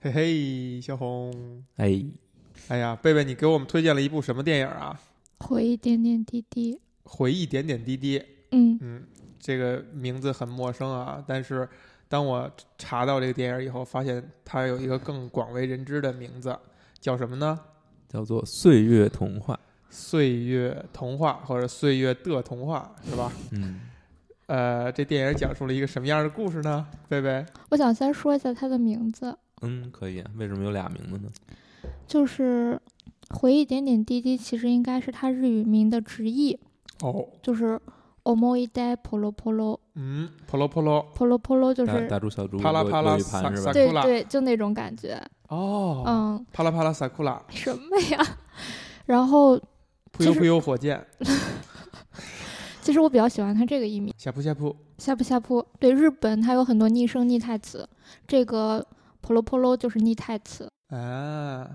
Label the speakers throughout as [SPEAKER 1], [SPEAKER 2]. [SPEAKER 1] 嘿嘿，小红，
[SPEAKER 2] 哎，
[SPEAKER 1] 哎呀，贝贝，你给我们推荐了一部什么电影啊？
[SPEAKER 3] 回忆点点滴滴，
[SPEAKER 1] 回忆点点滴滴。
[SPEAKER 3] 嗯，
[SPEAKER 1] 嗯，这个名字很陌生啊，但是当我查到这个电影以后，发现它有一个更广为人知的名字，叫什么呢？
[SPEAKER 2] 叫做《岁月童话》。
[SPEAKER 1] 《岁月童话》或者《岁月的童话》是吧？
[SPEAKER 2] 嗯，
[SPEAKER 1] 呃，这电影讲述了一个什么样的故事呢？贝贝，
[SPEAKER 3] 我想先说一下它的名字，
[SPEAKER 2] 嗯，可以啊。为什么有俩名字呢？
[SPEAKER 3] 就是回忆点点滴滴，其实应该是它日语名的直译，
[SPEAKER 1] 哦，
[SPEAKER 3] 就是 omo i d a polo polo
[SPEAKER 1] 嗯，婆罗婆罗，
[SPEAKER 3] polo polo，就
[SPEAKER 2] 大
[SPEAKER 3] 是
[SPEAKER 2] 大猪小猪
[SPEAKER 1] 啪啦
[SPEAKER 2] 落
[SPEAKER 1] 啪啦
[SPEAKER 2] 落一盘
[SPEAKER 1] 撒
[SPEAKER 2] 是
[SPEAKER 1] 撒
[SPEAKER 2] 吧？
[SPEAKER 3] 对
[SPEAKER 1] sakura
[SPEAKER 3] 对，就那种感觉，
[SPEAKER 1] 哦，
[SPEAKER 3] 嗯，
[SPEAKER 1] 啪啦啪啦萨库拉，
[SPEAKER 3] 什么呀？ 然后
[SPEAKER 1] 噗悠噗
[SPEAKER 3] 其实
[SPEAKER 1] 悠火箭，
[SPEAKER 3] 其实我比较喜欢它这个译名，
[SPEAKER 1] 下扑下扑，
[SPEAKER 3] 下铺下铺。对，日本它有很多拟声拟态词，这个 polo polo 就是拟态词，
[SPEAKER 1] 啊，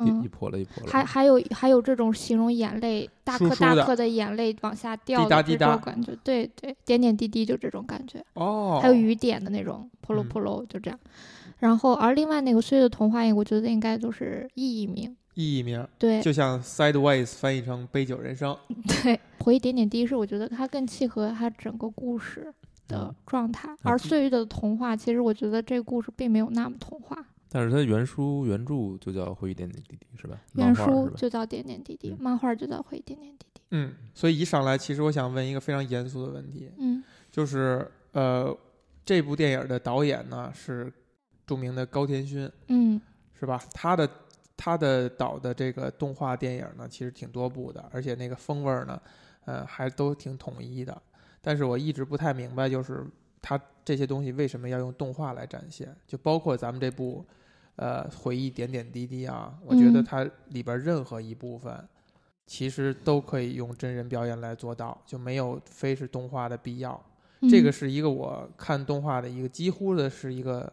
[SPEAKER 2] 一一
[SPEAKER 3] 嗯。
[SPEAKER 2] 泼了一泼了。
[SPEAKER 3] 还还有还有这种形容眼泪大
[SPEAKER 1] 疏
[SPEAKER 3] 颗
[SPEAKER 1] 疏
[SPEAKER 3] 大
[SPEAKER 1] 的
[SPEAKER 3] 颗的眼泪往下掉
[SPEAKER 1] 滴答
[SPEAKER 3] 的
[SPEAKER 1] 滴
[SPEAKER 3] 这
[SPEAKER 1] 答
[SPEAKER 3] 种感觉，对对，点点滴滴就这种感觉，
[SPEAKER 1] 哦，
[SPEAKER 3] 还有雨点的那种扑噜
[SPEAKER 1] 嗯
[SPEAKER 3] 扑噜就这样。然后而另外那个《岁月的童话》，我觉得应该就是意义名，
[SPEAKER 1] 意义名，
[SPEAKER 3] 对
[SPEAKER 1] 就像 Sideways 翻译成杯酒人生，
[SPEAKER 3] 对，回忆点点滴滴是我觉得它更契合它整个故事的
[SPEAKER 2] 嗯
[SPEAKER 3] 状态，而《
[SPEAKER 2] 这
[SPEAKER 3] 岁月的童话》其实我觉得这个故事并没有那么童话，
[SPEAKER 2] 但是它原书原著就叫《回忆点点滴滴》是吧？
[SPEAKER 3] 原
[SPEAKER 2] 漫画
[SPEAKER 3] 书
[SPEAKER 2] 是吧？
[SPEAKER 3] 就叫点点滴滴
[SPEAKER 2] 嗯，
[SPEAKER 3] 漫画就叫回忆点点滴滴，
[SPEAKER 1] 嗯，所以一上来，其实我想问一个非常严肃的问题，
[SPEAKER 3] 嗯
[SPEAKER 1] 就是呃，这部电影的导演呢是著名的高田勋，
[SPEAKER 3] 嗯
[SPEAKER 1] 是吧？他的他的导的这个动画电影呢，其实挺多部的，而且那个风味儿呢，呃，还都挺统一的。但是我一直不太明白，就是他这些东西为什么要用动画来展现？就包括咱们这部，呃，回忆点点滴滴啊，我觉得
[SPEAKER 3] 嗯
[SPEAKER 1] 它里边任何一部分，其实都可以用真人表演来做到，就没有非是动画的必要。这个
[SPEAKER 3] 嗯
[SPEAKER 1] 是一个我看动画的一个几乎的是一个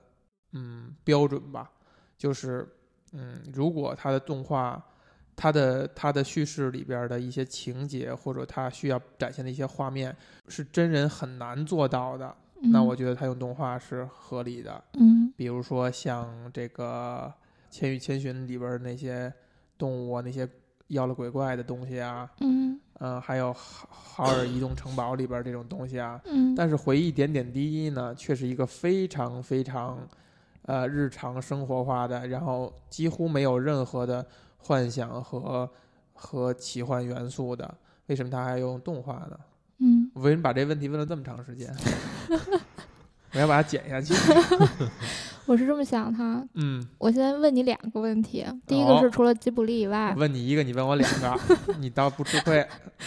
[SPEAKER 1] 嗯标准吧，就是嗯，如果它的动画，它的它的叙事里边的一些情节或者它需要展现的一些画面是真人很难做到的，那我觉得它用动画是合理的。
[SPEAKER 3] 嗯
[SPEAKER 1] 比如说像这个《千与千寻》里边那些动物啊，那些妖了鬼怪的东西啊，
[SPEAKER 3] 嗯
[SPEAKER 1] 嗯，还有豪豪尔移动城堡里边这种东西啊，
[SPEAKER 3] 嗯，
[SPEAKER 1] 但是回忆点点滴滴呢，却是一个非常非常，呃，日常生活化的，然后几乎没有任何的幻想和和奇幻元素的。为什么它还用动画呢？
[SPEAKER 3] 嗯。
[SPEAKER 1] 我为什么把这问题问了这么长时间？ 我要把它剪下去。
[SPEAKER 3] 我是这么想哈，
[SPEAKER 1] 嗯，
[SPEAKER 3] 我先问你两个问题。第一个
[SPEAKER 1] 哦
[SPEAKER 3] 是除了吉卜力以外
[SPEAKER 1] 我，问你一个，你问我两个，你倒不吃 亏。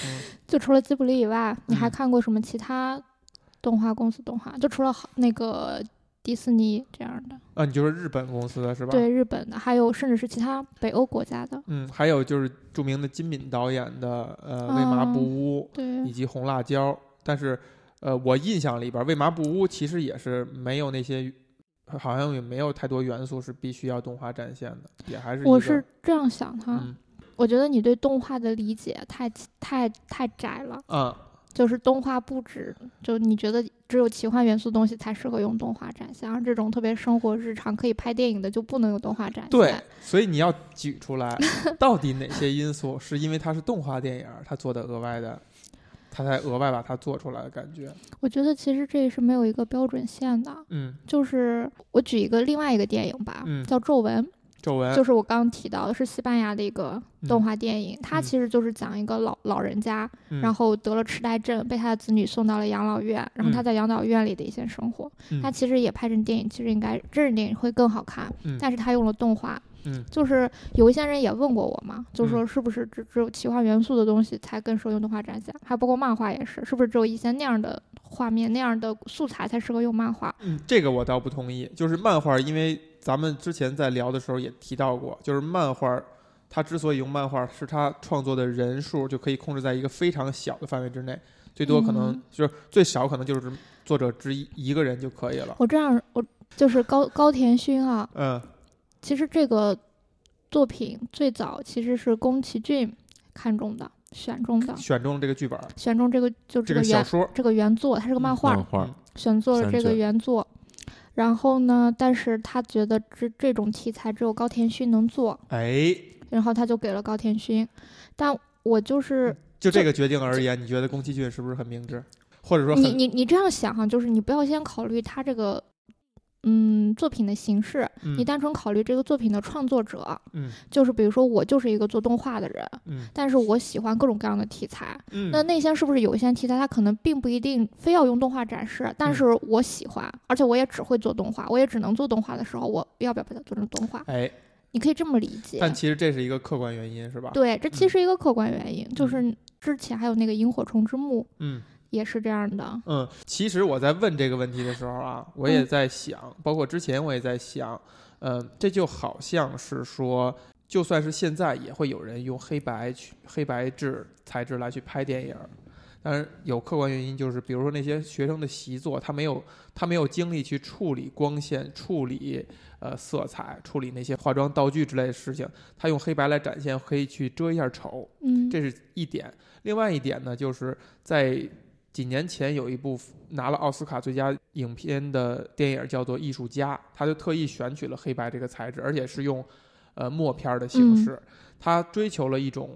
[SPEAKER 1] 嗯，
[SPEAKER 3] 就除了吉卜力以外，你还
[SPEAKER 1] 嗯
[SPEAKER 3] 看过什么其他动画公司动画？就除了好那个迪士尼这样的，
[SPEAKER 1] 啊，你就是日本公司的是吧？
[SPEAKER 3] 对日本的，还有甚至是其他北欧国家的，
[SPEAKER 1] 嗯，还有就是著名的金敏导演的呃《为麻
[SPEAKER 3] 哦
[SPEAKER 1] 不污》以
[SPEAKER 3] 对，
[SPEAKER 1] 及红辣椒。但是，呃，我印象里边儿，为麻不污其实也是没有那些，好像也没有太多元素是必须要动画展现的，也还是一
[SPEAKER 3] 我
[SPEAKER 1] 个
[SPEAKER 3] 是啊这样想哈，
[SPEAKER 1] 嗯
[SPEAKER 3] 我觉得你对动画的理解太太太窄了，
[SPEAKER 1] 啊
[SPEAKER 3] 就是动画不止，就你觉得只有奇幻元素东西才适合用动画展现，而这种特别生活日常可以拍电影的就不能用动画展现。
[SPEAKER 1] 对，所以你要举出来，到底哪些因素是因为它是动画电影儿，它做的额外的，它才额外把它做出来的感觉。
[SPEAKER 3] 我觉得其实这是没有一个标准线的，
[SPEAKER 1] 嗯，
[SPEAKER 3] 就是我举一个另外一个电影吧，
[SPEAKER 1] 嗯
[SPEAKER 3] 叫《皱纹》，
[SPEAKER 1] 皱纹
[SPEAKER 3] 就是我刚刚提到的，是西班牙的一个动，画电影，它
[SPEAKER 1] 嗯
[SPEAKER 3] 其实就是讲一个老老人家，
[SPEAKER 1] 嗯、
[SPEAKER 3] 然
[SPEAKER 1] 后
[SPEAKER 3] 后得了痴呆症，被他的子女送到了养老院，然后他
[SPEAKER 1] 嗯
[SPEAKER 3] 在养老院里的一些生活，
[SPEAKER 1] 嗯
[SPEAKER 3] 他其实也拍成电影，其实应该真人电影会更好看，
[SPEAKER 1] 嗯
[SPEAKER 3] 但是他用了动画。
[SPEAKER 1] 嗯
[SPEAKER 3] 就是有一些人也问过我嘛，就说
[SPEAKER 1] 嗯
[SPEAKER 3] 是不是只只有奇幻元素的东西才更适合用动画展现，还包括漫画也是，是不是只有一些那样的画面、那样的素材才适合用漫画？
[SPEAKER 1] 嗯，这个我倒不同意。就是漫画儿，因为咱们之前在聊的时候也提到过，就是漫画儿，它之所以用漫画儿，是它创作的人数就可以控制在一个非常小的范围之内，最多可能
[SPEAKER 3] 嗯
[SPEAKER 1] 就是最少可能就是作者之一一个人就可以了。
[SPEAKER 3] 我这样，我就是高高田勋啊，
[SPEAKER 1] 嗯
[SPEAKER 3] 其实这个作品最早其实是宫崎骏看中的、选中的，
[SPEAKER 1] 选中了这个剧本儿，
[SPEAKER 3] 选中这个就
[SPEAKER 1] 这
[SPEAKER 3] 这
[SPEAKER 1] 个
[SPEAKER 3] 个
[SPEAKER 1] 小
[SPEAKER 3] 原
[SPEAKER 1] 说儿，
[SPEAKER 3] 这个原作，它是个
[SPEAKER 1] 嗯
[SPEAKER 3] 漫画，
[SPEAKER 2] 漫画
[SPEAKER 1] 嗯
[SPEAKER 3] 选做了
[SPEAKER 2] 三
[SPEAKER 3] 这个
[SPEAKER 2] 卷
[SPEAKER 3] 原作。然后呢，但是他觉得这这种题材只有高田勋能做，
[SPEAKER 4] 哎，
[SPEAKER 3] 然后他就给了高田勋。但我就是
[SPEAKER 1] 就这个决定而言，你觉得宫崎骏是不是很明智，或者说
[SPEAKER 3] 你
[SPEAKER 1] 很
[SPEAKER 3] 你你这样想哈，就是你不要先考虑他这个嗯作品的形式，你
[SPEAKER 1] 嗯
[SPEAKER 3] 单纯考虑这个作品的创作者，
[SPEAKER 1] 嗯
[SPEAKER 3] 就是比如说我就是一个做动画的人，
[SPEAKER 1] 嗯
[SPEAKER 3] 但是我喜欢各种各样的题材。
[SPEAKER 1] 嗯
[SPEAKER 3] 那那些是不是有一些题材它可能并不一定非要用动画展示，但
[SPEAKER 1] 嗯
[SPEAKER 3] 是我喜欢，而且我也只会做动画，我也只能做动画的时候，我要不要把它做成动画？
[SPEAKER 1] 哎，
[SPEAKER 3] 你可以这么理解。
[SPEAKER 1] 但其实这是一个客观原因，是吧？
[SPEAKER 3] 对，这其
[SPEAKER 1] 嗯
[SPEAKER 3] 实一个客观原因，就是之前还有那个《萤火虫之墓》
[SPEAKER 1] 嗯。
[SPEAKER 3] 也是这样的。
[SPEAKER 1] 嗯，其实我在问这个问题的时候啊，我也在想，包括之前我也在想，嗯、这就好像是说，就算是现在也会有人用黑白去黑白制材质来去拍电影儿，但是有客观原因，就是比如说那些学生的习作，他没有他没有精力去处理光线、处理呃色彩、处理那些化妆道具之类的事情，他用黑白来展现，可以去遮一下丑，
[SPEAKER 3] 嗯，
[SPEAKER 1] 这是一点。另外一点呢，就是在几年前有一部拿了奥斯卡最佳影片的电影叫做《艺术家》，他就特意选取了黑白这个材质，而且是用呃默片儿的形式，他追求了一种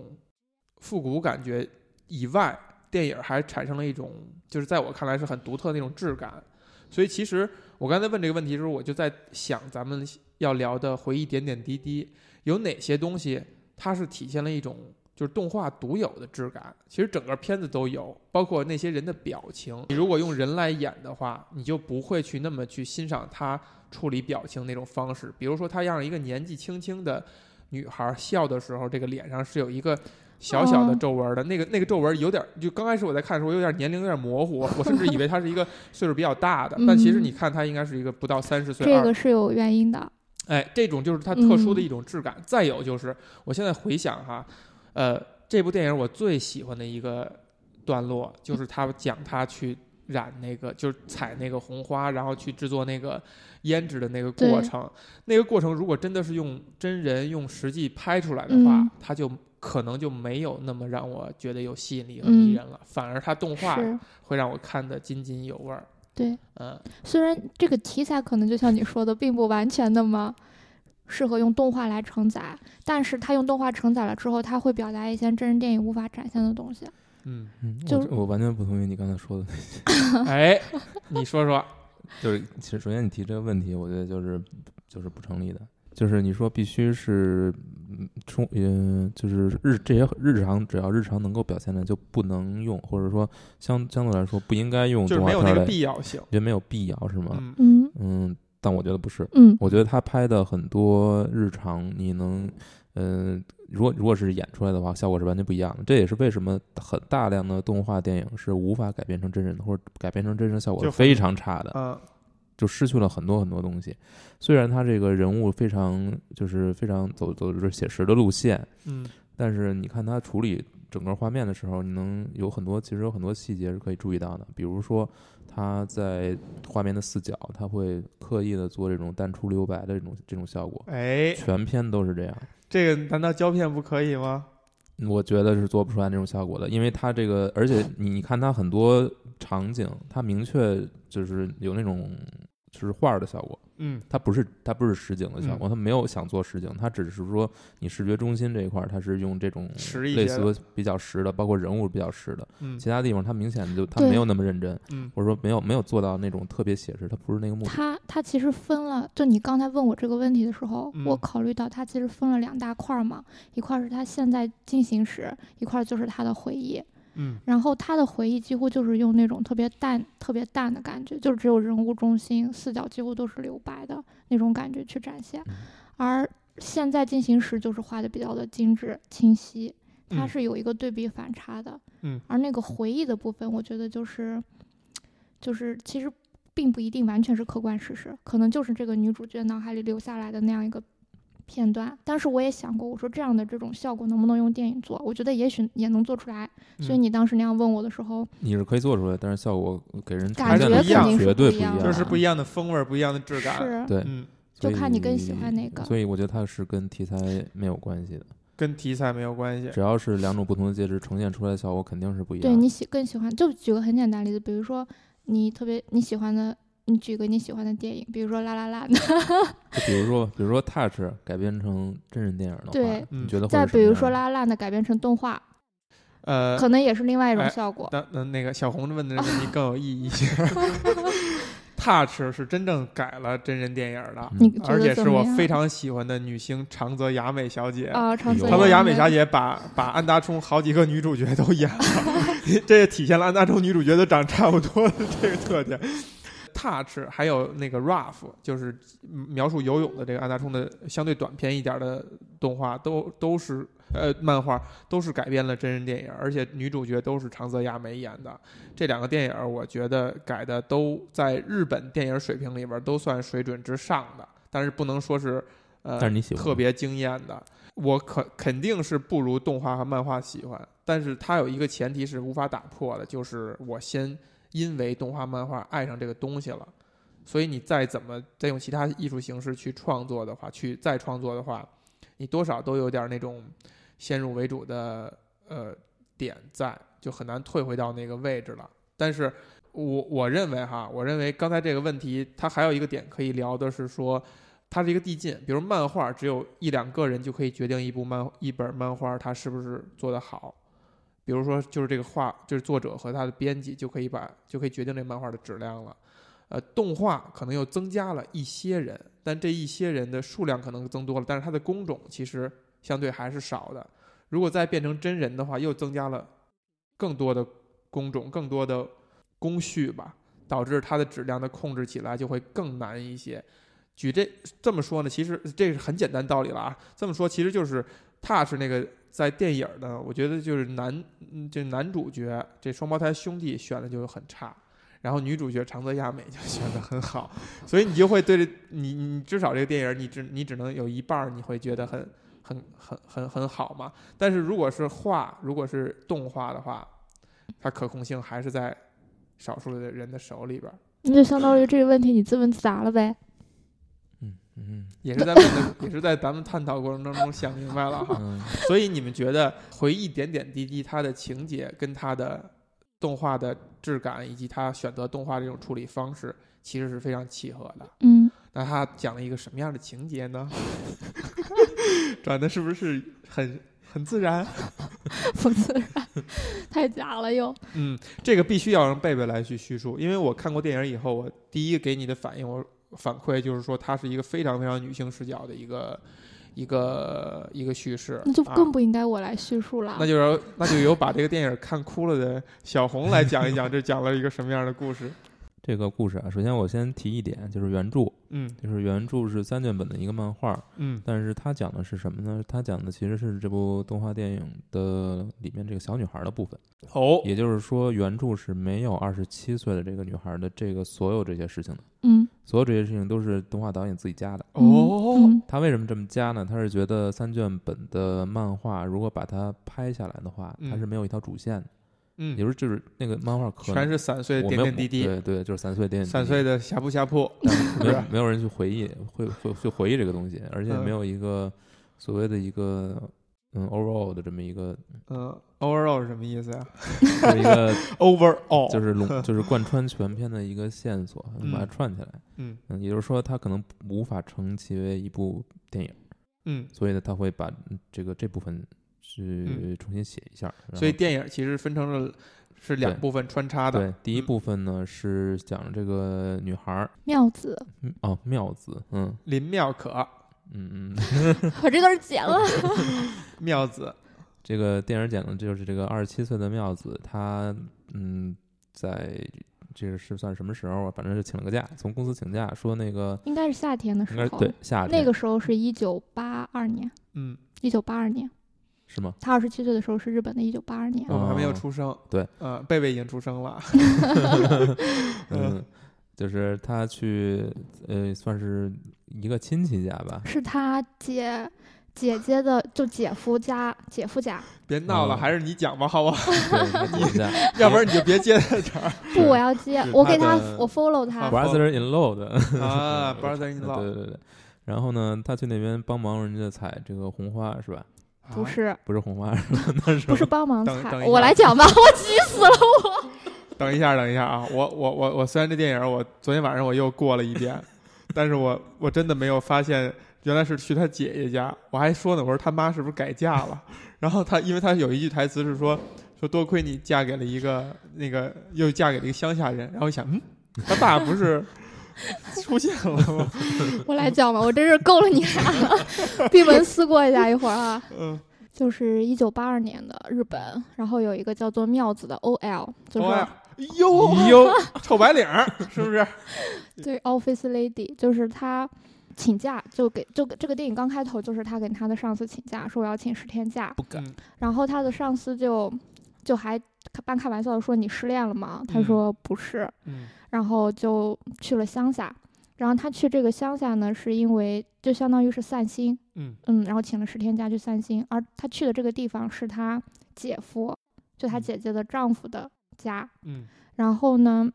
[SPEAKER 1] 复古感觉以外，电影还产生了一种就是在我看来是很独特的那种质感。所以其实我刚才问这个问题的时候，我就在想咱们要聊的回忆点点滴滴有哪些东西，它是体现了一种就是动画独有的质感。其实整个片子都有，包括那些人的表情。你如果用人来演的话，你就不会去那么去欣赏他处理表情那种方式。比如说，他让一个年纪轻轻的女孩笑的时候，这个脸上是有一个。小小的
[SPEAKER 3] 哦
[SPEAKER 1] 皱纹的、那个那个皱纹有点，就刚开始我在看的时候，我有点年龄有点模糊，我甚至以为她是一个岁数比较大的，但其实你看她应该是一个不到三十岁，
[SPEAKER 3] 嗯这
[SPEAKER 1] 二
[SPEAKER 3] 个是有原因的。
[SPEAKER 1] 哎，这种就是它特殊
[SPEAKER 3] 嗯
[SPEAKER 1] 的一种质感。再有就是，我现在回想哈，呃，这部电影我最喜欢的一个段落，就是他讲他去染那个，就是采那个红花，然后去制作那个胭脂的那个过程。那个过程如果真的是用真人用实际拍出来的话，
[SPEAKER 3] 嗯
[SPEAKER 1] 它就可能就没有那么让我觉得有吸引力和迷
[SPEAKER 3] 嗯
[SPEAKER 1] 人了，反而它动画
[SPEAKER 3] 是，
[SPEAKER 1] 会让我看得津津有味儿。
[SPEAKER 3] 对，
[SPEAKER 1] 嗯，
[SPEAKER 3] 虽然这个题材可能就像你说的，并不完全那么适合用动画来承载，但是它用动画承载了之后，它会表达一些真人电影无法展现的东西。
[SPEAKER 1] 嗯，
[SPEAKER 2] 嗯，我
[SPEAKER 3] 就
[SPEAKER 2] 这我完全不同意你刚才说的，
[SPEAKER 1] 哎，你说说，
[SPEAKER 2] 就是其实首先你提这个问题，我觉得就是就是不成立的，就是你说必须是嗯充嗯、就是日这些日常只要日常能够表现的就不能用，或者说相相对来说 不应该用
[SPEAKER 1] 就是
[SPEAKER 2] 动画
[SPEAKER 1] 没有
[SPEAKER 2] 片
[SPEAKER 1] 那
[SPEAKER 2] 儿
[SPEAKER 1] 个
[SPEAKER 2] 来，
[SPEAKER 1] 必要性。
[SPEAKER 2] 觉得没有必要是吗？
[SPEAKER 1] 嗯，
[SPEAKER 3] 嗯
[SPEAKER 2] 嗯，但我觉得不是，
[SPEAKER 3] 嗯
[SPEAKER 2] 我觉得他拍的很多日常，你能，嗯、如果如果是演出来的话，效果是完全不一样的。这也是为什么很大量的动画电影是无法改编成真人的，或者改编成真人效果
[SPEAKER 1] 就是很
[SPEAKER 2] 非常差的，
[SPEAKER 1] 嗯
[SPEAKER 2] 就失去了很多很多东西。虽然他这个人物非常就是非常走走就是写实的路线，
[SPEAKER 1] 嗯
[SPEAKER 2] 但是你看他处理整个画面的时候，你能有很多其实有很多细节是可以注意到的，比如说他在画面的四角，他会刻意的做这种淡出留白的这种这种效果，
[SPEAKER 1] 哎，
[SPEAKER 2] 全篇都是这样。
[SPEAKER 1] 这个难道胶片不可以吗？
[SPEAKER 2] 我觉得是做不出来那种效果的，因为他这个，而且你你看他很多场景，他明确就是有那种就是画儿的效果，
[SPEAKER 1] 嗯
[SPEAKER 2] 它不是它不是实景的效果，它没有想做实景，它只是说你视觉中心这一块儿，它是用这种
[SPEAKER 1] 实一些
[SPEAKER 2] 类
[SPEAKER 1] 的
[SPEAKER 2] 似比较实的，包括人物比较实的，
[SPEAKER 1] 嗯
[SPEAKER 2] 其他地方它明显就它
[SPEAKER 3] 对
[SPEAKER 2] 没有那么认真，
[SPEAKER 1] 嗯
[SPEAKER 2] 或者说没有没有做到那种特别写实，它不是那个目的。
[SPEAKER 3] 它它其实分了，就你刚才问我这个问题的时候，
[SPEAKER 1] 嗯
[SPEAKER 3] 我考虑到它其实分了两大块儿嘛，一块儿是它现在进行时，一块儿就是他的回忆。
[SPEAKER 1] 嗯
[SPEAKER 3] 然后他的回忆几乎就是用那种特别淡、特别淡的感觉，就只有人物中心，四角几乎都是留白的那种感觉去展现
[SPEAKER 2] 嗯。
[SPEAKER 3] 而现在进行时就是画的比较的精致清晰，它
[SPEAKER 1] 嗯
[SPEAKER 3] 是有一个对比反差的。
[SPEAKER 1] 嗯，
[SPEAKER 3] 而那个回忆的部分，我觉得就是，就是其实并不一定完全是客观事实，可能就是这个女主角脑海里留下来的那样一个片段。但是我也想过，我说这样的这种效果能不能用电影做？我觉得也许也能做出来。所以
[SPEAKER 1] 嗯
[SPEAKER 3] 你当时那样问我的时候，
[SPEAKER 2] 你是可以做出来，但是效果给人呈
[SPEAKER 3] 感
[SPEAKER 2] 现
[SPEAKER 1] 还是
[SPEAKER 2] 的
[SPEAKER 1] 不一样
[SPEAKER 3] 肯定
[SPEAKER 2] 绝对
[SPEAKER 3] 不一样
[SPEAKER 2] 的，
[SPEAKER 3] 的
[SPEAKER 1] 就是不一样的风味儿，不一样的质感。
[SPEAKER 3] 是
[SPEAKER 2] 对，
[SPEAKER 1] 嗯，
[SPEAKER 3] 就
[SPEAKER 2] 所以
[SPEAKER 3] 看你更喜欢哪个
[SPEAKER 2] 所以我觉得它是跟题材没有关系的，
[SPEAKER 1] 跟题材没有关系。
[SPEAKER 2] 只要是两种不同的介质呈现出来的效果肯定是不一样
[SPEAKER 3] 对
[SPEAKER 2] 的。
[SPEAKER 3] 你喜更喜欢。就举个很简单的例子，比如说你特别你喜欢的你举个你喜欢的电影，比如说《啦 啦啦》，
[SPEAKER 2] 就比如说，比如说 Touch 改编成真人电影的话，
[SPEAKER 3] 对
[SPEAKER 2] 你觉得会
[SPEAKER 3] 再
[SPEAKER 2] 是什
[SPEAKER 3] 比
[SPEAKER 2] 么
[SPEAKER 3] 如
[SPEAKER 2] 样
[SPEAKER 3] 说《
[SPEAKER 2] 的
[SPEAKER 3] 啦啦啦》的改编成动画，
[SPEAKER 1] 呃，
[SPEAKER 3] 可能也是另外一种
[SPEAKER 1] 哎
[SPEAKER 3] 效果。
[SPEAKER 1] 那那那个小红问的问题更有意义一 些。Touch 是真正改了真人电影的，
[SPEAKER 2] 嗯
[SPEAKER 3] 你觉
[SPEAKER 1] 而
[SPEAKER 3] 得
[SPEAKER 1] 且
[SPEAKER 3] 怎
[SPEAKER 1] 是
[SPEAKER 3] 么
[SPEAKER 1] 我
[SPEAKER 3] 样
[SPEAKER 1] 非常喜欢的女星长泽雅美小姐。
[SPEAKER 3] 啊，长泽
[SPEAKER 2] 有
[SPEAKER 1] 长泽雅美
[SPEAKER 3] 的
[SPEAKER 1] 小姐把把安达充好几个女主角都演了，这也体现了安达充女主角都长差不多的这个特点。Touch 还有那个 Rough，就是描述游泳的这个安达充的相对短篇一点的动画，都都是呃漫画都是改编了真人电影，而且女主角都是长泽雅美演的。这两个电影我觉得改的都在日本电影水平里边都算水准之上的，但是不能说是呃
[SPEAKER 2] 但是你喜欢
[SPEAKER 1] 特
[SPEAKER 2] 吗
[SPEAKER 1] 别惊艳的。我肯肯定是不如动画和漫画喜欢，但是它有一个前提是无法打破的，就是我先因为动画漫画爱上这个东西了，所以你再怎么再用其他艺术形式去创作的话，去再创作的话，你多少都有点那种先入为主的呃点在，就很难退回到那个位置了。但是我我认为哈，我认为刚才这个问题，它还有一个点可以聊的是说，它是一个递进。比如漫画，只有一两个人就可以决定一部漫一本漫画它是不是做得好。比如说，就是这个画，就是作者和他的编辑就可以把就可以决定这漫画的质量了。呃，动画可能又增加了一些人，但这一些人的数量可能增多了，但是它的工种其实相对还是少的。如果再变成真人的话，又增加了更多的工种、更多的工序吧，导致它的质量的控制起来就会更难一些。举这这么说呢，其实这是很简单道理了啊。这么说其实就是踏实那个在电影呢，我觉得就是男嗯这男主角这双胞胎兄弟选的就很差，然后女主角长泽雅美就选的很好，所以你就会对这你你至少这个电影你只你只能有一半儿你会觉得很很很很很好嘛。但是如果是画，如果是动画的话，它可控性还是在少数的人的手里边儿，
[SPEAKER 3] 那就相当于这个问题你自问自答了呗。
[SPEAKER 2] 嗯嗯
[SPEAKER 1] 也是在问的，也是在咱们探讨过程当中想明白了哈。
[SPEAKER 2] 嗯，
[SPEAKER 1] 所以你们觉得回忆点点滴滴，它的情节跟它的动画的质感，以及它选择动画这种处理方式，其实是非常契合的。
[SPEAKER 3] 嗯，
[SPEAKER 1] 那他讲了一个什么样的情节呢？ 转的是不是很很自然？
[SPEAKER 3] 不自 然，太假了又。
[SPEAKER 1] 嗯，这个必须要让贝贝来去叙述，因为我看过电影以后，我第一个给你的反应，我反馈就是说，它是一个非常非常女性视角的一个一个一个叙事，
[SPEAKER 3] 那就
[SPEAKER 1] 啊
[SPEAKER 3] 更不应该我来叙述了。
[SPEAKER 1] 那就由那就由把这个电影看哭了的小红来讲一讲，这讲了一个什么样的故事？
[SPEAKER 2] 这个故事啊，首先我先提一点，就是原著，
[SPEAKER 1] 嗯
[SPEAKER 2] 就是原著是三卷本的一个漫画，
[SPEAKER 1] 嗯
[SPEAKER 2] 但是它讲的是什么呢？它讲的其实是这部动画电影的里面这个小女孩的部分，
[SPEAKER 1] 哦
[SPEAKER 2] 也就是说，原著是没有二十七岁的这个女孩的这个所有这些事情的，
[SPEAKER 3] 嗯
[SPEAKER 2] 所有这些事情都是动画导演自己加的。
[SPEAKER 1] 哦
[SPEAKER 3] 嗯
[SPEAKER 2] 他为什么这么加呢？他是觉得三卷本的漫画如果把它拍下来的话，
[SPEAKER 1] 嗯
[SPEAKER 2] 它是没有一条主线的，也
[SPEAKER 1] 嗯，
[SPEAKER 2] 就是就是那个漫画可能
[SPEAKER 1] 全是散碎的
[SPEAKER 2] 我
[SPEAKER 1] 点
[SPEAKER 2] 没有
[SPEAKER 1] 点滴滴，
[SPEAKER 2] 对对，就是散碎点点滴滴
[SPEAKER 1] 散碎的呷哺呷哺，
[SPEAKER 2] 没
[SPEAKER 1] 是
[SPEAKER 2] 有
[SPEAKER 1] 吧
[SPEAKER 2] 没有人去回忆，会会去回忆这个东西，而且
[SPEAKER 1] 嗯
[SPEAKER 2] 没有一个所谓的一个嗯 overall 的这么一个，
[SPEAKER 1] 嗯，overall 是什么意思呀
[SPEAKER 2] 就是一个
[SPEAKER 1] ？overall
[SPEAKER 2] 就是笼就是贯穿全篇的一个线索，把它
[SPEAKER 1] 哦嗯
[SPEAKER 2] 串起来。
[SPEAKER 1] 嗯
[SPEAKER 2] 嗯，也就是说，它可能无法称其为一部电影，
[SPEAKER 1] 嗯，
[SPEAKER 2] 所以呢，他会把这个这部分去
[SPEAKER 1] 嗯
[SPEAKER 2] 重新写一下。然后
[SPEAKER 1] 所以电影其实分成了是两
[SPEAKER 2] 对
[SPEAKER 1] 部分穿插的，
[SPEAKER 2] 对第一
[SPEAKER 1] 嗯
[SPEAKER 2] 部分呢是讲这个女孩儿，
[SPEAKER 3] 妙子，
[SPEAKER 2] 嗯哦妙子，嗯
[SPEAKER 1] 林妙可、
[SPEAKER 2] 嗯嗯，
[SPEAKER 3] 把这段剪了。
[SPEAKER 1] 妙子，
[SPEAKER 2] 这个电影讲的就是这个二十七岁的妙子，她嗯，在这个是算什么时候啊？反正是请了个假，从公司请假，说那个
[SPEAKER 3] 应该是夏天的
[SPEAKER 2] 应
[SPEAKER 3] 时
[SPEAKER 2] 该
[SPEAKER 3] 候，
[SPEAKER 2] 对夏天
[SPEAKER 3] 那个时候是一九八二年，
[SPEAKER 1] 嗯，
[SPEAKER 3] 一九八二年，
[SPEAKER 2] 是吗？
[SPEAKER 3] 他二十七岁的时候是日本的一九八二年。
[SPEAKER 1] 我们还没有
[SPEAKER 2] 哦
[SPEAKER 1] 出生，
[SPEAKER 2] 对，
[SPEAKER 1] 呃，贝贝已经出生了，嗯
[SPEAKER 2] 嗯，就是她去呃，算是一个亲戚家吧，
[SPEAKER 3] 是他姐姐姐的，就姐夫家姐夫家。
[SPEAKER 1] 别闹了，
[SPEAKER 2] 嗯
[SPEAKER 1] 还是你讲吧，好 吧，
[SPEAKER 2] 对，她姐夫家
[SPEAKER 1] 要不然你就别接在 这儿
[SPEAKER 3] 不，啊我要接
[SPEAKER 2] 是，
[SPEAKER 3] 我
[SPEAKER 2] 他
[SPEAKER 3] 给他
[SPEAKER 2] 的，
[SPEAKER 3] 我 follow 他。
[SPEAKER 2] brother in law 的，
[SPEAKER 1] 啊，brother in
[SPEAKER 2] 对
[SPEAKER 1] law，
[SPEAKER 2] 对对对。然后呢，她去那边帮忙人家采这个红花是吧？
[SPEAKER 3] 不
[SPEAKER 1] 啊
[SPEAKER 3] 是，
[SPEAKER 2] 不是红花，是吧那是
[SPEAKER 3] 不是帮忙
[SPEAKER 1] 等等
[SPEAKER 3] 采，
[SPEAKER 1] 一下
[SPEAKER 3] 我来讲吧，我急死了我。
[SPEAKER 1] 等一下，等一下啊！我我我我虽然这电影我昨天晚上我又过了一遍，但是我我真的没有发现原来是去他姐姐家，我还说呢，我说他妈是不是改嫁了？ 然后他因为他有一句台词是说说多亏你嫁给了一个那个又嫁给了一个乡下人，然后一想嗯，他爸不 是出现了吗？
[SPEAKER 3] 我来讲吧，我真是够了你俩了，闭门思过一下一会儿啊。
[SPEAKER 1] 嗯
[SPEAKER 3] 就是一九八二年的日本，然后有一个叫做妙子的 OL，就是啊哎
[SPEAKER 1] ，OL 哟哟，哎臭白领儿是不是？
[SPEAKER 3] 对 Office Lady，就是她请假就给就给这个电影刚开头就是她给她的上司请假，说我要请十天假，
[SPEAKER 2] 不敢，
[SPEAKER 1] 嗯
[SPEAKER 3] 然后她的上司就就还半开玩笑的说你失恋了吗？她
[SPEAKER 1] 嗯
[SPEAKER 3] 说不是，
[SPEAKER 1] 嗯
[SPEAKER 3] 然后就去了乡下。然后她去这个乡下呢，是因为就相当于是散心，
[SPEAKER 1] 嗯
[SPEAKER 3] 嗯，然后请了十天假去散心。而她去的这个地方是她姐夫，就她
[SPEAKER 1] 嗯
[SPEAKER 3] 姐姐的丈夫的家。
[SPEAKER 1] 嗯
[SPEAKER 3] 然后呢，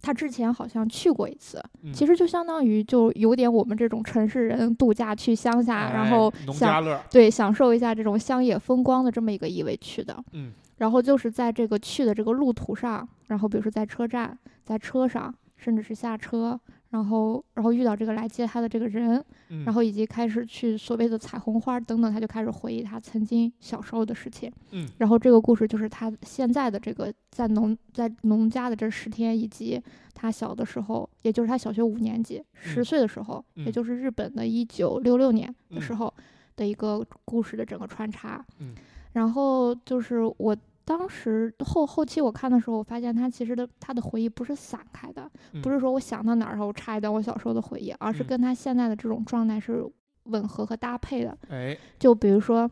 [SPEAKER 3] 她之前好像去过一次，
[SPEAKER 1] 嗯，
[SPEAKER 3] 其实就相当于就有点我们这种城市人度假去乡下，
[SPEAKER 1] 哎
[SPEAKER 3] 啊然后
[SPEAKER 1] 农
[SPEAKER 3] 想
[SPEAKER 1] 家乐，
[SPEAKER 3] 对享受一下这种乡野风光的这么一个意味去的。
[SPEAKER 1] 嗯
[SPEAKER 3] 然后就是在这个去的这个路途上，然后比如说在车站、在车上，甚至是下车，然后然后遇到这个来接他的这个人，
[SPEAKER 1] 嗯，
[SPEAKER 3] 然后以及开始去所谓的彩虹花等等，他就开始回忆他曾经小时候的事情。
[SPEAKER 1] 嗯
[SPEAKER 3] 然后这个故事就是他现在的这个在农在农家的这十天，以及他小的时候，也就是他小学五年级十
[SPEAKER 1] 嗯
[SPEAKER 3] 岁的时候，也
[SPEAKER 1] 嗯
[SPEAKER 3] 就是日本的一九六六年的时
[SPEAKER 1] 嗯
[SPEAKER 3] 候的一个故事的整个穿插。
[SPEAKER 1] 嗯
[SPEAKER 3] 然后就是我当时后后期我看的时候，我发现他其实的他的回忆不是散开的，不
[SPEAKER 1] 嗯
[SPEAKER 3] 是说我想到哪儿然后我插一段我小时候的回忆，而是
[SPEAKER 1] 嗯
[SPEAKER 3] 跟他现在的这种状态是吻合和搭配的。
[SPEAKER 1] 哎，
[SPEAKER 3] 就比如说，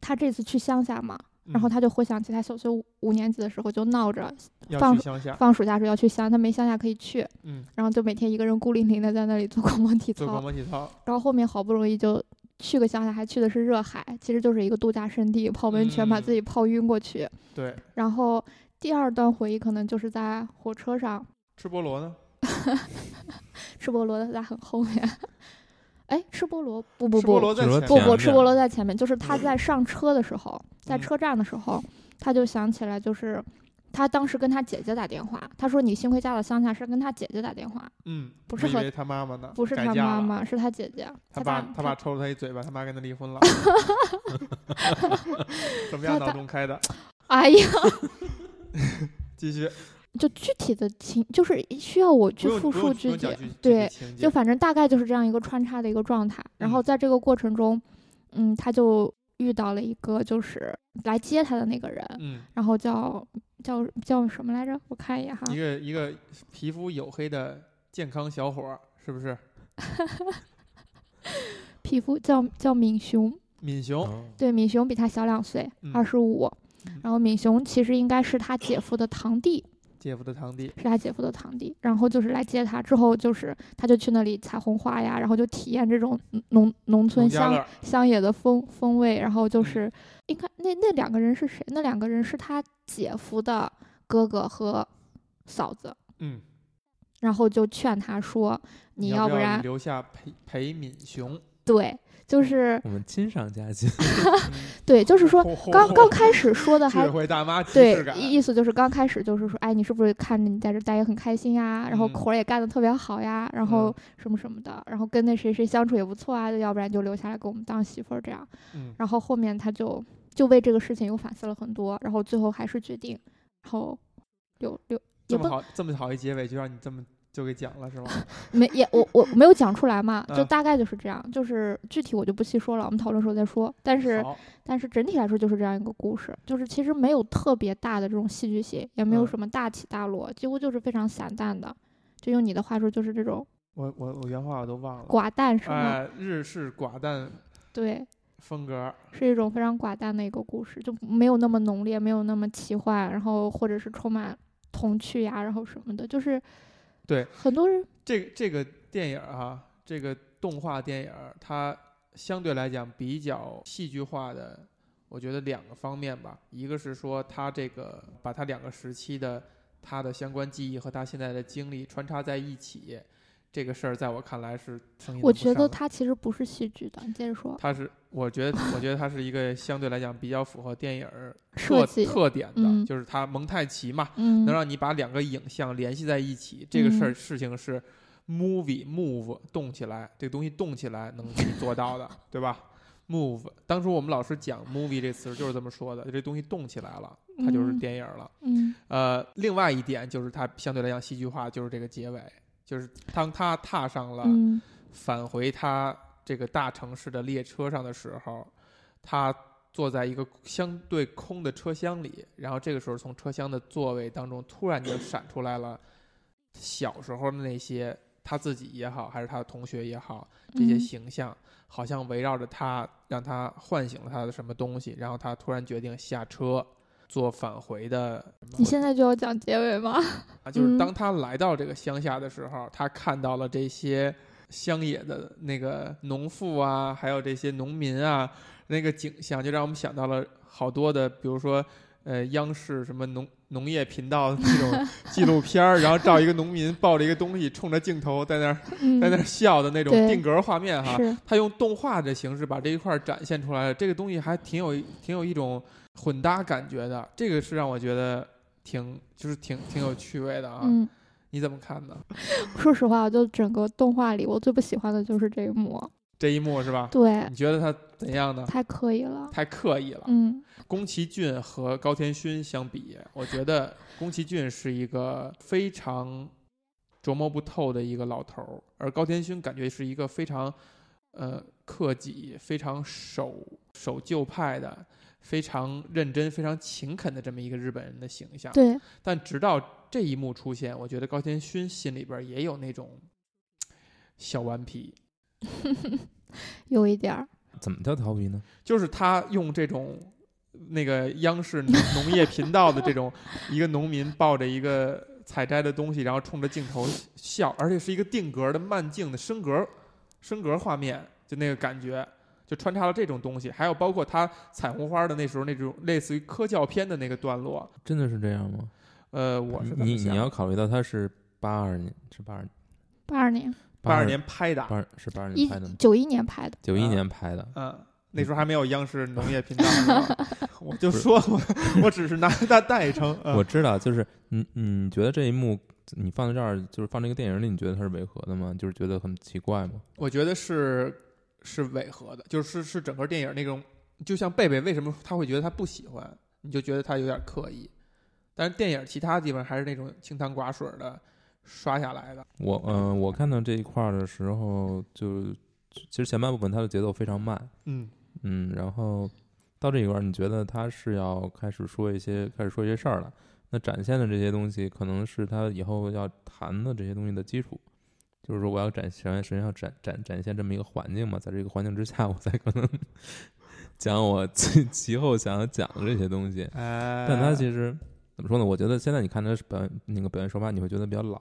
[SPEAKER 3] 他这次去乡下嘛，然后
[SPEAKER 1] 嗯
[SPEAKER 3] 他就回想起他小学五五年级的时候就闹着
[SPEAKER 1] 要
[SPEAKER 3] 放
[SPEAKER 1] 去乡下，
[SPEAKER 3] 放暑假时候要去乡，他没乡下可以去，
[SPEAKER 1] 嗯，
[SPEAKER 3] 然后就每天一个人孤零零的在那里做广播体
[SPEAKER 1] 做广
[SPEAKER 3] 操，
[SPEAKER 1] 播体操，
[SPEAKER 3] 然后后面好不容易就去个乡下，还去的是热海，其实就是一个度假胜地，泡温泉把
[SPEAKER 1] 嗯
[SPEAKER 3] 自己泡晕过去。
[SPEAKER 1] 对，
[SPEAKER 3] 然后第二段回忆可能就是在火车上，
[SPEAKER 1] 吃菠萝呢？
[SPEAKER 3] 赤菠萝在很后面，哎，赤菠萝不不
[SPEAKER 1] 吃菠
[SPEAKER 3] 不，
[SPEAKER 1] 萝在
[SPEAKER 2] 只说
[SPEAKER 1] 前
[SPEAKER 3] 不
[SPEAKER 1] 面，
[SPEAKER 3] 不，
[SPEAKER 2] 前
[SPEAKER 3] 赤
[SPEAKER 2] 面
[SPEAKER 3] 菠萝在前面，就是他在上车的时候，在
[SPEAKER 1] 嗯
[SPEAKER 3] 车站的时候，他就想起来，就是他当时跟他姐姐打电话，他说你幸亏嫁到乡下，是跟他姐姐打电话，
[SPEAKER 1] 嗯，
[SPEAKER 3] 不是
[SPEAKER 1] 我以
[SPEAKER 3] 和
[SPEAKER 1] 为他妈妈呢，
[SPEAKER 3] 不是
[SPEAKER 1] 改
[SPEAKER 3] 他
[SPEAKER 1] 嫁
[SPEAKER 3] 妈
[SPEAKER 1] 了，
[SPEAKER 3] 妈，是他姐姐，
[SPEAKER 1] 他
[SPEAKER 3] 爸
[SPEAKER 1] 爸他爸抽了他一嘴巴，他妈跟他离 婚了，怎么样？
[SPEAKER 3] 他他
[SPEAKER 1] 脑洞开的，
[SPEAKER 3] 哎呀，
[SPEAKER 1] 继续，
[SPEAKER 3] 就具体的情，就是需要我去
[SPEAKER 1] 不用
[SPEAKER 3] 复
[SPEAKER 1] 不用
[SPEAKER 3] 述
[SPEAKER 1] 不
[SPEAKER 3] 具
[SPEAKER 1] 用
[SPEAKER 3] 体
[SPEAKER 1] 讲具具体
[SPEAKER 3] 对
[SPEAKER 1] 情节
[SPEAKER 3] 就反正大概就是这样一个穿插的一个状态。然后
[SPEAKER 1] 嗯
[SPEAKER 3] 在这个过程中，嗯，他就遇到了一个就是来接他的那个人，
[SPEAKER 1] 嗯，
[SPEAKER 3] 然后叫叫叫什么来着？我看一眼哈，
[SPEAKER 1] 一个一个皮肤黝黑的健康小伙儿，是不是？
[SPEAKER 3] 皮肤叫叫敏雄，
[SPEAKER 1] 敏雄，
[SPEAKER 2] 哦
[SPEAKER 3] 对，敏雄比他小两岁，
[SPEAKER 1] 嗯
[SPEAKER 3] 二十五
[SPEAKER 1] 嗯。
[SPEAKER 3] 然后敏雄其实应该是他姐夫的堂弟，
[SPEAKER 1] 姐夫的堂弟，
[SPEAKER 3] 是他姐夫的堂弟。然后就是来接他之后，就是他就去那里采红花呀，然后就体验这种嗯农农村
[SPEAKER 1] 农家
[SPEAKER 3] 乡
[SPEAKER 1] 乐，嗯
[SPEAKER 3] 乡野的风风味。然后就是应该那那两个人是谁？那两个人是他姐夫的哥哥和嫂子。
[SPEAKER 1] 嗯，
[SPEAKER 3] 然后就劝他说：“你
[SPEAKER 1] 要
[SPEAKER 3] 不然啊
[SPEAKER 1] 留下陪陪敏雄？
[SPEAKER 3] 对，就是
[SPEAKER 2] 我们亲上加亲，
[SPEAKER 3] 对，就是说
[SPEAKER 1] 嚯嚯
[SPEAKER 3] 刚
[SPEAKER 1] 嚯
[SPEAKER 3] 刚开始说的
[SPEAKER 1] 嗯
[SPEAKER 3] 还
[SPEAKER 1] 智慧大妈即视
[SPEAKER 3] 对，
[SPEAKER 1] 感，
[SPEAKER 3] 意意思就是刚开始就是说，哎，你是不是看着你在这待也很开心呀？然后
[SPEAKER 1] 嗯
[SPEAKER 3] 活儿也干得特别好呀，然后
[SPEAKER 1] 嗯
[SPEAKER 3] 什么什么的，然后跟那谁谁相处也不错啊，要不然就留下来给我们当媳妇儿这样。
[SPEAKER 1] 嗯
[SPEAKER 3] 然后后面他就就为这个事情又反思了很多，然后最后还是决定，然后留留也
[SPEAKER 1] 这么
[SPEAKER 3] 不
[SPEAKER 1] 好这么好一结尾，就让你这么就给讲了是吗？
[SPEAKER 3] 没也我我没有讲出来嘛，就
[SPEAKER 1] 嗯
[SPEAKER 3] 大概就是这样，就是具体我就不细说了，我们讨论时候再说。 但是
[SPEAKER 1] 好，
[SPEAKER 3] 但是整体来说就是这样一个故事，就是其实没有特别大的这种戏剧性，也没有
[SPEAKER 1] 嗯
[SPEAKER 3] 什么大起大落，几乎就是非常散淡的。就用你的话说，就是这种
[SPEAKER 1] 我我我原话我都忘了。
[SPEAKER 3] 寡淡是吗？
[SPEAKER 1] 哦哎，日式寡淡
[SPEAKER 3] 对，
[SPEAKER 1] 风格，
[SPEAKER 3] 是一种非常寡淡的一个故事，就没有那么浓烈，没有那么奇幻，然后或者是充满童趣呀、然后什么的，就是
[SPEAKER 1] 对
[SPEAKER 3] 很多人
[SPEAKER 1] 这个这个电影啊，这个动画电影，它相对来讲比较戏剧化的，我觉得两个方面吧，一个是说它这个把它两个时期的它的相关记忆和它现在的经历穿插在一起，这个事儿在我看来是生意
[SPEAKER 3] 我
[SPEAKER 1] 能不
[SPEAKER 3] 觉得
[SPEAKER 1] 上的
[SPEAKER 3] 它其实不是戏剧的。你接着说，
[SPEAKER 1] 它是，我觉得我觉得它是一个相对来讲比较符合电影 儿
[SPEAKER 3] 设
[SPEAKER 1] 特
[SPEAKER 3] 计，
[SPEAKER 1] 特点的，
[SPEAKER 3] 嗯
[SPEAKER 1] 就是它蒙太奇嘛，
[SPEAKER 3] 嗯
[SPEAKER 1] 能，让你把两个影像联系在一起，这个事儿
[SPEAKER 3] 嗯
[SPEAKER 1] 事情是 movie move 动起来，这个东西动起来能去做到的，对吧？move，当初我们老师讲 movie 这词儿就是这么说的，这东西动起来了，它就是
[SPEAKER 3] 嗯
[SPEAKER 1] 电影了。
[SPEAKER 3] 嗯
[SPEAKER 1] 呃，另外一点就是它相对来讲戏剧化，就是这个结尾，就是当他踏上了
[SPEAKER 3] 嗯
[SPEAKER 1] 返回他这个大城市的列车上的时候，他坐在一个相对空的车厢里，然后这个时候从车厢的座位当中突然就闪出来了小时候的那些他自己也好，还是他的同学也好，这些
[SPEAKER 3] 嗯
[SPEAKER 1] 形象好像围绕着他，让他唤醒了他的什么东西，然后他突然决定下车。做返回的什么，
[SPEAKER 3] 你现在就要讲结尾吗？
[SPEAKER 1] 啊，就是
[SPEAKER 3] 嗯
[SPEAKER 1] 当他来到这个乡下的时候，他看到了这些乡野的那个农妇啊，还有这些农民啊，那个景象就让我们想到了好多的，比如说。呃，央视什么农农业频道的那 种纪录片儿，然后照一个农民抱着一个东西冲着镜头在那儿
[SPEAKER 3] 嗯，
[SPEAKER 1] 在那儿笑的那种
[SPEAKER 3] 对
[SPEAKER 1] 定格画面哈，
[SPEAKER 3] 是，嗯
[SPEAKER 1] 他用动画的形式把这一块儿展现出来了，这个东西还挺有挺有一种混搭感觉的，这个是让我觉得挺就是挺挺有趣味的啊。
[SPEAKER 3] 嗯，
[SPEAKER 1] 你怎么看呢？
[SPEAKER 3] 说实话，我就整个动画里，我最不喜欢的就是这一幕，
[SPEAKER 1] 这一幕是吧？
[SPEAKER 3] 对，
[SPEAKER 1] 你觉得他怎样呢？
[SPEAKER 3] 太刻意了，
[SPEAKER 1] 嗯太刻意了。
[SPEAKER 3] 嗯，
[SPEAKER 1] 宫崎骏和高田勋相比，我觉得宫崎骏是一个非常琢磨不透的一个老头儿，而高田勋感觉是一个非常呃克己、非常守守旧派的、非常认真、非常勤恳的这么一个日本人的形象。
[SPEAKER 3] 对，
[SPEAKER 1] 但直到这一幕出现，我觉得高田勋心里边儿也有那种小顽皮，
[SPEAKER 3] 有一点儿，
[SPEAKER 2] 怎么叫调皮呢？
[SPEAKER 1] 就是他用这种那个央视农农业频道的这种一个农民抱着一个采摘的东西，然后冲着镜头笑，而且是一个定格的慢镜的升格升格画面，就那个感觉。就穿插了这种东西，还有包括他彩虹花的那时候那种类似于科教片的那个段落，
[SPEAKER 2] 真的是这样吗？
[SPEAKER 1] 呃，我是这么
[SPEAKER 2] 你
[SPEAKER 1] 想
[SPEAKER 2] 你
[SPEAKER 1] 的
[SPEAKER 2] 要考虑到他是八二年，是八二
[SPEAKER 3] 八二年、
[SPEAKER 1] 八二
[SPEAKER 2] 二
[SPEAKER 1] 年拍的，
[SPEAKER 2] 八二是八二
[SPEAKER 3] 一
[SPEAKER 2] 年拍的吗？
[SPEAKER 3] 九一年拍的，
[SPEAKER 2] 九一年拍的，
[SPEAKER 1] 嗯，那时候还没有央视农业 频道，是吧我就说我我只是拿它代称。嗯
[SPEAKER 2] 我知道，就是你你觉得这一幕你放在这儿，就是放这个电影里，你觉得它是违和的吗？就是觉得很奇怪吗？
[SPEAKER 1] 我觉得是是违和的，就是是整个电影那种，就像贝贝为什么他会觉得他不喜欢，你就觉得他有点刻意，但是电影其他地方还是那种清汤寡水的刷下来的。
[SPEAKER 2] 我嗯、我看到这一块儿的时候，就其实前半部分它的节奏非常慢，
[SPEAKER 1] 嗯，
[SPEAKER 2] 嗯，然后到这一块儿，你觉得他是要开始说一些开始说一些事儿了？那展现的这些东西，可能是他以后要谈的这些东西的基础。就是说，我要展现，首先要展展展现这么一个环境嘛，在这个环境之下，我才可能 讲我 其其后想要讲的这些东西。
[SPEAKER 1] 哎
[SPEAKER 2] 但他其实怎么说呢？我觉得现在你看他表演那个表现手法，你会觉得比较老。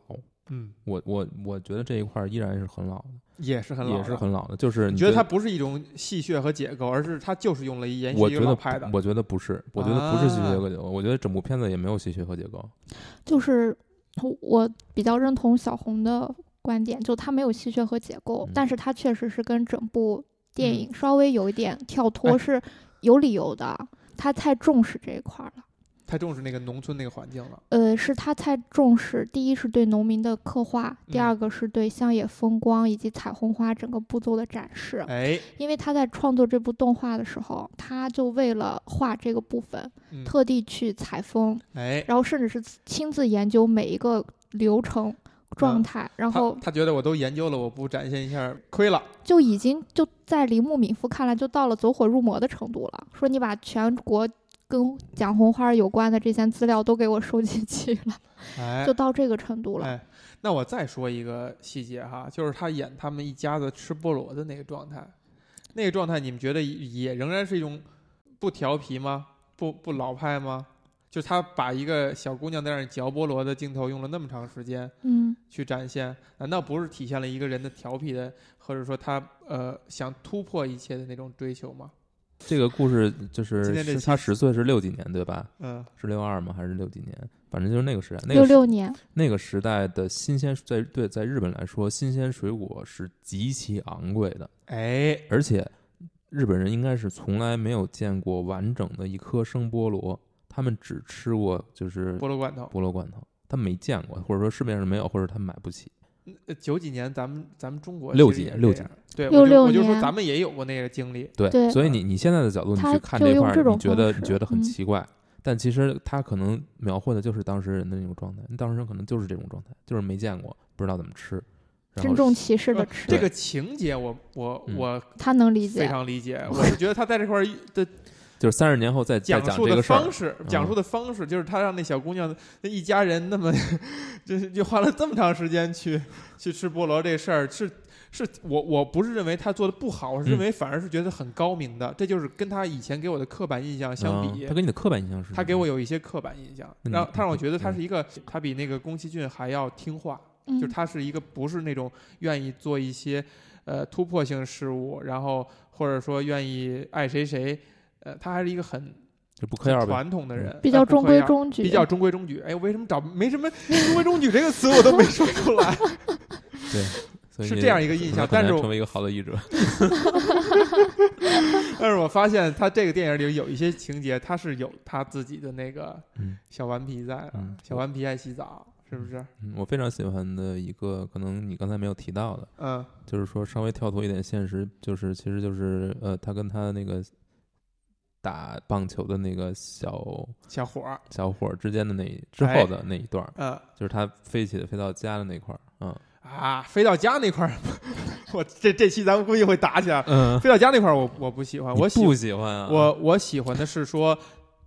[SPEAKER 1] 嗯
[SPEAKER 2] 我我我觉得这一块儿依然是很老的，
[SPEAKER 1] 也是很老，
[SPEAKER 2] 也是。很老的。就是
[SPEAKER 1] 你
[SPEAKER 2] 你
[SPEAKER 1] 觉得它不是一种戏谑和解构，而是它就是用了一沿袭
[SPEAKER 2] 我
[SPEAKER 1] 一
[SPEAKER 2] 觉
[SPEAKER 1] 个
[SPEAKER 2] 得
[SPEAKER 1] 老
[SPEAKER 2] 不
[SPEAKER 1] 拍的。
[SPEAKER 2] 我觉得不是，我觉得不是吸
[SPEAKER 1] 啊
[SPEAKER 2] 血和解构，我觉得整部片子也没有吸血和解构。
[SPEAKER 3] 就是我我比较认同小红的观点，就它没有戏谑和解构，
[SPEAKER 2] 嗯
[SPEAKER 3] 但是它确实是跟整部电
[SPEAKER 1] 嗯
[SPEAKER 3] 影稍微有一点跳脱，
[SPEAKER 1] 哎
[SPEAKER 3] 是有理由的。他太重视这一块儿了，
[SPEAKER 1] 太重视那个农村那个环境了。
[SPEAKER 3] 呃，是他太重视，第一是对农民的刻画，第
[SPEAKER 1] 嗯
[SPEAKER 3] 二个是对乡野风光以及彩虹花整个步骤的展示。
[SPEAKER 1] 哎，
[SPEAKER 3] 因为他在创作这部动画的时候，他就为了画这个部分，
[SPEAKER 1] 嗯，
[SPEAKER 3] 特地去采风，
[SPEAKER 1] 哎，
[SPEAKER 3] 然后甚至是亲自研究每一个流程状态，然后
[SPEAKER 1] 嗯他他觉得我都研究了，我不展现一下亏了。
[SPEAKER 3] 就已经就在铃木敏夫看来，就到了走火入魔的程度了。说你把全国跟蒋红花有关的这些资料都给我收集 齐了，
[SPEAKER 1] 哎，
[SPEAKER 3] 就到这个程度了。
[SPEAKER 1] 哎，那我再说一个细节哈，就是他演他们一家子吃菠萝的那个状态，那个状态你们觉得也仍然是一种不调皮吗？不不老派吗？就是他把一个小姑娘在那儿嚼菠萝的镜头用了那么长时间
[SPEAKER 3] 嗯，
[SPEAKER 1] 去展现，难道不是体现了一个人的调皮的，或者说他呃想突破一切的那种追求吗？
[SPEAKER 2] 这个故事就是
[SPEAKER 1] 今天这
[SPEAKER 2] 是
[SPEAKER 1] 期
[SPEAKER 2] 他十岁是六几年对吧？
[SPEAKER 1] 嗯，
[SPEAKER 2] 是六二吗？还是六几年？反正就是那个时代，那
[SPEAKER 3] 六
[SPEAKER 2] 个时
[SPEAKER 3] 六年，
[SPEAKER 2] 那个时代的新鲜，在对在日本来说，新鲜水果是极其昂贵的，
[SPEAKER 1] 哎，
[SPEAKER 2] 而且日本人应该是从来没有见过完整的一颗生菠萝，他们只吃过就是
[SPEAKER 1] 菠萝罐头，
[SPEAKER 2] 菠萝罐头，他没见过，或者说市面上没有，或者他买不起。
[SPEAKER 1] 呃九几年咱们咱们中国
[SPEAKER 2] 六
[SPEAKER 1] 其实
[SPEAKER 2] 几
[SPEAKER 1] 也
[SPEAKER 2] 六
[SPEAKER 1] 这
[SPEAKER 2] 几
[SPEAKER 1] 样，对，我就
[SPEAKER 3] 六六
[SPEAKER 1] 我就说
[SPEAKER 3] 年
[SPEAKER 1] 咱们也有过那个经历，
[SPEAKER 2] 对，
[SPEAKER 3] 对
[SPEAKER 2] 所以你你现在的角度，你
[SPEAKER 3] 他
[SPEAKER 2] 去看
[SPEAKER 3] 就
[SPEAKER 2] 这
[SPEAKER 3] 用
[SPEAKER 2] 块
[SPEAKER 3] 这
[SPEAKER 2] 儿，
[SPEAKER 3] 种
[SPEAKER 2] 你觉得
[SPEAKER 3] 方式
[SPEAKER 2] 你觉得很
[SPEAKER 3] 嗯
[SPEAKER 2] 奇怪，但其实他可能描绘的就是当时人的那种状态，当时人可能就是这种状态，就是没见过，不知道怎么吃，然
[SPEAKER 3] 郑
[SPEAKER 2] 后
[SPEAKER 3] 重其事的
[SPEAKER 1] 不
[SPEAKER 3] 吃，
[SPEAKER 1] 这个情节我，我
[SPEAKER 2] 嗯啊
[SPEAKER 1] 我
[SPEAKER 3] 他能理
[SPEAKER 1] 嗯非
[SPEAKER 3] 解。
[SPEAKER 1] 常理解，我是觉得他在这块儿的
[SPEAKER 2] 就是三十年后再再
[SPEAKER 1] 讲
[SPEAKER 2] 讲
[SPEAKER 1] 述
[SPEAKER 2] 这
[SPEAKER 1] 的
[SPEAKER 2] 个事儿嗯
[SPEAKER 1] 方，式，讲述的方式就是他让那小姑娘那一家人那么， 就是就花了这么长时间去去吃菠萝这事儿是。是我我不是认为他做的不好，我是认
[SPEAKER 2] 嗯
[SPEAKER 1] 为反而是觉得很高明的，这就是跟他以前给我的刻板印象相比，
[SPEAKER 2] 嗯他给你的刻板印象是什么，
[SPEAKER 1] 他给我有一些刻板印象，
[SPEAKER 2] 那你
[SPEAKER 1] 让他让我觉得他
[SPEAKER 2] 嗯
[SPEAKER 1] 是一个，他比那个宫崎骏还要听话，
[SPEAKER 3] 嗯
[SPEAKER 1] 就是他是一个不是那种愿意做一些呃突破性事物，然后或者说愿意爱谁谁，呃，他还是一个很
[SPEAKER 2] 就不嗑
[SPEAKER 1] 很
[SPEAKER 2] 药呗，嗯
[SPEAKER 1] 传统的人，
[SPEAKER 3] 比较
[SPEAKER 1] 呃不
[SPEAKER 3] 中
[SPEAKER 1] 嗑
[SPEAKER 3] 规
[SPEAKER 1] 药
[SPEAKER 3] 中矩，
[SPEAKER 1] 比较中规中矩。哎，为什么找没什么中规中矩这个词我都没说出来？
[SPEAKER 2] 所以
[SPEAKER 1] 是
[SPEAKER 2] 你
[SPEAKER 1] 这样一个印
[SPEAKER 2] 很
[SPEAKER 1] 象
[SPEAKER 2] 很
[SPEAKER 1] 但
[SPEAKER 2] 难
[SPEAKER 1] 是我
[SPEAKER 2] 成为一个好的译者，
[SPEAKER 1] 但是我发现他这个电影里有一些情节，他是有他自己的那个
[SPEAKER 2] 嗯
[SPEAKER 1] 小顽皮在的，
[SPEAKER 2] 嗯
[SPEAKER 1] 小顽皮爱洗澡，是不是？
[SPEAKER 2] 嗯我非常喜欢的一个，可能你刚才没有提到的，
[SPEAKER 1] 嗯
[SPEAKER 2] 就是说稍微跳脱一点现实，就是其实就是呃，他跟他那个打棒球的那个小
[SPEAKER 1] 小伙儿，
[SPEAKER 2] 小伙儿之间的那一之
[SPEAKER 1] 哎
[SPEAKER 2] 后的那一段儿，
[SPEAKER 1] 嗯。
[SPEAKER 2] 就是他飞起飞到家的那块儿，嗯
[SPEAKER 1] 啊，飞到家那块儿， 我这这期咱们估计会打起来。
[SPEAKER 2] 嗯，
[SPEAKER 1] 飞到家那块儿我，我不喜欢，我喜
[SPEAKER 2] 不喜欢啊，
[SPEAKER 1] 我我喜欢的是说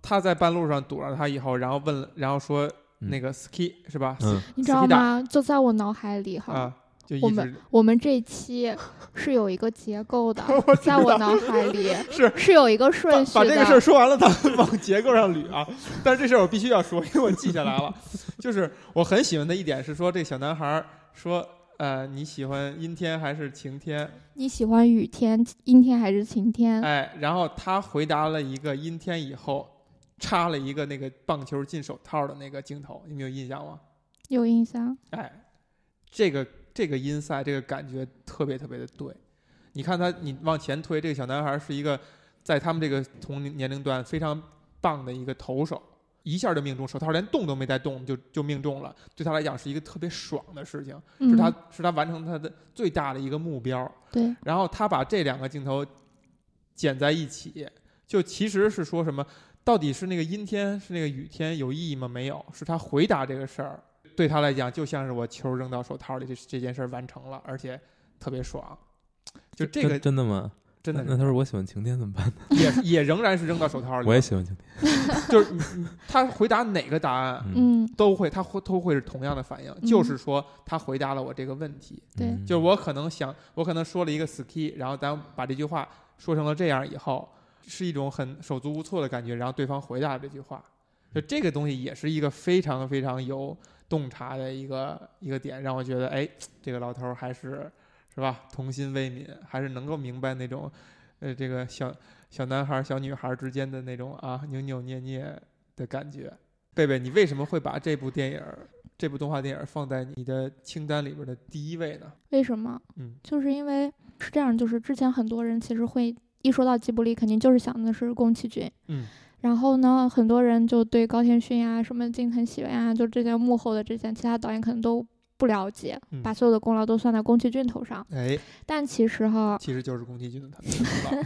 [SPEAKER 1] 他在半路上堵上他以后，然后问了，然后说
[SPEAKER 2] 嗯
[SPEAKER 1] 那个 ski、是吧？
[SPEAKER 2] 嗯
[SPEAKER 3] 你知道
[SPEAKER 1] Skida
[SPEAKER 3] 吗？就在我脑海里哈，
[SPEAKER 1] 啊，就
[SPEAKER 3] 我
[SPEAKER 1] 一
[SPEAKER 3] 们
[SPEAKER 1] 直
[SPEAKER 3] 我们这期是有一个结构的
[SPEAKER 1] 我，知
[SPEAKER 3] 在
[SPEAKER 1] 道
[SPEAKER 3] 我脑海里
[SPEAKER 1] 是
[SPEAKER 3] 是有一个
[SPEAKER 1] 把
[SPEAKER 3] 顺序
[SPEAKER 1] 把这个事
[SPEAKER 3] 的
[SPEAKER 1] 儿。说完了，咱们往结构上捋啊。 但是这事儿我必须要说，因为我记下 来了。就是我很喜欢的一点是说，这小男孩儿说，呃，你喜欢阴天还是晴天？
[SPEAKER 3] 你喜欢雨天、阴天还是晴天？
[SPEAKER 1] 哎，然后他回答了一个阴天以后，插了一个那个棒球进手套的那个镜头，你们有印象吗？
[SPEAKER 3] 有印象？
[SPEAKER 1] 哎，这个这个阴赛这个感觉特别特别的对。你看他，你往前推，这个小男孩是一个在他们这个同龄年龄段非常棒的一个投手，一下就命中，手套连动都没带动就就命中了，对他来讲是一个特别爽的事情，是
[SPEAKER 3] 嗯，
[SPEAKER 1] 他是他完成他的最大的一个目标。
[SPEAKER 3] 对，
[SPEAKER 1] 然后他把这两个镜头剪在一起，就其实是说什么？到底是那个阴天是那个雨天有意义吗？没有，是他回答这个事儿，对他来讲就像是我球扔到手套里这这件事儿完成了，而且特别爽。就这个
[SPEAKER 2] 真真的吗？
[SPEAKER 1] 真的
[SPEAKER 2] 那那
[SPEAKER 1] 是
[SPEAKER 2] 他说我喜欢晴天怎么办呢？
[SPEAKER 1] 也也仍然是扔到手套里，
[SPEAKER 2] 嗯我也喜欢晴天，
[SPEAKER 1] 就是你你他回答哪个答案
[SPEAKER 2] 嗯
[SPEAKER 3] 嗯，
[SPEAKER 1] 都会，他会都会是同样的反应，就是说他回答了我这个问题，
[SPEAKER 3] 对
[SPEAKER 2] 嗯
[SPEAKER 1] 就是我可能想，我可能说了一个 ski，然后咱把这句话说成了这样以后，是一种很手足无措的感觉，然后对方回答这句话，就这个东西也是一个非常非常有洞察的一个一个点，让我觉得，哎，这个老头儿还是是吧，童心未泯，还是能够明白那种，呃，这个小小男孩儿、小女孩儿之间的那种啊扭扭捏捏的感觉。贝贝，你为什么会把这部电影儿、这部动画电影儿放在你的清单里边儿的第一位呢？
[SPEAKER 3] 为什么？
[SPEAKER 1] 嗯
[SPEAKER 3] 就是因为是这样，就是之前很多人其实会一说到吉卜力，肯定就是想的是宫崎骏。
[SPEAKER 1] 嗯
[SPEAKER 3] 然后呢，很多人就对高田勋啊、什么金藤喜元啊，就这些幕后的这些其他导演可能都不了解，
[SPEAKER 1] 嗯
[SPEAKER 3] 把所有的功劳都算在宫崎骏头上。
[SPEAKER 1] 哎，
[SPEAKER 3] 但其实哈，
[SPEAKER 1] 其实就是宫崎骏的他们知道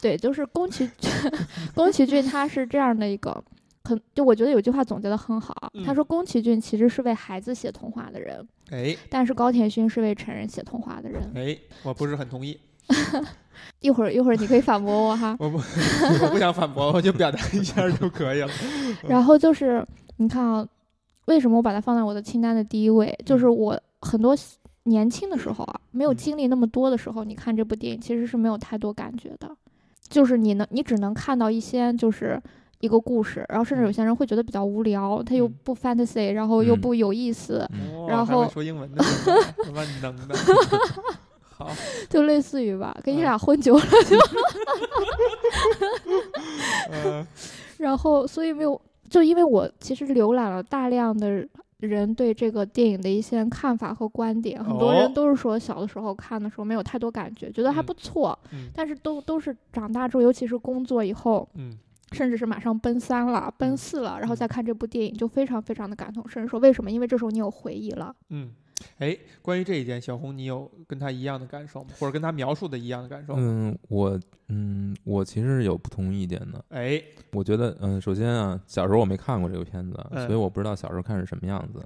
[SPEAKER 3] 对，就是宫崎 宫崎骏他是这样的一个，很就我觉得有句话总结的很好，他
[SPEAKER 1] 嗯
[SPEAKER 3] 说宫崎骏其实是为孩子写童话的人，
[SPEAKER 1] 哎
[SPEAKER 3] 但是高田勋是为成人写童话的人。
[SPEAKER 1] 哎，我不是很同意，。
[SPEAKER 3] 一会儿一会儿你可以反驳我哈
[SPEAKER 1] 我不我不想反驳，我就表达一下就可以了。
[SPEAKER 3] 然后就是你看啊，为什么我把它放在我的清单的第一位？就是我很多年轻的时候啊，没有
[SPEAKER 1] 嗯
[SPEAKER 3] 经历那么多的时候，你看这部电影其实是没有太多感觉的，就是你能你只能看到一些就是。一个故事，然后甚至有些人会觉得比较无聊，它又
[SPEAKER 1] 嗯
[SPEAKER 3] 不 fantasy，然后又
[SPEAKER 2] 嗯
[SPEAKER 3] 不有意思，
[SPEAKER 2] 嗯
[SPEAKER 1] 哦
[SPEAKER 3] 然
[SPEAKER 1] 还会
[SPEAKER 3] 后
[SPEAKER 1] 说英文的，万能的。好，
[SPEAKER 3] 就类似于吧，跟你
[SPEAKER 1] 嗯
[SPEAKER 3] 俩混久了，
[SPEAKER 1] 嗯
[SPEAKER 3] 然后所以没有，就因为我其实浏览了大量的人对这个电影的一些看法和观点，很多
[SPEAKER 1] 哦
[SPEAKER 3] 人都是说小的时候看的时候没有太多感觉，觉得还
[SPEAKER 1] 嗯
[SPEAKER 3] 不错，
[SPEAKER 1] 嗯
[SPEAKER 3] 但是都都是长大之后，尤其是工作以后，
[SPEAKER 1] 嗯
[SPEAKER 3] 甚至是马上奔三了、
[SPEAKER 1] 嗯
[SPEAKER 3] 奔四了，然后再
[SPEAKER 1] 嗯
[SPEAKER 3] 看这部电影，就非常非常的感同身受。为什么？因为这时候你有回忆了。
[SPEAKER 1] 嗯。哎，关于这一点，小红，你有跟他一样的感受吗？或者跟他描述的一样的感受？
[SPEAKER 2] 嗯，我嗯，我其实有不同意见的。
[SPEAKER 1] 哎，
[SPEAKER 2] 我觉得，嗯，首先啊，小时候我没看过这个片子，
[SPEAKER 1] 嗯
[SPEAKER 2] 所以我不知道小时候看是什么样子。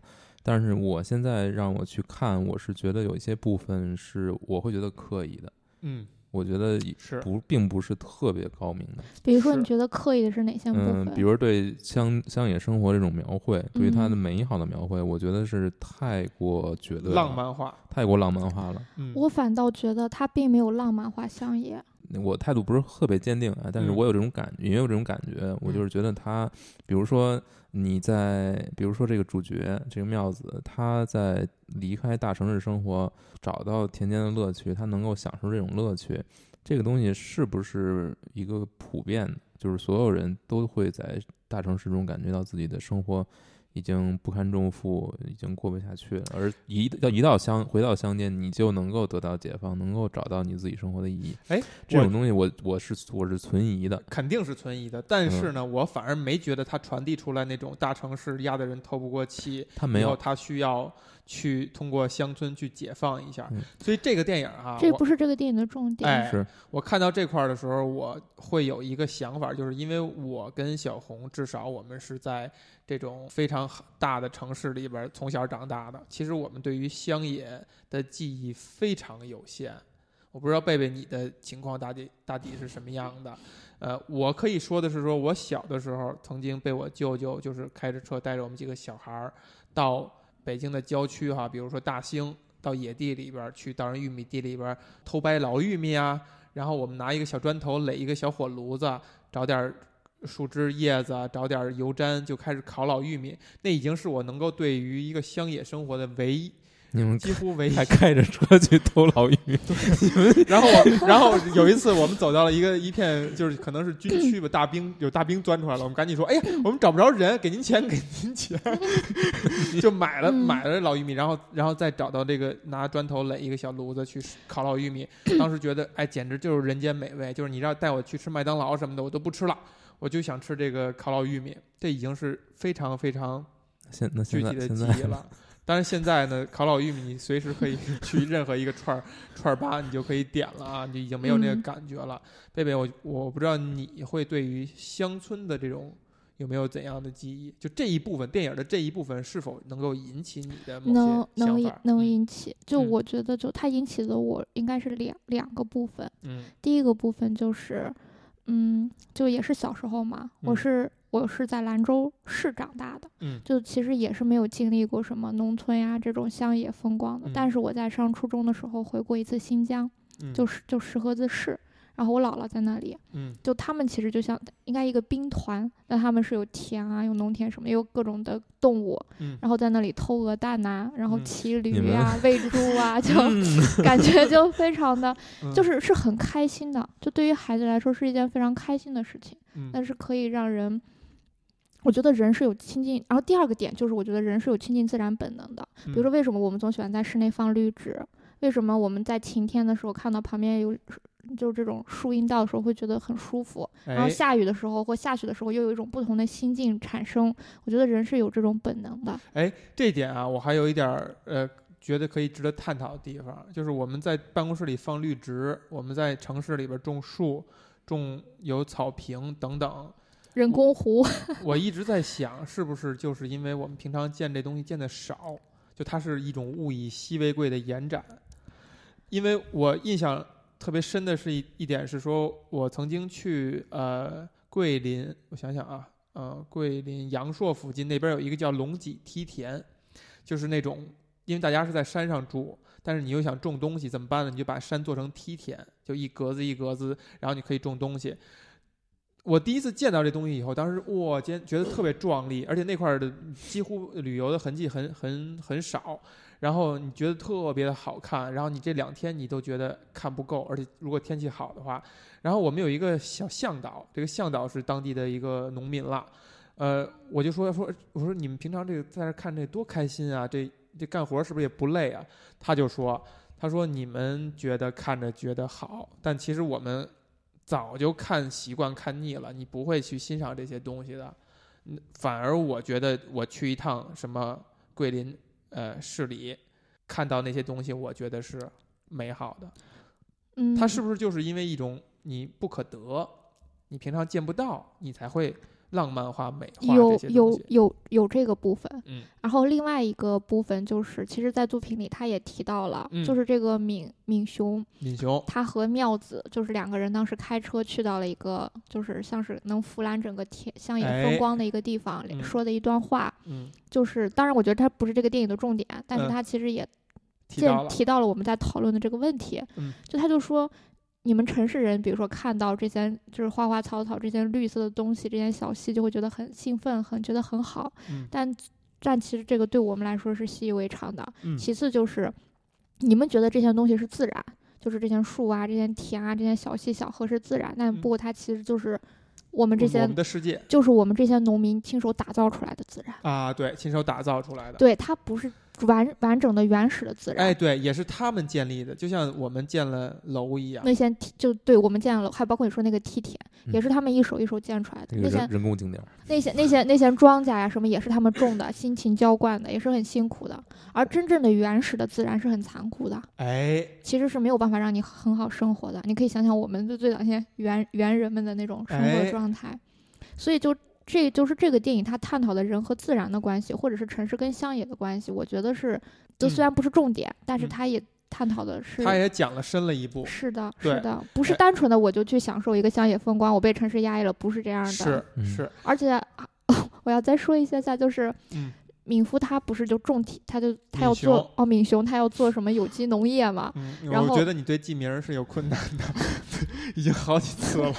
[SPEAKER 2] 但是我现在让我去看，我是觉得有一些部分是我会觉得刻意的，
[SPEAKER 1] 嗯，
[SPEAKER 2] 我觉得
[SPEAKER 1] 是，
[SPEAKER 2] 不并不是特别高明的。
[SPEAKER 3] 比如说，
[SPEAKER 1] 是
[SPEAKER 3] 你觉得刻意的是哪些部
[SPEAKER 2] 嗯
[SPEAKER 3] 分？，
[SPEAKER 2] 比如对乡乡野生活这种描绘，对于它的
[SPEAKER 3] 嗯
[SPEAKER 2] 美好的描绘，我觉得是太过绝对了
[SPEAKER 1] 浪，漫化。
[SPEAKER 2] 太过浪漫化了。
[SPEAKER 1] 嗯，
[SPEAKER 3] 我反倒觉得它并没有浪漫化乡野。
[SPEAKER 1] 啊
[SPEAKER 2] 我态度不是特别坚定啊，但是
[SPEAKER 1] 嗯
[SPEAKER 2] 我有这种感，也有这种感觉。我就是觉得他，比如说你在，比如说这个主角这个妙子，他在离开大城市生活，找到田间的乐趣，他能够享受这种乐趣，这个东西是不是一个普遍的？就是所有人都会在大城市中感觉到自己的生活已经不堪重负，已经过不下去了，而一要一到乡回到乡间，你就能够得到解放，能够找到你自己生活的意义。这种东西我我是我是存疑的。
[SPEAKER 1] 肯定是存疑的，但是呢，我反而没觉得它传递出来那种大城市压得人透不过气，
[SPEAKER 2] 他没
[SPEAKER 1] 然后
[SPEAKER 2] 有，
[SPEAKER 1] 他需要去通过乡村去解放一下。
[SPEAKER 2] 嗯
[SPEAKER 1] 所以这个电影啊，
[SPEAKER 3] 这
[SPEAKER 1] 我
[SPEAKER 3] 不是这个电影的重点。
[SPEAKER 1] 哎，
[SPEAKER 2] 是
[SPEAKER 1] 我看到这块儿的时候，我会有一个想法，就是因为我跟小红，至少我们是在这种非常大的城市里边儿从小长大的，其实我们对于乡野的记忆非常有限。我不知道贝贝你的情况大抵大抵是什么样的，呃，我可以说的是说，我小的时候曾经被我舅舅就是开着车带着我们几个小孩儿到北京的郊区哈、比如说大兴到野地里边儿去，到人玉米地里边儿偷掰老玉米啊，然后我们拿一个小砖头垒一个小火炉子，找点儿树枝叶子，找点儿油毡，就开始烤老玉米。那已经是我能够对于一个乡野生活的唯一，
[SPEAKER 2] 你们
[SPEAKER 1] 几乎唯一
[SPEAKER 2] 还开着车去偷老玉，
[SPEAKER 1] 然后我，然后有一次我们走到了一个一片，就是可能是军区吧，大兵有大兵钻出来了，我们赶紧说，哎呀，我们找不着人，给您钱，给您钱， 就买了
[SPEAKER 3] 嗯
[SPEAKER 1] 买了老玉米，然后然后再找到这个拿砖头垒一个小炉子去烤老玉米，当时觉得哎，简直就是人间美味，就是你让带我去吃麦当劳什么的，我都不吃了。我就想吃这个烤老玉米，这已经是非常非常
[SPEAKER 2] 现那现
[SPEAKER 1] 具
[SPEAKER 2] 在
[SPEAKER 1] 体的
[SPEAKER 2] 现
[SPEAKER 1] 记忆
[SPEAKER 2] 在
[SPEAKER 1] 了。 但是现在呢，烤老玉米你随时可以去任何一个串儿 串儿吧，你就可以点了啊，你已经没有那个
[SPEAKER 3] 嗯
[SPEAKER 1] 感觉了。贝贝，我我不知道你会对于乡村的这种有没有怎样的记忆？就这一部分电影的这一部分是否能够引起你的某
[SPEAKER 3] 能
[SPEAKER 1] 些
[SPEAKER 3] 能
[SPEAKER 1] 想
[SPEAKER 3] 引
[SPEAKER 1] 法？
[SPEAKER 3] 能引起，就
[SPEAKER 1] 嗯
[SPEAKER 3] 我觉得就它引起的我应该是两两个部分。
[SPEAKER 1] 嗯
[SPEAKER 3] 第一个部分就是，嗯，就也是小时候嘛，我
[SPEAKER 1] 嗯
[SPEAKER 3] 是我是在兰州市长大的，
[SPEAKER 1] 嗯
[SPEAKER 3] 就其实也是没有经历过什么农村呀这种乡野风光的。但
[SPEAKER 1] 嗯
[SPEAKER 3] 是我在上初中的时候回过一次新疆，
[SPEAKER 1] 嗯，
[SPEAKER 3] 就是就石河子市，然后我姥姥在那里，
[SPEAKER 1] 嗯
[SPEAKER 3] 就他们其实就像应该一个兵团，那他们是有田啊，有农田什么，也有各种的动物，
[SPEAKER 1] 嗯
[SPEAKER 3] 然后在那里偷鹅蛋呐、然后
[SPEAKER 1] 嗯
[SPEAKER 3] 骑
[SPEAKER 2] 你
[SPEAKER 3] 驴
[SPEAKER 2] 们
[SPEAKER 3] 啊、喂猪啊， 就感觉就非常的，
[SPEAKER 1] 嗯
[SPEAKER 3] 就是是很开心的，就对于孩子来说是一件非常开心的事情，
[SPEAKER 1] 嗯
[SPEAKER 3] 但是可以让人。我觉得人是有亲近，然后第二个点就是，我觉得人是有亲近自然本能的。比如
[SPEAKER 1] 嗯
[SPEAKER 3] 说，为什么我们总喜欢在室内放绿植？为什么我们在晴天的时候看到旁边有就是这种树荫道的时候会觉得很舒服？然后
[SPEAKER 1] 哎
[SPEAKER 3] 下雨的时候或下雪的时候又有一种不同的心境产生。我觉得人是有这种本能的。
[SPEAKER 1] 哎，这一点啊，我还有一点儿呃，觉得可以值得探讨的地方，就是我们在办公室里放绿植，我们在城市里边种树、种有草坪等等。
[SPEAKER 3] 人工湖，
[SPEAKER 1] 我一直在想，是不是就是因为我们平常见这东西见的少，就它是一种物以稀为贵的延展。因为我印象特别深的是一一点是说，我曾经去呃桂林，我想想啊，呃桂林阳朔附近那边有一个叫龙脊梯田，就是那种因为大家是在山上住，但是你又想种东西怎么办呢？你就把山做成梯田，就一格子一格子，然后你可以种东西。我第一次见到这东西以后，当时哇，今天觉得特别壮丽，而且那块儿的几乎旅游的痕迹很很很少。然后你觉得特别的好看，然后你这两天你都觉得看不够，而且如果天气好的话，然后我们有一个小向导，这个向导是当地的一个农民啦，呃，我就说说我说你们平常这个在这看这多开心啊，这这干活是不是也不累啊？他就说他说你们觉得看着觉得好，但其实我们早就看习惯看腻了，你不会去欣赏这些东西的，嗯反而我觉得我去一趟什么桂林呃市里，看到那些东西，我觉得是美好的。
[SPEAKER 3] 嗯，
[SPEAKER 1] 它是不是就是因为一种你不可得，你平常见不到，你才会浪漫化、美化这
[SPEAKER 3] 有
[SPEAKER 1] 些东
[SPEAKER 3] 有
[SPEAKER 1] 西？
[SPEAKER 3] 有有这个部分，
[SPEAKER 1] 嗯
[SPEAKER 3] 然后另外一个部分就是，其实，在作品里他也提到了，
[SPEAKER 1] 嗯哦
[SPEAKER 3] 就是这个敏敏雄，
[SPEAKER 1] 敏雄，
[SPEAKER 3] 他和妙子就是两个人当时开车去到了一个就是像是能俯览整个天乡野
[SPEAKER 1] 哎
[SPEAKER 3] 风光的一个地方，
[SPEAKER 1] 嗯
[SPEAKER 3] 说的一段话，
[SPEAKER 1] 嗯，
[SPEAKER 3] 就是当然我觉得它不是这个电影的重点，但是
[SPEAKER 1] 嗯
[SPEAKER 3] 他其实也
[SPEAKER 1] 提
[SPEAKER 3] 见、
[SPEAKER 1] 到了，
[SPEAKER 3] 提到了我们在讨论的这个问题，
[SPEAKER 1] 嗯
[SPEAKER 3] 就他就说。你们城市人，比如说看到这些就是花花草草、这些绿色的东西、这些小溪，就会觉得很兴奋，很觉得很好。
[SPEAKER 1] 嗯
[SPEAKER 3] 但但其实这个对我们来说是习以为常的。
[SPEAKER 1] 嗯
[SPEAKER 3] 其次就是，你们觉得这些东西是自然，就是这些树啊、这些田啊、这些小溪小河是自然，但
[SPEAKER 1] 嗯
[SPEAKER 3] 不，它其实就是我们这
[SPEAKER 1] 我
[SPEAKER 3] 些
[SPEAKER 1] 们，的世界
[SPEAKER 3] 就是我们这些农民亲手打造出来的自然。
[SPEAKER 1] 啊，对，亲手打造出来的。
[SPEAKER 3] 对，它不是完完整的原始的自然。
[SPEAKER 1] 哎，对，也是他们建立的，就像我们建了楼一样。
[SPEAKER 3] 那些梯就对我们建了，还包括你说那个梯田，也
[SPEAKER 2] 嗯
[SPEAKER 3] 是他们一手一手建出来的。
[SPEAKER 2] 那
[SPEAKER 3] 那
[SPEAKER 2] 个
[SPEAKER 3] 些
[SPEAKER 2] 人人工景点儿，
[SPEAKER 3] 那些那些那些庄稼呀、什么也是他们种的，辛勤浇灌的，也是很辛苦的。而真正的原始的自然是很残酷的，
[SPEAKER 1] 哎，
[SPEAKER 3] 其实是没有办法让你很好生活的。你可以想想我们最最早先原原人们的那种生
[SPEAKER 1] 哎
[SPEAKER 3] 活状态，所以就这就是这个电影它探讨的人和自然的关系，或者是城市跟乡野的关系。我觉得是，这虽
[SPEAKER 1] 嗯
[SPEAKER 3] 然不是重点，但是
[SPEAKER 1] 嗯
[SPEAKER 3] 它也探讨的是
[SPEAKER 1] 他也讲了深了一步，
[SPEAKER 3] 是的，
[SPEAKER 1] 对
[SPEAKER 3] 是的，不是
[SPEAKER 1] 哎
[SPEAKER 3] 单纯的我就去享受一个乡野风光，我被城市压抑了，不是这样的。
[SPEAKER 1] 是
[SPEAKER 2] 嗯
[SPEAKER 1] 是，
[SPEAKER 3] 而且、啊 我要再说一下下，就是
[SPEAKER 1] 嗯，
[SPEAKER 3] 敏夫他不是就种田，他就他要
[SPEAKER 1] 敏雄？
[SPEAKER 3] 做哦，敏雄他要做什么有机农业嘛
[SPEAKER 1] 嗯，
[SPEAKER 3] 然
[SPEAKER 1] 我
[SPEAKER 3] 后
[SPEAKER 1] 觉得你对记名儿是有困难的， 已经好几次了。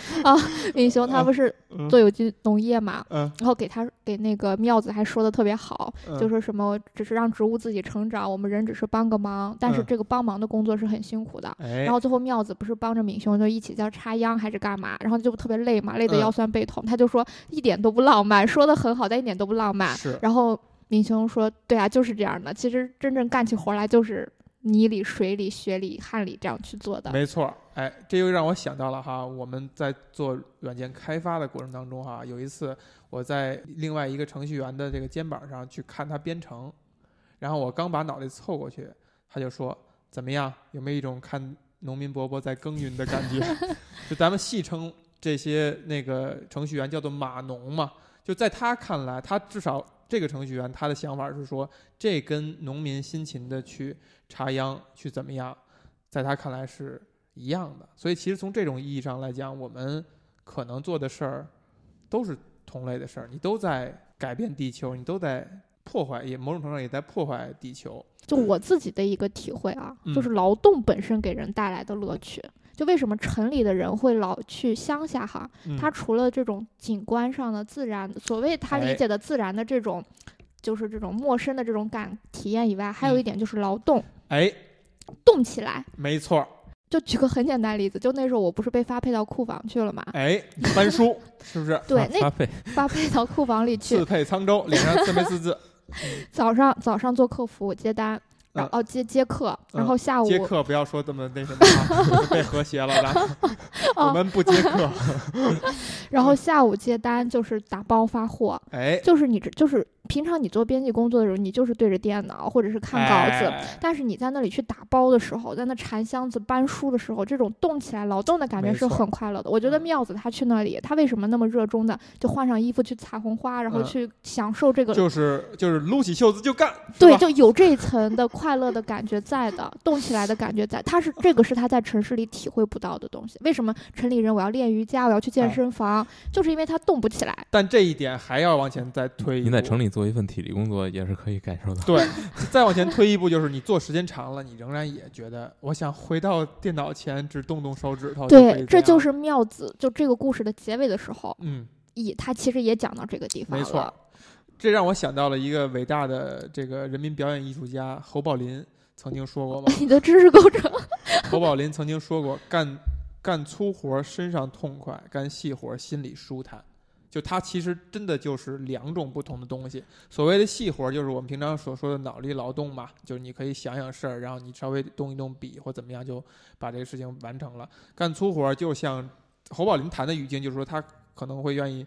[SPEAKER 3] 敏雄他不是
[SPEAKER 1] 嗯
[SPEAKER 3] 做有机农业嘛？
[SPEAKER 1] 嗯，
[SPEAKER 3] 然后给他给那个妙子还说的特别好，
[SPEAKER 1] 嗯
[SPEAKER 3] 就说什么只是让植物自己成长，我们人只是帮个忙，但是
[SPEAKER 1] 嗯
[SPEAKER 3] 这个帮忙的工作是很辛苦的。
[SPEAKER 1] 哎，
[SPEAKER 3] 然后最后妙子不是帮着敏雄就一起叫插秧还是干嘛，然后就特别累嘛，累得
[SPEAKER 1] 嗯
[SPEAKER 3] 腰酸背痛。他就说一点都不浪漫，说的很好，但一点都不浪漫。
[SPEAKER 1] 是
[SPEAKER 3] 然后敏雄说：“对啊，就是这样的。其实真正干起活来就是泥里、水里、雪里、汗里这样去做的。
[SPEAKER 1] 没错儿，哎，这又让我想到了哈，我们在做软件开发的过程当中哈，有一次我在另外一个程序员的这个肩膀上去看他编程，然后我刚把脑袋凑过去，他就说怎么样，有没有一种看农民伯伯在耕耘的感觉？ 就咱们戏称这些那个程序员叫做码农嘛，就在他看来，他至少这个程序员他的想法是说，这跟农民辛勤的去插秧去怎么样，在他看来是一样的。所以其实从这种意义上来讲，我们可能做的事儿都是同类的事儿，你都在改变地球，你都在破坏，也某种程度上也在破坏地球。
[SPEAKER 3] 就我自己的一个体会啊，
[SPEAKER 1] 嗯
[SPEAKER 3] 就是劳动本身给人带来的乐趣。就为什么城里的人会老去乡下哈？
[SPEAKER 1] 嗯
[SPEAKER 3] 他除了这种景观上的自然，所谓他
[SPEAKER 1] 哎
[SPEAKER 3] 理解的自然的这种，就是这种陌生的这种感体验以外，
[SPEAKER 1] 嗯
[SPEAKER 3] 还有一点就是劳动，
[SPEAKER 1] 哎，
[SPEAKER 3] 动起来。
[SPEAKER 1] 没错儿，
[SPEAKER 3] 就举个很简单的例子，就那时候我不是被发配到库房去了嘛？
[SPEAKER 1] 哎，翻书是不 是？
[SPEAKER 3] 对，
[SPEAKER 2] 花
[SPEAKER 3] 那
[SPEAKER 2] 费
[SPEAKER 3] 发配到库房里去
[SPEAKER 1] 刺，配沧州，脸上刺没刺字？
[SPEAKER 3] 早上早上做客服接单，然后、哦接接客，然后下
[SPEAKER 1] 嗯
[SPEAKER 3] 午
[SPEAKER 1] 接客不要说这么那什么、啊，被和谐了，然 后我
[SPEAKER 3] 哦，
[SPEAKER 1] 们嗯不接客。
[SPEAKER 3] 然后下午接单就是打包发货，
[SPEAKER 1] 哎，
[SPEAKER 3] 就是你这就是平常你做编辑工作的时候，你就是对着电脑或者是看稿子。
[SPEAKER 1] 哎
[SPEAKER 3] 但是你在那里去打包的时候，在那缠箱子、搬书的时候，这种动起来劳动的感觉
[SPEAKER 1] 没
[SPEAKER 3] 是
[SPEAKER 1] 错
[SPEAKER 3] 很快乐的。我觉得
[SPEAKER 1] 嗯
[SPEAKER 3] 妙子她去那里，她为什么那么热衷的就换上衣服去采红花，然后
[SPEAKER 1] 嗯
[SPEAKER 3] 去享受这个
[SPEAKER 1] 就是就是撸起袖子就干，是
[SPEAKER 3] 对，
[SPEAKER 1] 吧
[SPEAKER 3] 就有这一层的快乐的感觉在的，动起来的感觉在。他是这个是他在城市里体会不到的东西。为什么城里人我要练瑜伽，我要去健
[SPEAKER 1] 哎
[SPEAKER 3] 身房，就是因为他动不起来。
[SPEAKER 1] 但这一点还要往前再推一步。
[SPEAKER 2] 你在城里做一份体力工作也是可以感受到。
[SPEAKER 1] 对，再往前推一步，就是你做时间长了，你仍然也觉得，我想回到电脑前，只动动手指头哦就可以样。
[SPEAKER 3] 对，这就是妙子就这个故事的结尾的时候，
[SPEAKER 1] 嗯，
[SPEAKER 3] 以他其实也讲到这个地方
[SPEAKER 1] 没错
[SPEAKER 3] 了。
[SPEAKER 1] 这让我想到了一个伟大的这个人民表演艺术家侯宝林曾经说过嘛，
[SPEAKER 3] 你的知识构成，
[SPEAKER 1] 侯宝林曾经说过，干干粗活儿身上痛快，干细活儿心里舒坦。就它其实真的就是两种不同的东西。所谓的细活儿，就是我们平常所说的脑力劳动嘛，就是你可以想想事儿，然后你稍微动一动笔或怎么样，就把这个事情完成了。干粗活儿，就像侯宝林谈的语境，就是说他可能会愿意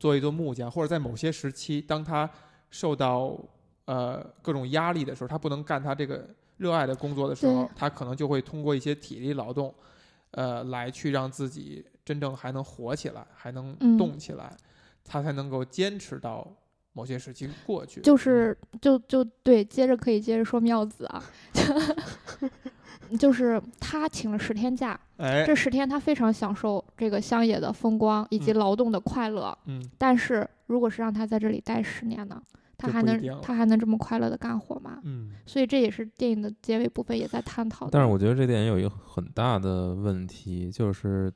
[SPEAKER 1] 做一做木匠，或者在某些时期，当他受到呃各种压力的时候，他不能干他这个热爱的工作的时候
[SPEAKER 3] 对，
[SPEAKER 1] 他可能就会通过一些体力劳动，呃，来去让自己真正还能活起来，还能
[SPEAKER 3] 嗯
[SPEAKER 1] 动起来，他才能够坚持到某些时期过去。嗯
[SPEAKER 3] 就是就就对，接着可以接着说妙子啊， 就是他请了十天假，
[SPEAKER 1] 哎，
[SPEAKER 3] 这十天他非常享受这个乡野的风光以及劳动的快乐。
[SPEAKER 1] 嗯，
[SPEAKER 3] 但是如果是让他在这里待十年呢，他
[SPEAKER 1] 就
[SPEAKER 3] 还
[SPEAKER 1] 不一定了
[SPEAKER 3] 能他还能这么快乐的干活吗？
[SPEAKER 1] 嗯，
[SPEAKER 3] 所以这也是电影的结尾部分也在探讨的。
[SPEAKER 2] 但是我觉得这电影有一个很大的问题，就是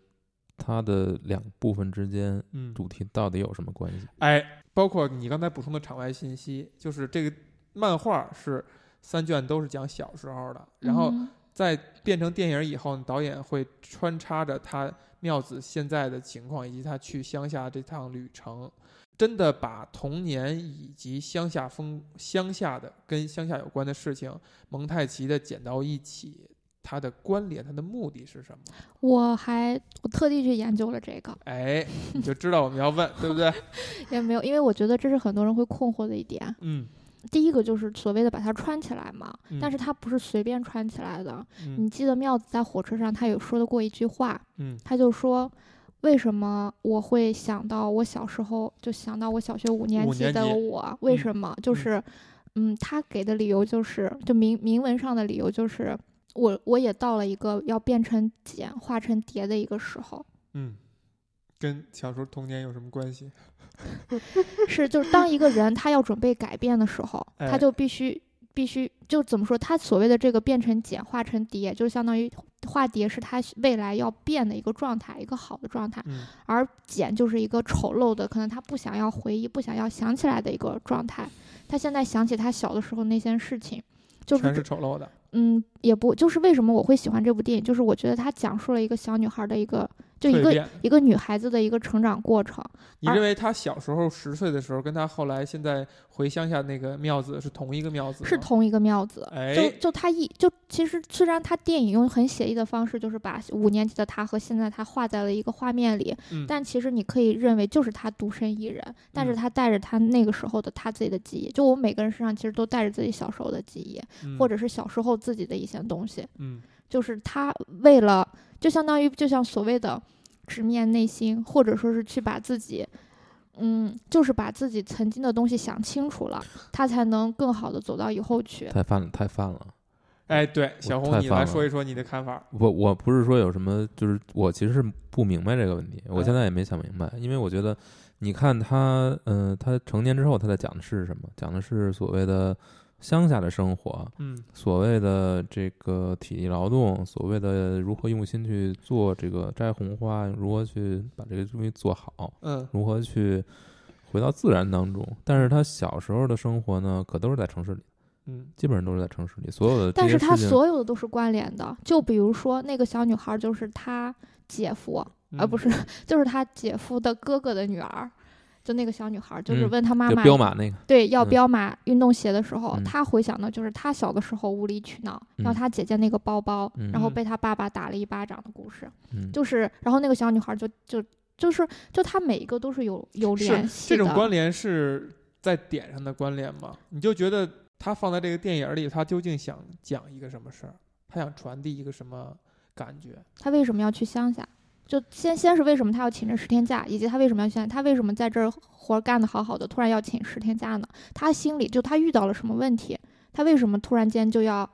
[SPEAKER 2] 它的两部分之间
[SPEAKER 1] 嗯，
[SPEAKER 2] 主题到底有什么关系？
[SPEAKER 1] 哎，包括你刚才补充的场外信息，就是这个漫画是三卷都是讲小时候的，然后
[SPEAKER 3] 嗯
[SPEAKER 1] 在变成电影以后，导演会穿插着他妙子现在的情况以及他去乡下这趟旅程，真的把童年以及乡下风、乡下的跟乡下有关的事情，蒙太奇的剪到一起，它的关联，它的目的是什么？
[SPEAKER 3] 我还我特地去研究了这个，
[SPEAKER 1] 哎，你就知道我们要问，对不 对？
[SPEAKER 3] 也没有，因为我觉得这是很多人会困惑的一点。
[SPEAKER 1] 嗯，
[SPEAKER 3] 第一个就是所谓的把它穿起来嘛，
[SPEAKER 1] 嗯
[SPEAKER 3] 但是它不是随便穿起来的。
[SPEAKER 1] 嗯
[SPEAKER 3] 你记得妙子在火车上，她有说的过一句话，
[SPEAKER 1] 嗯
[SPEAKER 3] 她就说。为什么我会想到我小时候，就想到我小学五年
[SPEAKER 1] 五
[SPEAKER 3] 级
[SPEAKER 1] 年
[SPEAKER 3] 的
[SPEAKER 1] 级
[SPEAKER 3] 我？为
[SPEAKER 1] 嗯
[SPEAKER 3] 什么？就是，嗯，他给的理由就是，就明明文上的理由就是，我我也到了一个要变成茧、化成蝶的一个时候。
[SPEAKER 1] 嗯，跟小时候童年有什么关系？
[SPEAKER 3] 是，就是当一个人他要准备改变的时候，
[SPEAKER 1] 哎
[SPEAKER 3] 他就必须必须就怎么说？他所谓的这个变成茧化成蝶，就相当于化蝶是他未来要变的一个状态，一个好的状态，
[SPEAKER 1] 嗯
[SPEAKER 3] 而茧就是一个丑陋的，可能他不想要回忆、不想要想起来的一个状态。他现在想起他小的时候那些事情，就是
[SPEAKER 1] 全
[SPEAKER 3] 这
[SPEAKER 1] 是丑陋的。
[SPEAKER 3] 嗯，也不就是为什么我会喜欢这部电影，就是我觉得它讲述了一个小女孩的一个就一
[SPEAKER 1] 蜕
[SPEAKER 3] 个
[SPEAKER 1] 变
[SPEAKER 3] 一个女孩子的一个成长过程。
[SPEAKER 1] 你
[SPEAKER 3] 而
[SPEAKER 1] 认为他小时候十岁的时候，跟他后来现在回乡下那个庙子是同一个庙子吗？
[SPEAKER 3] 是同一个妙子。
[SPEAKER 1] 哎
[SPEAKER 3] 就就他一就其实虽然他电影用很写意的方式，就是把五年级的他和现在他画在了一个画面里，
[SPEAKER 1] 嗯
[SPEAKER 3] 但其实你可以认为就是他独身一人，但是
[SPEAKER 1] 嗯
[SPEAKER 3] 他带着他那个时候的他自己的记忆，就我们每个人身上其实都带着自己小时候的记忆，
[SPEAKER 1] 嗯
[SPEAKER 3] 或者是小时候自己的一些东西，
[SPEAKER 1] 嗯
[SPEAKER 3] 就是他为了就相当于就像所谓的直面内心，或者说是去把自己。嗯，就是把自己曾经的东西想清楚了，他才能更好的走到以后去。
[SPEAKER 2] 太泛了，太泛了。
[SPEAKER 1] 哎，对，小
[SPEAKER 2] 太
[SPEAKER 1] 红，你
[SPEAKER 2] 棒
[SPEAKER 1] 来
[SPEAKER 2] 了
[SPEAKER 1] 说一说你的看法。
[SPEAKER 2] 我我不是说有什么，就是我其实是不明白这个问题，我
[SPEAKER 1] 嗯
[SPEAKER 2] 现在也没想明白，因为我觉得，你看他，嗯、他成年之后他在讲的是什么？讲的是所谓的乡下的生活，
[SPEAKER 1] 嗯
[SPEAKER 2] 所谓的这个体力劳动，所谓的如何用心去做这个摘红花，如何去把这个东西做好，
[SPEAKER 1] 嗯
[SPEAKER 2] 如何去回到自然当中。但是他小时候的生活呢，可都是在城市里，
[SPEAKER 1] 嗯
[SPEAKER 2] 基本上都是在城市里，所有的这
[SPEAKER 3] 但
[SPEAKER 2] 些
[SPEAKER 3] 是他
[SPEAKER 2] 事情，
[SPEAKER 3] 所有的都是关联的。就比如说那个小女孩，就是她姐夫，
[SPEAKER 2] 嗯
[SPEAKER 3] 而不
[SPEAKER 1] 是
[SPEAKER 3] 是 就是她姐夫的哥哥的女儿。就那个小女孩，就是
[SPEAKER 2] 嗯
[SPEAKER 3] 问她妈
[SPEAKER 2] 就
[SPEAKER 3] 妈、
[SPEAKER 2] 彪马那个，
[SPEAKER 3] 对要
[SPEAKER 2] 嗯
[SPEAKER 3] 彪马运动鞋的时候，
[SPEAKER 2] 嗯
[SPEAKER 3] 她回想的就是她小的时候无理取闹，
[SPEAKER 2] 嗯
[SPEAKER 3] 要她姐姐那个包包，
[SPEAKER 2] 嗯
[SPEAKER 3] 然后被她爸爸打了一巴掌的故事。
[SPEAKER 2] 嗯，
[SPEAKER 3] 就是，然后那个小女孩就就就是就她每一个都是有有联
[SPEAKER 1] 是
[SPEAKER 3] 系
[SPEAKER 1] 这
[SPEAKER 3] 的。
[SPEAKER 1] 种关联是在点上的关联吗？你就觉得他放在这个电影里，他究竟想讲一个什么事儿？他想传递一个什么感觉？
[SPEAKER 3] 他为什么要去乡下？就先先是为什么他要请这十天假，以及他为什么要去乡下？他为什么在这儿活儿干得好好的，突然要请十天假呢？他心里就他遇到了什么问题？他为什么突然间就要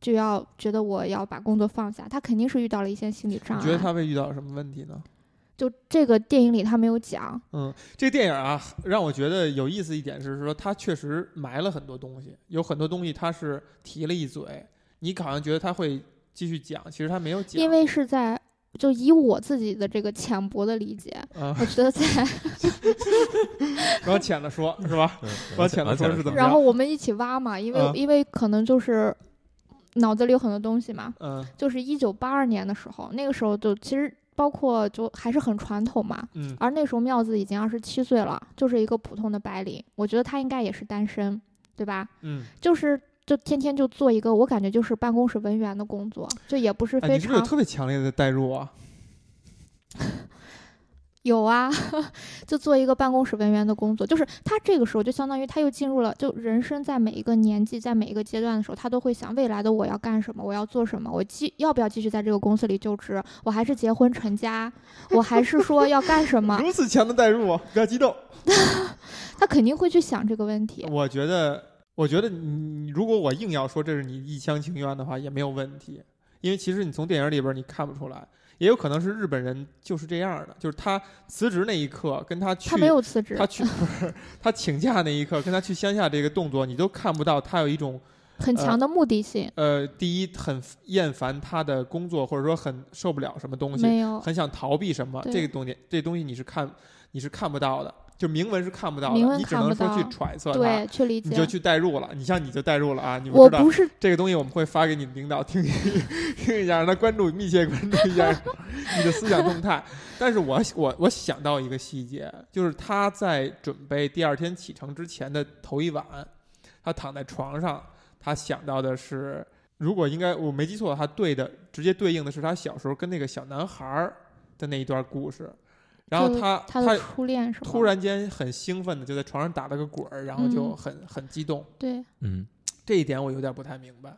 [SPEAKER 3] 就要觉得我要把工作放下？他肯定是遇到了一些心理障
[SPEAKER 1] 你觉得
[SPEAKER 3] 碍。
[SPEAKER 1] 他会遇到什么问题呢？
[SPEAKER 3] 就这个电影里他没有讲，
[SPEAKER 1] 嗯，这个电影啊，让我觉得有意思一点是说，它确实埋了很多东西，有很多东西它是提了一嘴，你好像觉得他会继续讲，其实他没有讲。
[SPEAKER 3] 因为是在就以我自己的这个浅薄的理解，
[SPEAKER 1] 啊，
[SPEAKER 3] 我觉得在
[SPEAKER 1] 然后浅的说，是吧？
[SPEAKER 2] 嗯
[SPEAKER 1] 我浅的说是 怎么
[SPEAKER 3] 然
[SPEAKER 1] 着
[SPEAKER 3] 后？我们一起挖嘛，因为、
[SPEAKER 1] 嗯
[SPEAKER 3] 因为可能就是脑子里有很多东西嘛，
[SPEAKER 1] 嗯
[SPEAKER 3] 就是一九八二年的时候，那个时候就其实包括就还是很传统嘛。
[SPEAKER 1] 嗯
[SPEAKER 3] 而那时候妙子已经二十七岁了，就是一个普通的白领，我觉得她应该也是单身，对吧？
[SPEAKER 1] 嗯，
[SPEAKER 3] 就是就天天就做一个，我感觉就是办公室文员的工作，就也不是
[SPEAKER 1] 哎，你
[SPEAKER 3] 非
[SPEAKER 1] 是不是
[SPEAKER 3] 常、
[SPEAKER 1] 有特别强烈的代入啊？
[SPEAKER 3] 有啊， 就做一个办公室文员的工作，就是他这个时候就相当于他又进入了，就人生在每一个年纪，在每一个阶段的时候，他都会想未来的我要干什么，我要做什么，我继要不要继续在这个公司里就职，我还是结婚成家，我还是说要干 什么，
[SPEAKER 1] 如此强的代入啊，不要激动。
[SPEAKER 3] 他肯定会去想这个问题。
[SPEAKER 1] 我觉得，我觉得你如果我硬要说这是你一厢情愿的话，也没有问题，因为其实你从电影里边你看不出来，也有可能是日本人就是这样的，就是他辞职那一刻跟他去
[SPEAKER 3] 他没有辞职
[SPEAKER 1] 他， 去不是他请假那一刻跟他去乡下这个动作，你都看不到他有一种
[SPEAKER 3] 很
[SPEAKER 1] 呃
[SPEAKER 3] 强的目的性，
[SPEAKER 1] 呃，第一很厌烦他的工作，或者说很受不了什么东西，
[SPEAKER 3] 没有。
[SPEAKER 1] 很想逃避什么，
[SPEAKER 3] 对
[SPEAKER 1] 这个东西这东西你是看你是看不到的，就明文是看不到
[SPEAKER 3] 明
[SPEAKER 1] 的，
[SPEAKER 3] 文
[SPEAKER 1] 你只
[SPEAKER 3] 看
[SPEAKER 1] 能
[SPEAKER 3] 不
[SPEAKER 1] 说去
[SPEAKER 3] 到
[SPEAKER 1] 揣测它。
[SPEAKER 3] 对，去理
[SPEAKER 1] 你就
[SPEAKER 3] 解。
[SPEAKER 1] 去代入了，你像你就代入了啊！你们
[SPEAKER 3] 我
[SPEAKER 1] 知道
[SPEAKER 3] 不是
[SPEAKER 1] 这个东西，我们会发给你们领导听 一听一下，让他关注密切关注一 下你的思想动态。但是我我我想到一个细节，就是他在准备第二天启程之前的头一晚，他躺在床上，他想到的是，如果应该我没记错，他对的直接对应的是他小时候跟那个小男孩儿的那一段故事。然后
[SPEAKER 3] 就
[SPEAKER 1] 他
[SPEAKER 3] 他的初恋是吗？
[SPEAKER 1] 突然间很兴奋的就在床上打了个滚儿，然后就
[SPEAKER 3] 嗯
[SPEAKER 1] 很、很激动。
[SPEAKER 3] 对，
[SPEAKER 2] 嗯，
[SPEAKER 1] 这一点我有点不太明白，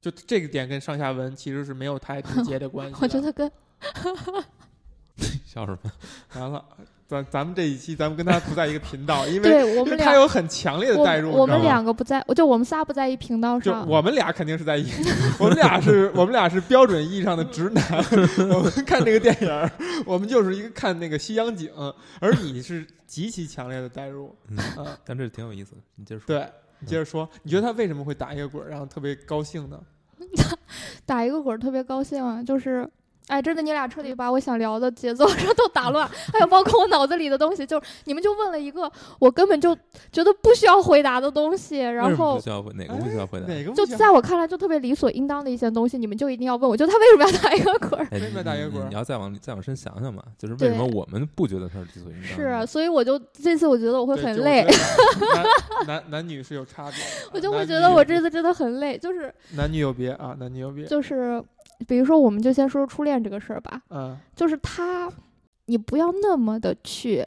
[SPEAKER 1] 就这个点跟上下文其实是没有太直接的关系的。
[SPEAKER 3] 我觉得跟
[SPEAKER 2] 笑什么？
[SPEAKER 1] 完了，咱咱们这一期咱们跟他不在一个频道，因为
[SPEAKER 3] 对我
[SPEAKER 1] 因为
[SPEAKER 3] 们
[SPEAKER 1] 他
[SPEAKER 3] 俩，
[SPEAKER 1] 有很强烈的代入，
[SPEAKER 3] 我我
[SPEAKER 1] 你知道
[SPEAKER 3] 们
[SPEAKER 1] 吗
[SPEAKER 3] 两个不在，我就我们仨不在一频道
[SPEAKER 1] 就
[SPEAKER 3] 上。
[SPEAKER 1] 我们俩肯定是在一，我们俩是我们俩是标准意义上的直男。 我们看这个电影儿，我们就是一个看那个西洋景，而你是极其强烈的代入。
[SPEAKER 2] 嗯
[SPEAKER 1] 啊
[SPEAKER 2] 但这挺有意思的，你接着说。
[SPEAKER 1] 对，你接着说，你觉得他为什么会打一个滚儿，然后特别高兴呢？
[SPEAKER 3] 打一个滚儿特别高兴啊，就是。哎，真的，你俩彻底把我想聊的节奏 都打乱，还有包括我脑子里的东西，就是你们就问了一个我根本就觉得不需要回答的东西，
[SPEAKER 2] 为
[SPEAKER 3] 然
[SPEAKER 2] 什么不
[SPEAKER 3] 后哎
[SPEAKER 2] 需要回哪个不需要啊回答？
[SPEAKER 1] 哪个不
[SPEAKER 3] 就
[SPEAKER 1] 行
[SPEAKER 3] 在我看来就特别理所应当的一些东西，你们就一定要问我，就他为什么要打一个滚儿？
[SPEAKER 2] 哎，
[SPEAKER 1] 为什么要打
[SPEAKER 2] 你
[SPEAKER 1] 一个
[SPEAKER 2] 你
[SPEAKER 1] 滚儿
[SPEAKER 2] 你要再往里再往深想想嘛，就是为什么
[SPEAKER 3] 对
[SPEAKER 2] 我们不觉得它是理所应当
[SPEAKER 3] 是啊，
[SPEAKER 2] 的？
[SPEAKER 3] 所以我就这次我觉得我会
[SPEAKER 1] 对
[SPEAKER 3] 很
[SPEAKER 1] 就我
[SPEAKER 3] 累，
[SPEAKER 1] 觉得男男男女是有差别的，啊
[SPEAKER 3] 我就
[SPEAKER 1] 男
[SPEAKER 3] 会
[SPEAKER 1] 女
[SPEAKER 3] 觉得我
[SPEAKER 1] 有
[SPEAKER 3] 这次真的很累，就是
[SPEAKER 1] 男女有别啊，男女有别，
[SPEAKER 3] 就是，比如说我们就先说说初恋这个事儿吧，
[SPEAKER 1] 嗯
[SPEAKER 3] 就是他，你不要那么的去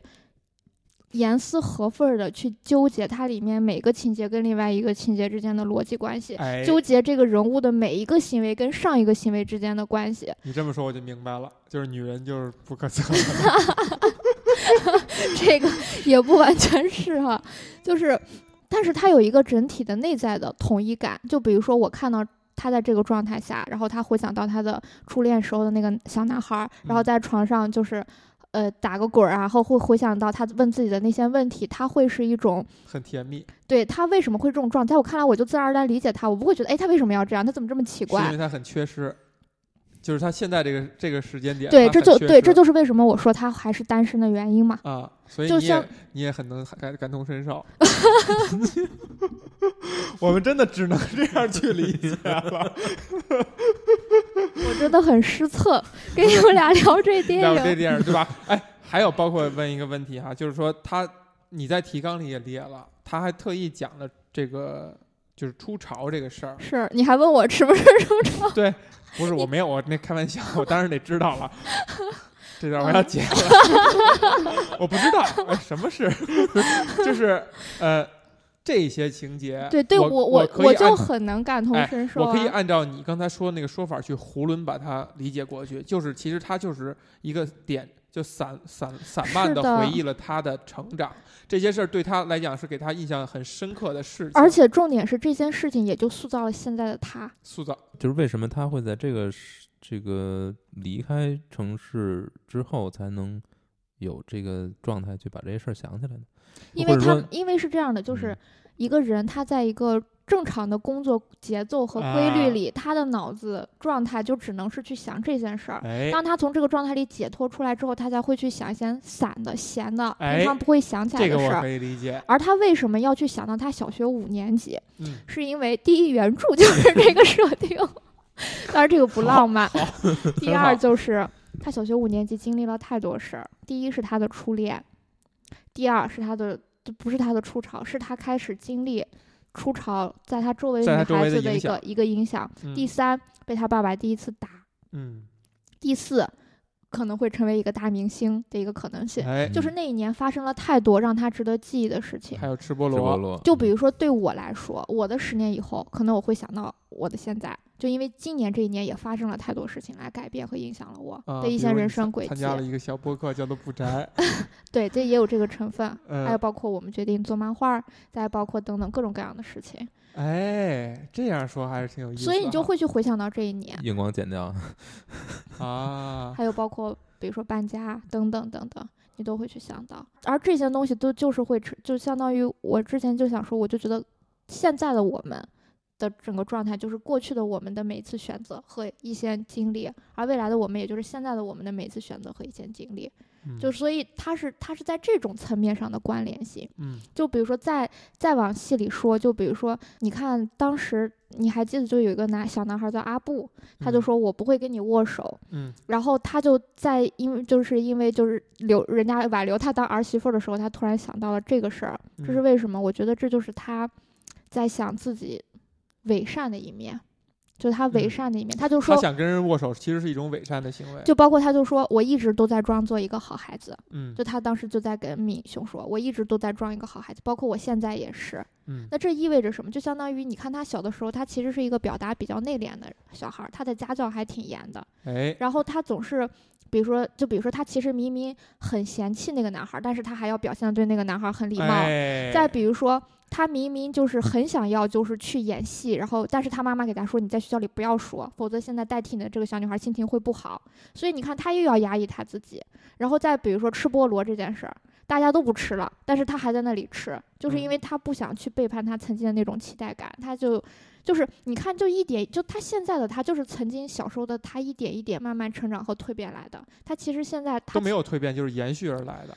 [SPEAKER 3] 严丝合缝的去纠结它里面每个情节跟另外一个情节之间的逻辑关系，
[SPEAKER 1] 哎，
[SPEAKER 3] 纠结这个人物的每一个行为跟上一个行为之间的关系，
[SPEAKER 1] 你这么说我就明白了，就是女人就是不可测，
[SPEAKER 3] 这个也不完全是哈、就是，但是它有一个整体的内在的统一感。就比如说，我看到他在这个状态下，然后他回想到他的初恋时候的那个小男孩儿，然后
[SPEAKER 1] 嗯
[SPEAKER 3] 在床上就是，呃，打个滚儿啊，然后会回想到他问自己的那些问题，他会是一种
[SPEAKER 1] 很甜蜜，
[SPEAKER 3] 对他为什么会这种状态，在我看来，我就自然而然理解他，我不会觉得哎，他为什么要这样，他怎么这么奇
[SPEAKER 1] 是因
[SPEAKER 3] 怪
[SPEAKER 1] 为？她很缺失，就是她现在这个这个时间点，
[SPEAKER 3] 对，
[SPEAKER 1] 她
[SPEAKER 3] 这
[SPEAKER 1] 很
[SPEAKER 3] 就
[SPEAKER 1] 缺
[SPEAKER 3] 对，
[SPEAKER 1] 失
[SPEAKER 3] 这就是为什么我说他还是单身的原因嘛。
[SPEAKER 1] 啊，所以
[SPEAKER 3] 就
[SPEAKER 1] 你
[SPEAKER 3] 像
[SPEAKER 1] 也你也很能感感同身受， 我们真的只能这样去理解了。
[SPEAKER 3] 我真的很 失策，跟你们俩聊这电
[SPEAKER 1] 聊
[SPEAKER 3] 影。。
[SPEAKER 1] 这电影对吧？ 哎，还有包括问一个问题哈，就是说他你在提纲里也列了，他还特意讲了这个就是出潮这个事儿
[SPEAKER 3] 是，你还问我吃不吃中 超？
[SPEAKER 1] 对，不是我没有，我那开玩笑，我当然得知道了。 这段我要剪了， 我不知道、哎、什么是， 就是呃这些情节。
[SPEAKER 3] 对，对
[SPEAKER 1] 我
[SPEAKER 3] 我
[SPEAKER 1] 我可以
[SPEAKER 3] 我就
[SPEAKER 1] 按
[SPEAKER 3] 很能感同
[SPEAKER 1] 哎
[SPEAKER 3] 身受、啊
[SPEAKER 1] 我可以按照你刚才说的那个说法去囫囵把它理解过去，就是其实它就是一个点，就散散散漫的
[SPEAKER 3] 是的
[SPEAKER 1] 回忆了他的成长，这些事儿对他来讲是给他印象很深刻的事情，
[SPEAKER 3] 而且重点是这件事情也就塑造了现在的他。
[SPEAKER 1] 塑造
[SPEAKER 2] 就是为什么他会在这个时这个离开城市之后才能有这个状态去把这些事儿想起来呢？
[SPEAKER 3] 因
[SPEAKER 2] 或
[SPEAKER 3] 为
[SPEAKER 2] 者
[SPEAKER 3] 他
[SPEAKER 2] 说
[SPEAKER 3] 因为是这样的，就是
[SPEAKER 2] 嗯
[SPEAKER 3] 一个人他在一个正常的工作节奏和规
[SPEAKER 1] 啊
[SPEAKER 3] 律里，他的脑子状态就只能是去想这件事儿。
[SPEAKER 1] 哎，
[SPEAKER 3] 当他从这个状态里解脱出来之后，他才会去想一些散的、闲的，
[SPEAKER 1] 哎
[SPEAKER 3] 平常不会想起来
[SPEAKER 1] 这
[SPEAKER 3] 的
[SPEAKER 1] 个
[SPEAKER 3] 事
[SPEAKER 1] 我
[SPEAKER 3] 儿。
[SPEAKER 1] 可以理解。
[SPEAKER 3] 而他为什么要去想到他小学五年级？
[SPEAKER 1] 嗯，
[SPEAKER 3] 是因为第一原著就是这个设定， 当然这个不浪漫。第
[SPEAKER 1] 好
[SPEAKER 3] 二就是他小学五年级经历了太多事儿，第一是他的初恋，第二是他的这不是他的初潮，是他开始经历初潮在他周围女
[SPEAKER 1] 在他
[SPEAKER 3] 孩
[SPEAKER 1] 周围的
[SPEAKER 3] 子的
[SPEAKER 1] 影
[SPEAKER 3] 一个一个影响。
[SPEAKER 1] 嗯
[SPEAKER 3] 第三被他爸爸第一次打，
[SPEAKER 1] 嗯，
[SPEAKER 3] 第四可能会成为一个大明星的一个可能性。
[SPEAKER 1] 哎，
[SPEAKER 3] 就是那一年发生了太多让他值得记忆的事情。
[SPEAKER 5] 还有吃菠
[SPEAKER 2] 直播
[SPEAKER 5] 萝，
[SPEAKER 2] 嗯罗
[SPEAKER 3] 就比如说对我来说，我的十年以后，可能我会想到我的现在，就因为今年这一年也发生了太多事情来改变和影响了我
[SPEAKER 5] 啊
[SPEAKER 3] 的一
[SPEAKER 5] 比
[SPEAKER 3] 些
[SPEAKER 5] 如
[SPEAKER 3] 人
[SPEAKER 5] 你
[SPEAKER 3] 生轨
[SPEAKER 1] 参
[SPEAKER 3] 迹。
[SPEAKER 1] 加了一个小播客，叫做不宅。
[SPEAKER 3] 对，这也有这个成分，还有
[SPEAKER 1] 嗯，
[SPEAKER 3] 包括我们决定做漫画儿，再包括等等各种各样的事情，
[SPEAKER 1] 哎，这样说还是挺有意思的
[SPEAKER 3] 所
[SPEAKER 1] 哈。
[SPEAKER 3] 以你就会去回想到这一年，
[SPEAKER 2] 硬光剪掉，
[SPEAKER 1] 啊，
[SPEAKER 3] 还有包括比如说搬家啊等等等等。你都会去想到，而这些东西都就是会吃，就相当于我之前就想说，我就觉得现在的我们的整个状态，就是过去的我们的每一次选择和一些经历，而未来的我们，也就是现在的我们的每一次选择和一些经历，
[SPEAKER 1] 嗯
[SPEAKER 3] 就是所以它是它是在这种层面上的关联性。
[SPEAKER 1] 嗯
[SPEAKER 3] 就比如说再再往细里说，就比如说你看当时你还记得就有一个男小男孩叫阿布，他就
[SPEAKER 1] 嗯
[SPEAKER 3] 说我不会跟你握手，
[SPEAKER 1] 嗯
[SPEAKER 3] 然后他就在因为就是因为就是留人家挽留他当儿媳妇儿的时候，他突然想到了这个事儿，这是
[SPEAKER 1] 嗯
[SPEAKER 3] 为什么？我觉得这就是他在想自己伪善的一面，就是他伪
[SPEAKER 1] 嗯
[SPEAKER 3] 善的一面。他就
[SPEAKER 1] 他
[SPEAKER 3] 说，
[SPEAKER 1] 想跟人握手，其实是一种伪善的行为。
[SPEAKER 3] 就包括他就说，我一直都在装做一个好孩子。
[SPEAKER 1] 嗯
[SPEAKER 3] 就他当时就在跟敏雄说，我一直都在装一个好孩子，包括我现在也是。
[SPEAKER 1] 嗯
[SPEAKER 3] 那这意味着什么？就相当于你看他小的时候，他其实是一个表达比较内敛的小孩儿，他的家教还挺严的。
[SPEAKER 1] 哎
[SPEAKER 3] 然后他总是，比如说，就比如说，他其实明明很嫌弃那个男孩儿，但是他还要表现得对那个男孩儿很礼貌。
[SPEAKER 1] 哎，
[SPEAKER 3] 再比如说，他明明就是很想要，就是去演戏，然后但是他妈妈给他说，你在学校里不要说，否则现在代替你的这个小女孩心情会不好。所以你看，他又要压抑他自己。然后再比如说吃菠萝这件事儿，大家都不吃了，但是他还在那里吃，就是
[SPEAKER 1] 嗯
[SPEAKER 3] 因为他不想去背叛他曾经的那种期待感，他就。就是你看，就一点，就他现在的他，就是曾经小时候的他，一点一点慢慢成长和蜕变来的。他其实现在他
[SPEAKER 1] 都没有蜕变，就是延续而来的。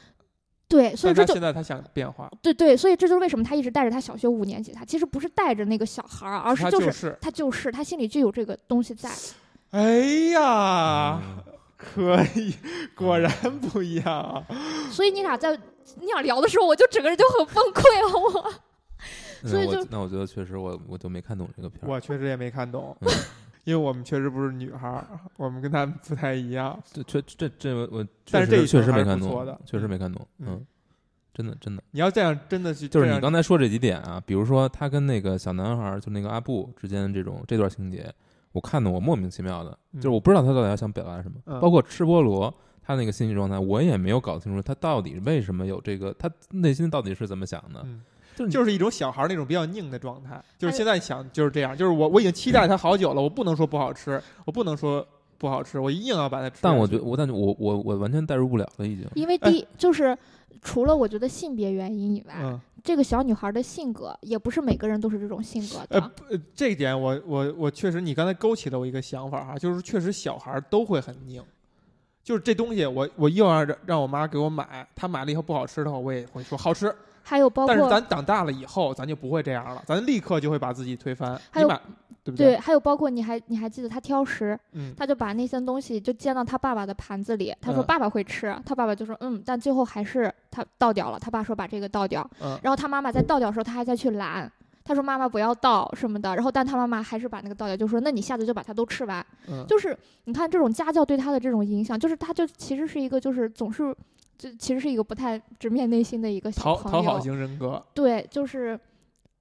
[SPEAKER 3] 对，所以
[SPEAKER 1] 但
[SPEAKER 3] 说
[SPEAKER 1] 他
[SPEAKER 3] 就
[SPEAKER 1] 现在他想变化，
[SPEAKER 3] 对对，所以这就是为什么他一直带着他小学五年级，他其实不是带着那个小孩儿啊，而是
[SPEAKER 1] 他
[SPEAKER 3] 就
[SPEAKER 1] 就是是。
[SPEAKER 3] 他就是他心里就有这个东西在。
[SPEAKER 1] 哎
[SPEAKER 3] 啊
[SPEAKER 1] 呀，
[SPEAKER 2] 嗯
[SPEAKER 1] 可以，果然不一样啊！
[SPEAKER 3] 所以你俩在你俩聊的时候，我就整个人就很崩溃啊！我
[SPEAKER 2] 那
[SPEAKER 3] 所以
[SPEAKER 2] 我
[SPEAKER 3] 就
[SPEAKER 2] 那我觉得确实我我就没看懂这个片儿，
[SPEAKER 1] 我确实也没看懂
[SPEAKER 2] 嗯，
[SPEAKER 1] 因为我们确实不是女孩儿，我们跟他们不太一样。
[SPEAKER 2] 这确这这我我确
[SPEAKER 1] 但是这
[SPEAKER 2] 实
[SPEAKER 1] 一
[SPEAKER 2] 确
[SPEAKER 1] 层
[SPEAKER 2] 实
[SPEAKER 1] 还
[SPEAKER 2] 没
[SPEAKER 1] 是
[SPEAKER 2] 看
[SPEAKER 1] 不错的
[SPEAKER 2] 懂，确实没看懂，
[SPEAKER 1] 嗯
[SPEAKER 2] 嗯，真的真的
[SPEAKER 1] 你要这样，真的去
[SPEAKER 2] 就是
[SPEAKER 1] 这
[SPEAKER 2] 你
[SPEAKER 1] 样
[SPEAKER 2] 刚才说这几点啊，比如说他跟那个小男孩儿，就那个阿布之间这种这段情节，我看的我莫名其妙的，
[SPEAKER 1] 嗯
[SPEAKER 2] 就是我不知道他到底要想表达什么，
[SPEAKER 1] 嗯
[SPEAKER 2] 包括吃菠萝。他那个心理状态，我也没有搞清楚，他到底为什么有这个，他内心到底是怎么想的？
[SPEAKER 1] 嗯
[SPEAKER 2] 就是你
[SPEAKER 1] 就是一种小孩儿那种比较拧的状态，就是
[SPEAKER 3] 哎
[SPEAKER 1] 现在想就是这样，就是我我已经期待它好久了，我不能说不好吃，我不能说不好吃，我一定要把它吃下去。
[SPEAKER 2] 但我觉得我但我我我完全代入不了了，已经。
[SPEAKER 3] 因为
[SPEAKER 1] 哎
[SPEAKER 3] 第一就是除了我觉得性别原因以外，
[SPEAKER 1] 嗯，
[SPEAKER 3] 这个小女孩的性格也不是每个人都是这种性格
[SPEAKER 1] 呃
[SPEAKER 3] 的。
[SPEAKER 1] 不呃这一点我我我确实，你刚才勾起了我一个想法哈，就是确实小孩儿都会很拧，就是这东西我我又要让让我妈给我买，她买了以后不好吃的话，我也会说好吃。
[SPEAKER 3] 还有包
[SPEAKER 1] 但是
[SPEAKER 3] 括
[SPEAKER 1] 咱长大了以后，咱就不会这样了，咱立刻就会把自己推翻。
[SPEAKER 3] 还
[SPEAKER 1] 你
[SPEAKER 3] 有
[SPEAKER 1] 买对不
[SPEAKER 3] 对，？还有包括你还你还记得他挑食，
[SPEAKER 1] 嗯，
[SPEAKER 3] 他就把那些东西就煎到他爸爸的盘子里，他说
[SPEAKER 1] 嗯
[SPEAKER 3] 爸爸会吃，他爸爸就说嗯，但最后还是他倒掉了，他爸说把这个倒掉，
[SPEAKER 1] 嗯
[SPEAKER 3] 然后他妈妈在倒掉的时候，他还在去拦。他说：“妈妈不要倒什么的。”然后，但他妈妈还是把那个倒掉，就说：“那你下次就把它都吃完。
[SPEAKER 1] 嗯，
[SPEAKER 3] 就是你看这种家教对他的这种影响，就是他就其实是一个就是总是，就其实是一个不太直面内心的一个小
[SPEAKER 1] 讨
[SPEAKER 3] 朋
[SPEAKER 1] 讨
[SPEAKER 3] 友。
[SPEAKER 1] 好型人格，
[SPEAKER 3] 对，就是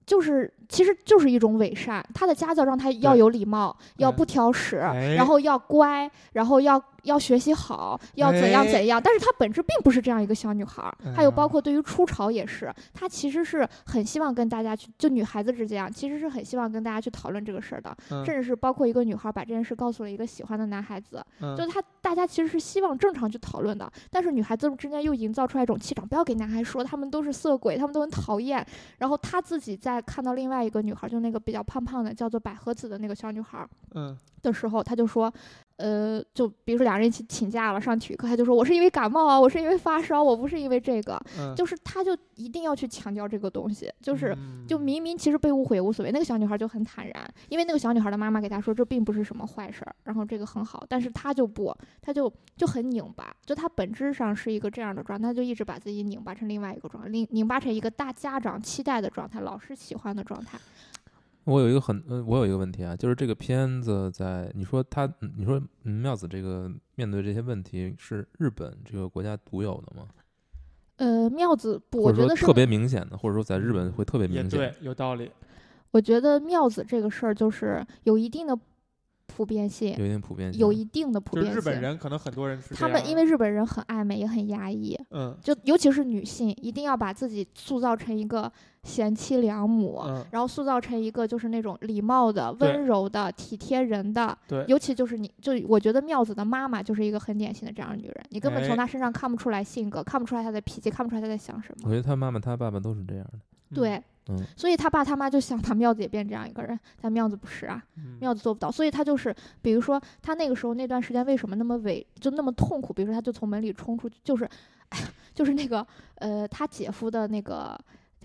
[SPEAKER 3] 就是，其实就是一种伪善。他的家教让他要
[SPEAKER 1] 对
[SPEAKER 3] 有礼貌，要
[SPEAKER 1] 嗯
[SPEAKER 3] 不挑食，
[SPEAKER 1] 哎
[SPEAKER 3] 然后要乖，然后要要学习好，要怎
[SPEAKER 1] 哎
[SPEAKER 3] 样怎样。但是她本质并不是这样一个小女孩儿。
[SPEAKER 1] 嗯
[SPEAKER 3] 还有包括对于初潮也是，她其实是很希望跟大家去，就女孩子之间啊，其实是很希望跟大家去讨论这个事儿的。
[SPEAKER 4] 嗯
[SPEAKER 3] 甚至是包括一个女孩把这件事告诉了一个喜欢的男孩子，
[SPEAKER 4] 嗯
[SPEAKER 3] 就她大家其实是希望正常去讨论的。但是女孩子之间又营造出来一种气场，不要给男孩说，他们都是色鬼，他们都很讨厌。然后她自己在看到另外一个女孩，就那个比较胖胖的叫做百合子的那个小女孩，
[SPEAKER 4] 嗯
[SPEAKER 3] 的时候，他就说，呃，就比如说两人一起请假了上体育课，他就说我是因为感冒啊，我是因为发烧，我不是因为这个，
[SPEAKER 4] 嗯，
[SPEAKER 3] 就是他就一定要去强调这个东西，就是。
[SPEAKER 4] 嗯
[SPEAKER 3] 就明明其实被误会也无所谓，那个小女孩就很坦然，因为那个小女孩的妈妈给她说这并不是什么坏事儿，然后这个很好，但是她就不，她就就很拧巴，就她本质上是一个这样的状态，她就一直把自己拧巴成另外一个状态，拧拧巴成一个大家长期待的状态，老师喜欢的状态。
[SPEAKER 2] 我有一个很，呃，我有一个问题啊，就是这个片子在你说他，嗯你说嗯妙子这个面对这些问题是日本这个国家独有的吗？
[SPEAKER 3] 呃，妙子不，
[SPEAKER 2] 或
[SPEAKER 3] 我
[SPEAKER 2] 者
[SPEAKER 3] 觉
[SPEAKER 2] 说
[SPEAKER 3] 得是
[SPEAKER 2] 特别明显的，或者说在日本会特别
[SPEAKER 4] 也
[SPEAKER 2] 明显
[SPEAKER 4] 对，，有道理。
[SPEAKER 3] 我觉得妙子这个事儿就是有一定的普遍性，
[SPEAKER 2] 有一定普遍性。
[SPEAKER 3] 有一定的普
[SPEAKER 4] 就是
[SPEAKER 3] 遍
[SPEAKER 4] 日本
[SPEAKER 3] 性。
[SPEAKER 4] 人可能很多人是这
[SPEAKER 3] 他
[SPEAKER 4] 样
[SPEAKER 3] 们
[SPEAKER 4] 的
[SPEAKER 3] 因为日本人很爱美，也很压抑，
[SPEAKER 4] 嗯
[SPEAKER 3] 就尤其是女性，一定要把自己塑造成一个贤妻良母，
[SPEAKER 4] 嗯
[SPEAKER 3] 然后塑造成一个就是那种礼貌的、
[SPEAKER 4] 对
[SPEAKER 3] 温柔的、体贴人的。
[SPEAKER 4] 对
[SPEAKER 3] 尤其就是你，就我觉得妙子的妈妈就是一个很典型的这样的女人，你根本
[SPEAKER 4] 哎
[SPEAKER 3] 从她身上看不出来性格，看不出来她的脾气，看不出来她在想什么
[SPEAKER 2] 我。觉得他妈妈、他爸爸都是这样的。
[SPEAKER 3] 对，
[SPEAKER 2] 嗯
[SPEAKER 3] 所以他爸他妈就想把妙子也变这样一个人，但妙子不是啊，
[SPEAKER 4] 嗯
[SPEAKER 3] 妙子做不到，所以他就是，比如说他那个时候那段时间为什么那么委，就那么痛苦，比如说他就从门里冲出去，就是，哎就是那个呃他姐夫的那个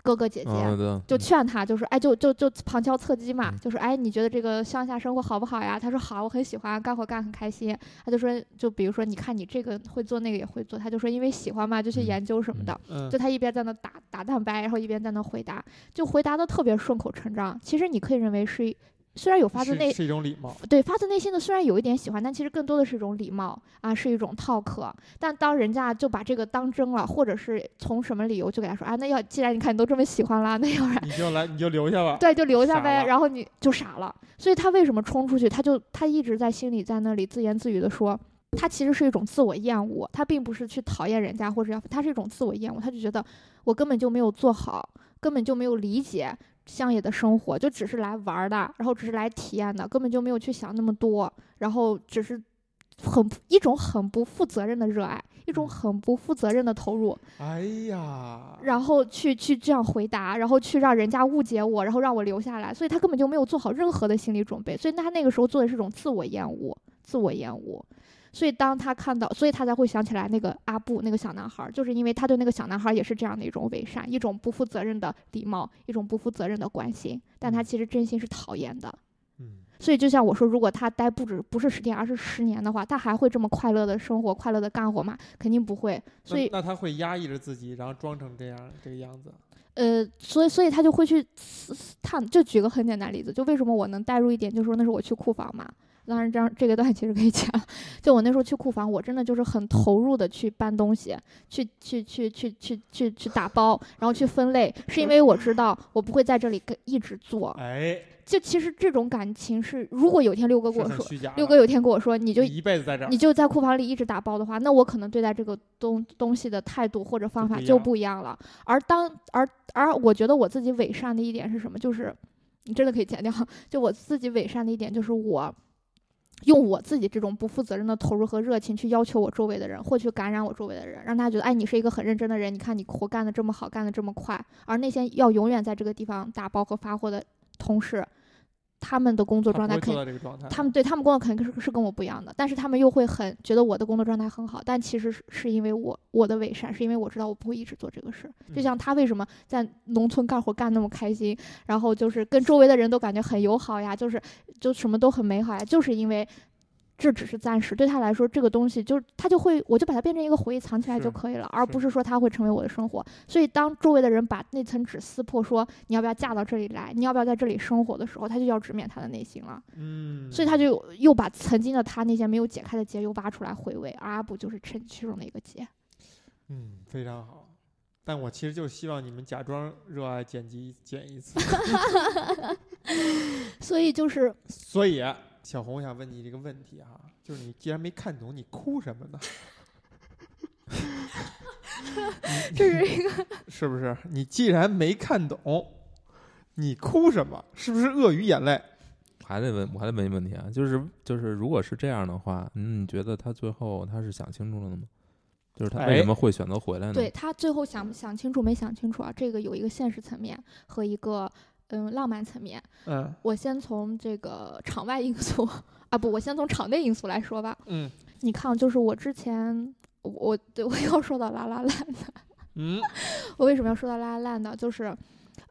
[SPEAKER 3] 哥哥姐姐。
[SPEAKER 2] 嗯，对，
[SPEAKER 3] 就
[SPEAKER 2] 嗯
[SPEAKER 3] 劝他，就是哎，就就就旁敲侧击嘛
[SPEAKER 2] 嗯，
[SPEAKER 3] 就是哎，你觉得这个乡下生活好不好呀？他说好，我很喜欢，干活干很开心。他就说，就比如说，你看你这个会做，那个也会做，他就说因为喜欢嘛，就去
[SPEAKER 2] 嗯
[SPEAKER 3] 研究什么的。
[SPEAKER 4] 嗯
[SPEAKER 3] 就他一边在那打打蛋白，然后一边在那回答，就回答的特别顺口成章。其实你可以认为是一，虽然有发自
[SPEAKER 4] 是
[SPEAKER 3] 内
[SPEAKER 4] 是一种礼貌。
[SPEAKER 3] 对发自内心的，虽然有一点喜欢，但其实更多的是一种礼貌啊，是一种套客。但当人家就把这个当真了，或者是从什么理由就给他说啊，那要既然你看你都这么喜欢啦，那要不然
[SPEAKER 4] 你就来，你就留下吧。
[SPEAKER 3] 对，就留下
[SPEAKER 4] 傻
[SPEAKER 3] 呗。
[SPEAKER 4] 了
[SPEAKER 3] 然后你就傻了。所以他为什么冲出去？他就他一直在心里在那里自言自语的说，他其实是一种自我厌恶，他并不是去讨厌人家或者要，他是一种自我厌恶。他就觉得我根本就没有做好，根本就没有理解乡野的生活，就只是来玩儿的，然后只是来体验的，根本就没有去想那么多，然后只是。很一种很不负责任的热爱，一
[SPEAKER 4] 嗯
[SPEAKER 3] 种很不负责任的投入，
[SPEAKER 4] 哎呀，
[SPEAKER 3] 然后去去这样回答，然后去让人家误解我，然后让我留下来，所以他根本就没有做好任何的心理准备，所以他那个时候做的是一种自我厌恶，自我厌恶。所以当他看到，所以他才会想起来那个阿布那个小男孩儿，就是因为他对那个小男孩儿也是这样的一种伪善，一种不负责任的礼貌，一种不负责任的关心，但他其实真心是讨厌的。
[SPEAKER 4] 嗯
[SPEAKER 3] 所以就像我说，如果他待不止不是十天，而是十年的话，他还会这么快乐的生活，快乐的干活吗？肯定不会。所以
[SPEAKER 4] 那那他会压抑着自己，然后装成这样这个样子。
[SPEAKER 3] 呃，所以所以他就会去思思探。就举个很简单的例子，就为什么我能带入一点，就是说那时候我去库房嘛。当然，这样这个段其实可以讲。 就我那时候去库房，我真的就是很投入的去搬东西，去去去去去去去打包，然后去分类，是因为我知道我不会在这里跟一直做。
[SPEAKER 4] 哎，
[SPEAKER 3] 就其实这种感情是，如果有一天六哥
[SPEAKER 4] 是
[SPEAKER 3] 跟我
[SPEAKER 4] 很
[SPEAKER 3] 说，
[SPEAKER 4] 虚假的。
[SPEAKER 3] 六哥有一天跟我说，你就
[SPEAKER 4] 你一辈子在这儿
[SPEAKER 3] 你，就在库房里一直打包的话，那我可能对待这个东东西的态度或者方
[SPEAKER 4] 就
[SPEAKER 3] 法
[SPEAKER 4] 不一
[SPEAKER 3] 就
[SPEAKER 4] 样
[SPEAKER 3] 不一样了。而当而而我觉得我自己伪善的一点是什么？就是你真的可以剪掉。 就我自己伪善的一点就是我。用我自己这种不负责任的投入和热情去要求我周围的人，或去感染我周围的人，让他觉得，哎，你是一个很认真的人，你看你活干得这么好，干得这么快。而那些要永远在这个地方打包和发货的同事，他们的工作
[SPEAKER 4] 他
[SPEAKER 3] 状
[SPEAKER 4] 不
[SPEAKER 3] 态
[SPEAKER 4] 会
[SPEAKER 3] 肯
[SPEAKER 4] 做到这个状态。
[SPEAKER 3] 他们对他们工作肯定是是跟我不一样的，但是他们又会很觉得我的工作状态很好，但其实是是因为我我的伪善，是因为我知道我不会一直做这个事。就
[SPEAKER 4] 嗯
[SPEAKER 3] 像他为什么在农村干活干那么开心，然后就是跟周围的人都感觉很友好呀，就是就什么都很美好呀，就是因为。这只是暂时，对他来说，这个东西就是他就会，我就把它变成一个回忆藏起来
[SPEAKER 4] 是
[SPEAKER 3] 就可以了，而
[SPEAKER 4] 是
[SPEAKER 3] 不是说它会成为我的生活。所以，当周围的人把那层纸撕破，说你要不要嫁到这里来，你要不要在这里生活的时候，他就要直面他的内心了。
[SPEAKER 4] 嗯，
[SPEAKER 3] 所以他就又把曾经的他那些没有解开的结又挖出来回味，而阿布就是趁其中的一个结。
[SPEAKER 4] 嗯非常好。但我其实就是希望你们假装热爱 剪辑剪一次，
[SPEAKER 3] 所以就是，
[SPEAKER 4] 所以啊小红，我想问你这个问题哈、就是你既然没看懂，你哭什么呢？
[SPEAKER 3] 这是一个
[SPEAKER 4] 是不是？你既然没看懂，你哭什么？是不是鳄鱼眼泪？
[SPEAKER 2] 还得嗯问，我还得问一个问题啊，就是就是，如果是这样的话，嗯，你觉得他最后他是想清楚了的吗？就是他为
[SPEAKER 4] 哎
[SPEAKER 2] 什么会选择回来呢？
[SPEAKER 3] 对他最后想想清楚没想清楚啊？这个有一个现实层面和一个嗯浪漫层面。
[SPEAKER 4] 嗯
[SPEAKER 3] 我先从这个场外因素啊，不，我先从场内因素来说吧。
[SPEAKER 4] 嗯
[SPEAKER 3] 你看，就是我之前我我对我又说到拉拉 烂，
[SPEAKER 4] 嗯，
[SPEAKER 3] 我为什么要说到拉拉烂呢？就是。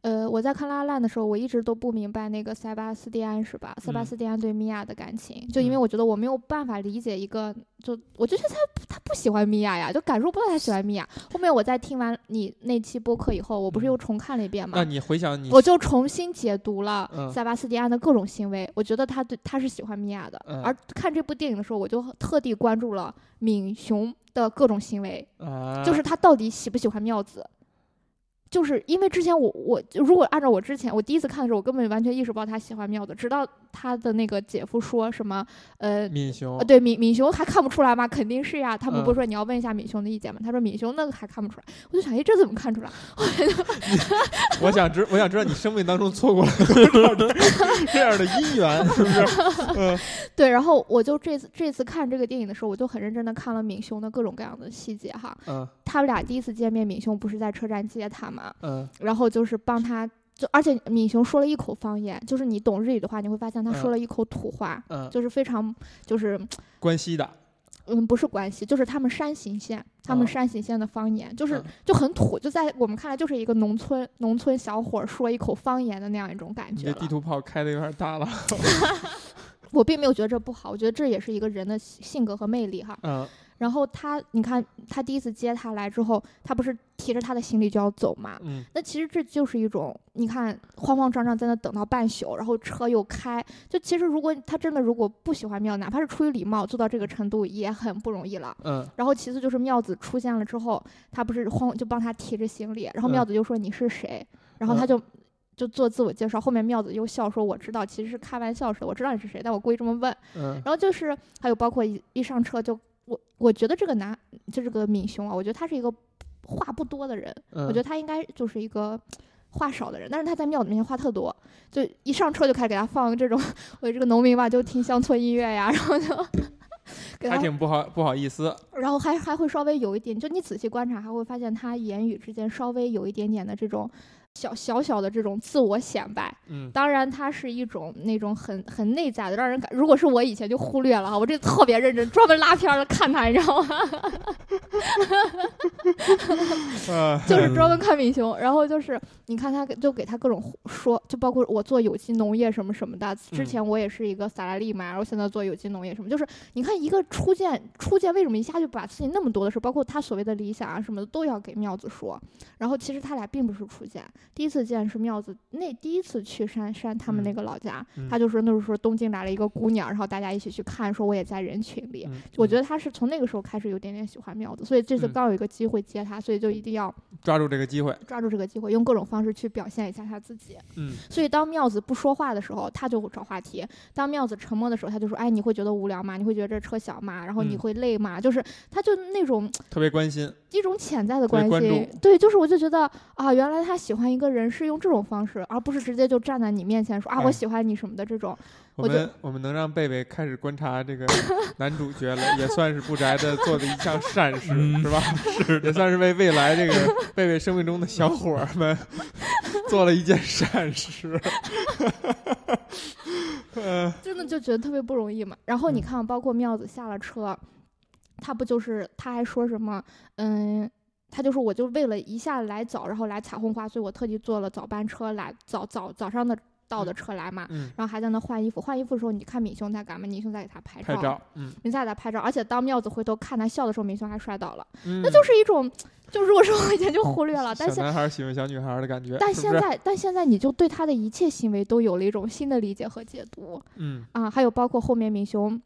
[SPEAKER 3] 呃，我在看《拉拉烂》的时候，我一直都不明白那个塞巴斯蒂安是吧？塞巴
[SPEAKER 4] 嗯
[SPEAKER 3] 斯蒂安对米娅的感情，就因为
[SPEAKER 4] 嗯
[SPEAKER 3] 我觉得我没有办法理解一个，就我就觉得他他不喜欢米娅呀，就感受不到他喜欢米娅。后面我在听完你那期播客以后，我不
[SPEAKER 4] 嗯
[SPEAKER 3] 是又重看了一遍嘛
[SPEAKER 4] 那，你回想你
[SPEAKER 3] 我就重新解读了
[SPEAKER 4] 嗯
[SPEAKER 3] 塞巴斯蒂安的各种行为，我觉得他对他是喜欢米娅的。
[SPEAKER 4] 嗯
[SPEAKER 3] 而看这部电影的时候，我就特地关注了敏雄的各种行为，
[SPEAKER 4] 啊，
[SPEAKER 3] 就是他到底喜不喜欢妙子。就是因为之前我我如果按照我之前我第一次看的时候，我根本完全意识不到他喜欢妙子，直到他的那个姐夫说什么，呃，
[SPEAKER 4] 敏雄
[SPEAKER 3] 啊，对，敏敏雄还看不出来吗？肯定是呀、他们不
[SPEAKER 4] 嗯
[SPEAKER 3] 是说你要问一下敏雄的意见吗？他说敏雄那个还看不出来，我就想，哎，这怎么看出来？
[SPEAKER 4] 我想知，我想知道你生命当中错过了多少 的这样的姻缘，是不是？
[SPEAKER 3] 对，然后我就这次这次看这个电影的时候，我就很认真的看了敏雄的各种各样的细节哈。
[SPEAKER 4] 嗯
[SPEAKER 3] 他们俩第一次见面，敏雄不是在车站接他嘛，
[SPEAKER 4] 嗯
[SPEAKER 3] 然后就是帮他，就而且敏雄说了一口方言，就是你懂日语的话，你会发现他说
[SPEAKER 4] 嗯
[SPEAKER 3] 了一口土话，
[SPEAKER 4] 嗯，
[SPEAKER 3] 就是非常就是
[SPEAKER 4] 关西的，
[SPEAKER 3] 嗯不是关系，就是他们山形县，他们
[SPEAKER 4] 嗯
[SPEAKER 3] 山形县的方言，就是
[SPEAKER 4] 嗯
[SPEAKER 3] 就很土，就在我们看来就是一个农村农村小伙儿说一口方言的那样一种感
[SPEAKER 4] 你
[SPEAKER 3] 觉
[SPEAKER 4] 这
[SPEAKER 3] 了
[SPEAKER 4] 地。图炮开的有点大 了。
[SPEAKER 3] 我并没有觉得这不好，我觉得这也是一个人的性格和魅力哈。
[SPEAKER 4] 嗯
[SPEAKER 3] 然后他，你看他第一次接他来之后，他不是提着他的行李就要走嘛？
[SPEAKER 4] 嗯
[SPEAKER 3] 那其实这就是一种，你看慌慌张张在那等到半宿，然后车又开，就其实如果他真的如果不喜欢妙，哪怕是出于礼貌做到这个程度，也很不容易了。
[SPEAKER 4] 嗯
[SPEAKER 3] 然后其次就是妙子出现了之后，他不是慌就帮他提着行李，然后
[SPEAKER 4] 嗯
[SPEAKER 3] 妙子就说你是谁，然后他
[SPEAKER 4] 嗯
[SPEAKER 3] 就。就做自我介绍，后面妙子又笑说：“我知道，其实是开玩笑似的，我知道你是谁，但我故意这么问。”
[SPEAKER 4] 嗯
[SPEAKER 3] 然后就是还有包括一一上车就我我觉得这个男就这个敏雄啊，我觉得他是一个话不多的人，
[SPEAKER 4] 嗯，
[SPEAKER 3] 我觉得他应该就是一个。话少的人，但是他在庙子面前话特多，就一上车就开始给他放这种， 我这个农民吧，就听乡村音乐呀，然后就给
[SPEAKER 4] 还
[SPEAKER 3] 他，
[SPEAKER 4] 挺不好不好意思。
[SPEAKER 3] 然后还还会稍微有一点，就你仔细观察，还会发现他言语之间稍微有一点点的这种小小小的这种自我显摆，
[SPEAKER 4] 嗯，
[SPEAKER 3] 当然，它是一种那种很很内在的，让人感。如果是我以前就忽略了哈，我这特别认真，专门拉片儿看它，你知道吗？
[SPEAKER 4] 呃，
[SPEAKER 3] 就是专门看敏雄。然后就是你看他就给他各种胡说，就包括我做有机农业什么什么的。
[SPEAKER 4] 嗯
[SPEAKER 3] 之前我也是一个萨拉利嘛，然后现在做有机农业什么，就是你看一个初见初见，为什么一下就把自己那么多的事，包括他所谓的理想啊什么的，都要给妙子说。然后其实他俩并不是初见，第一次见是妙子那第一次去山山他们那
[SPEAKER 4] 嗯
[SPEAKER 3] 个老家。
[SPEAKER 4] 嗯
[SPEAKER 3] 他就说那时候东京来了一个姑娘，然后大家一起去看，说我也在人群里。
[SPEAKER 4] 嗯
[SPEAKER 3] 我
[SPEAKER 4] 得
[SPEAKER 3] 觉得他是从那个时候开始有点点喜欢妙子，所以这次
[SPEAKER 4] 嗯
[SPEAKER 3] 刚有一个机会接他，所以就一定要
[SPEAKER 4] 抓住这个机会。
[SPEAKER 3] 抓住这个机会，用各种方式去表现一下他自己。
[SPEAKER 4] 嗯
[SPEAKER 3] 所以当妙子不说话的时候，他就找话题；当妙子沉默的时候，他就说：“哎，你会觉得无聊吗？你会觉得这车小吗？然后你
[SPEAKER 4] 嗯
[SPEAKER 3] 会累吗？”就是他就那种
[SPEAKER 4] 特别关心。
[SPEAKER 3] 一种潜在的
[SPEAKER 4] 特别
[SPEAKER 3] 关
[SPEAKER 4] 关
[SPEAKER 3] 心，对，就是我就觉得啊，原来他喜欢一个人是用这种方式，而不是直接就站在你面前说啊
[SPEAKER 4] 哎
[SPEAKER 3] 我喜欢你什么的这种。
[SPEAKER 4] 我
[SPEAKER 3] 我就
[SPEAKER 4] 们我们能让贝贝开始观察这个 男主角 了，也算是不宅的做的一项善事，
[SPEAKER 2] 嗯
[SPEAKER 4] 是吧？是，也算是为未来这个 贝贝生命中的小伙儿们 做了一件善事。 呃，
[SPEAKER 3] 真的就觉得特别不容易嘛。然后你
[SPEAKER 4] 嗯
[SPEAKER 3] 看，啊包括妙子下了车，他不就是他还说什么，嗯，他就说我就为了一下来早，然后来彩虹花，所以我特地坐了早班车来，早早早上的到的车来嘛。
[SPEAKER 4] 嗯，
[SPEAKER 3] 然后还在那换衣服，换衣服的时候，你看敏雄在干嘛？敏雄在给他拍
[SPEAKER 4] 拍照，嗯，
[SPEAKER 3] 敏雄在给他拍照，而且当妙子回头看他笑的时候，敏雄还摔倒了，
[SPEAKER 4] 那
[SPEAKER 3] 那就是一种，就如果说我 以前就忽略了，但
[SPEAKER 4] 嗯小
[SPEAKER 3] 现
[SPEAKER 4] 男孩喜欢小女孩的感觉，
[SPEAKER 3] 但
[SPEAKER 4] 是
[SPEAKER 3] 现
[SPEAKER 4] 不是，
[SPEAKER 3] 在但现在你就对他的一切行为都有了一种新的理解和解读。
[SPEAKER 4] 嗯
[SPEAKER 3] 啊，还有包括后面敏雄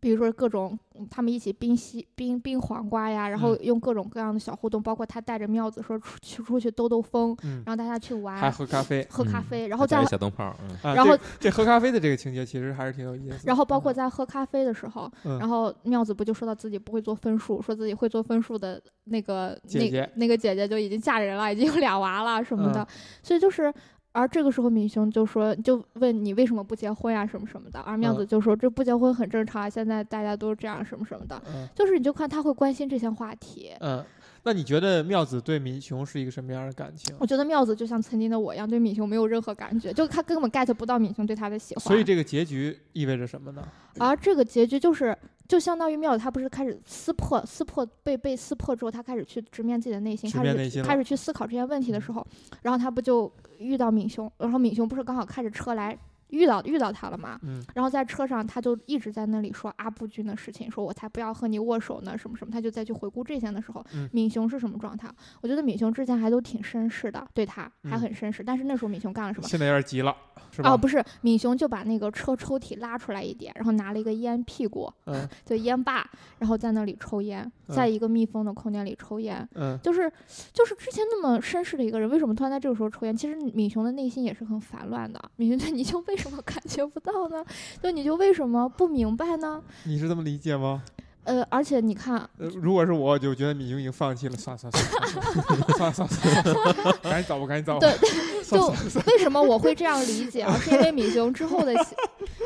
[SPEAKER 3] 比如说各种嗯他们一起冰西冰冰黄瓜呀，然后用各种各样的小互动，包括他带着妙子说出去出去兜兜风，
[SPEAKER 4] 嗯，
[SPEAKER 3] 然后大家去玩
[SPEAKER 4] 还喝咖啡
[SPEAKER 3] 喝咖
[SPEAKER 2] 嗯
[SPEAKER 3] 啡，然后
[SPEAKER 2] 带
[SPEAKER 3] 再
[SPEAKER 2] 一小灯泡儿，嗯，
[SPEAKER 4] 啊。
[SPEAKER 3] 然后
[SPEAKER 4] 这这喝咖啡的这个情节其实还是挺有意思的。
[SPEAKER 3] 然后包括
[SPEAKER 4] 嗯
[SPEAKER 3] 在喝咖啡的时候，
[SPEAKER 4] 嗯
[SPEAKER 3] 然后妙子不就说到自己不会做分数，说自己会做分数的那个
[SPEAKER 4] 姐姐
[SPEAKER 3] 那那个姐姐就已经嫁人了，已经有俩娃了什么的，
[SPEAKER 4] 嗯
[SPEAKER 3] 所以就是。而这个时候，敏雄就说，就问你为什么不结婚啊，什么什么的。而
[SPEAKER 4] 嗯
[SPEAKER 3] 妙子就说，这不结婚很正常啊，现在大家都这样，什么什么的。
[SPEAKER 4] 嗯
[SPEAKER 3] 就是你就看他会关心这些话题。
[SPEAKER 4] 嗯，那你觉得妙子对民雄是一个什么样的感情？
[SPEAKER 3] 我觉得妙子就像曾经的我一样，对敏雄没有任何感觉，就他根本 get 不到敏雄对他的喜欢。
[SPEAKER 4] 所以这个结局意味着什么呢？
[SPEAKER 3] 而这个结局就是，就相当于妙子，她不是开始撕破、撕破被被撕破之后，她开始去直面自己的内心，
[SPEAKER 4] 直
[SPEAKER 3] 开
[SPEAKER 4] 面
[SPEAKER 3] 始
[SPEAKER 4] 内
[SPEAKER 3] 去
[SPEAKER 4] 心
[SPEAKER 3] 开
[SPEAKER 4] 了嗯
[SPEAKER 3] 始去思考这些问题的时候，然后她不就遇到敏雄，然后敏雄不是刚好开着车来遇到遇到她了嘛，
[SPEAKER 4] 嗯
[SPEAKER 3] 然后在车上她就一直在那里说阿部君的事情，说我才不要和你握手呢，什么什么，她就再去回顾这些的时候，
[SPEAKER 4] 嗯
[SPEAKER 3] 敏雄是什么状态？我觉得敏雄之前还都挺绅士的，对她还
[SPEAKER 4] 嗯
[SPEAKER 3] 很绅士，但是那时候敏雄干了什么？
[SPEAKER 4] 现在有点急了，是吧？
[SPEAKER 3] 哦，不是，敏雄就把那个车抽屉拉出来一点，然后拿了一个烟屁股，
[SPEAKER 4] 嗯
[SPEAKER 3] 就烟把，然后在那里抽烟，在
[SPEAKER 4] 嗯
[SPEAKER 3] 一个密封的空间里抽烟，
[SPEAKER 4] 嗯
[SPEAKER 3] 就是就是之前那么绅士的一个人，为什么突然在这个时候抽烟？其实敏雄的内心也是很烦乱的。敏雄， 你就为什么感觉不到呢？就你就为什么不明白呢？
[SPEAKER 4] 你是这么理解吗？
[SPEAKER 3] 呃，而且你看，
[SPEAKER 4] 呃，如果是我，我就觉得敏雄已经放弃了，算了算了算了算了算了算了算 了，赶紧走吧，赶紧走吧。
[SPEAKER 3] 对就为什么我会这样理解，而啊是因为敏雄之后的 行，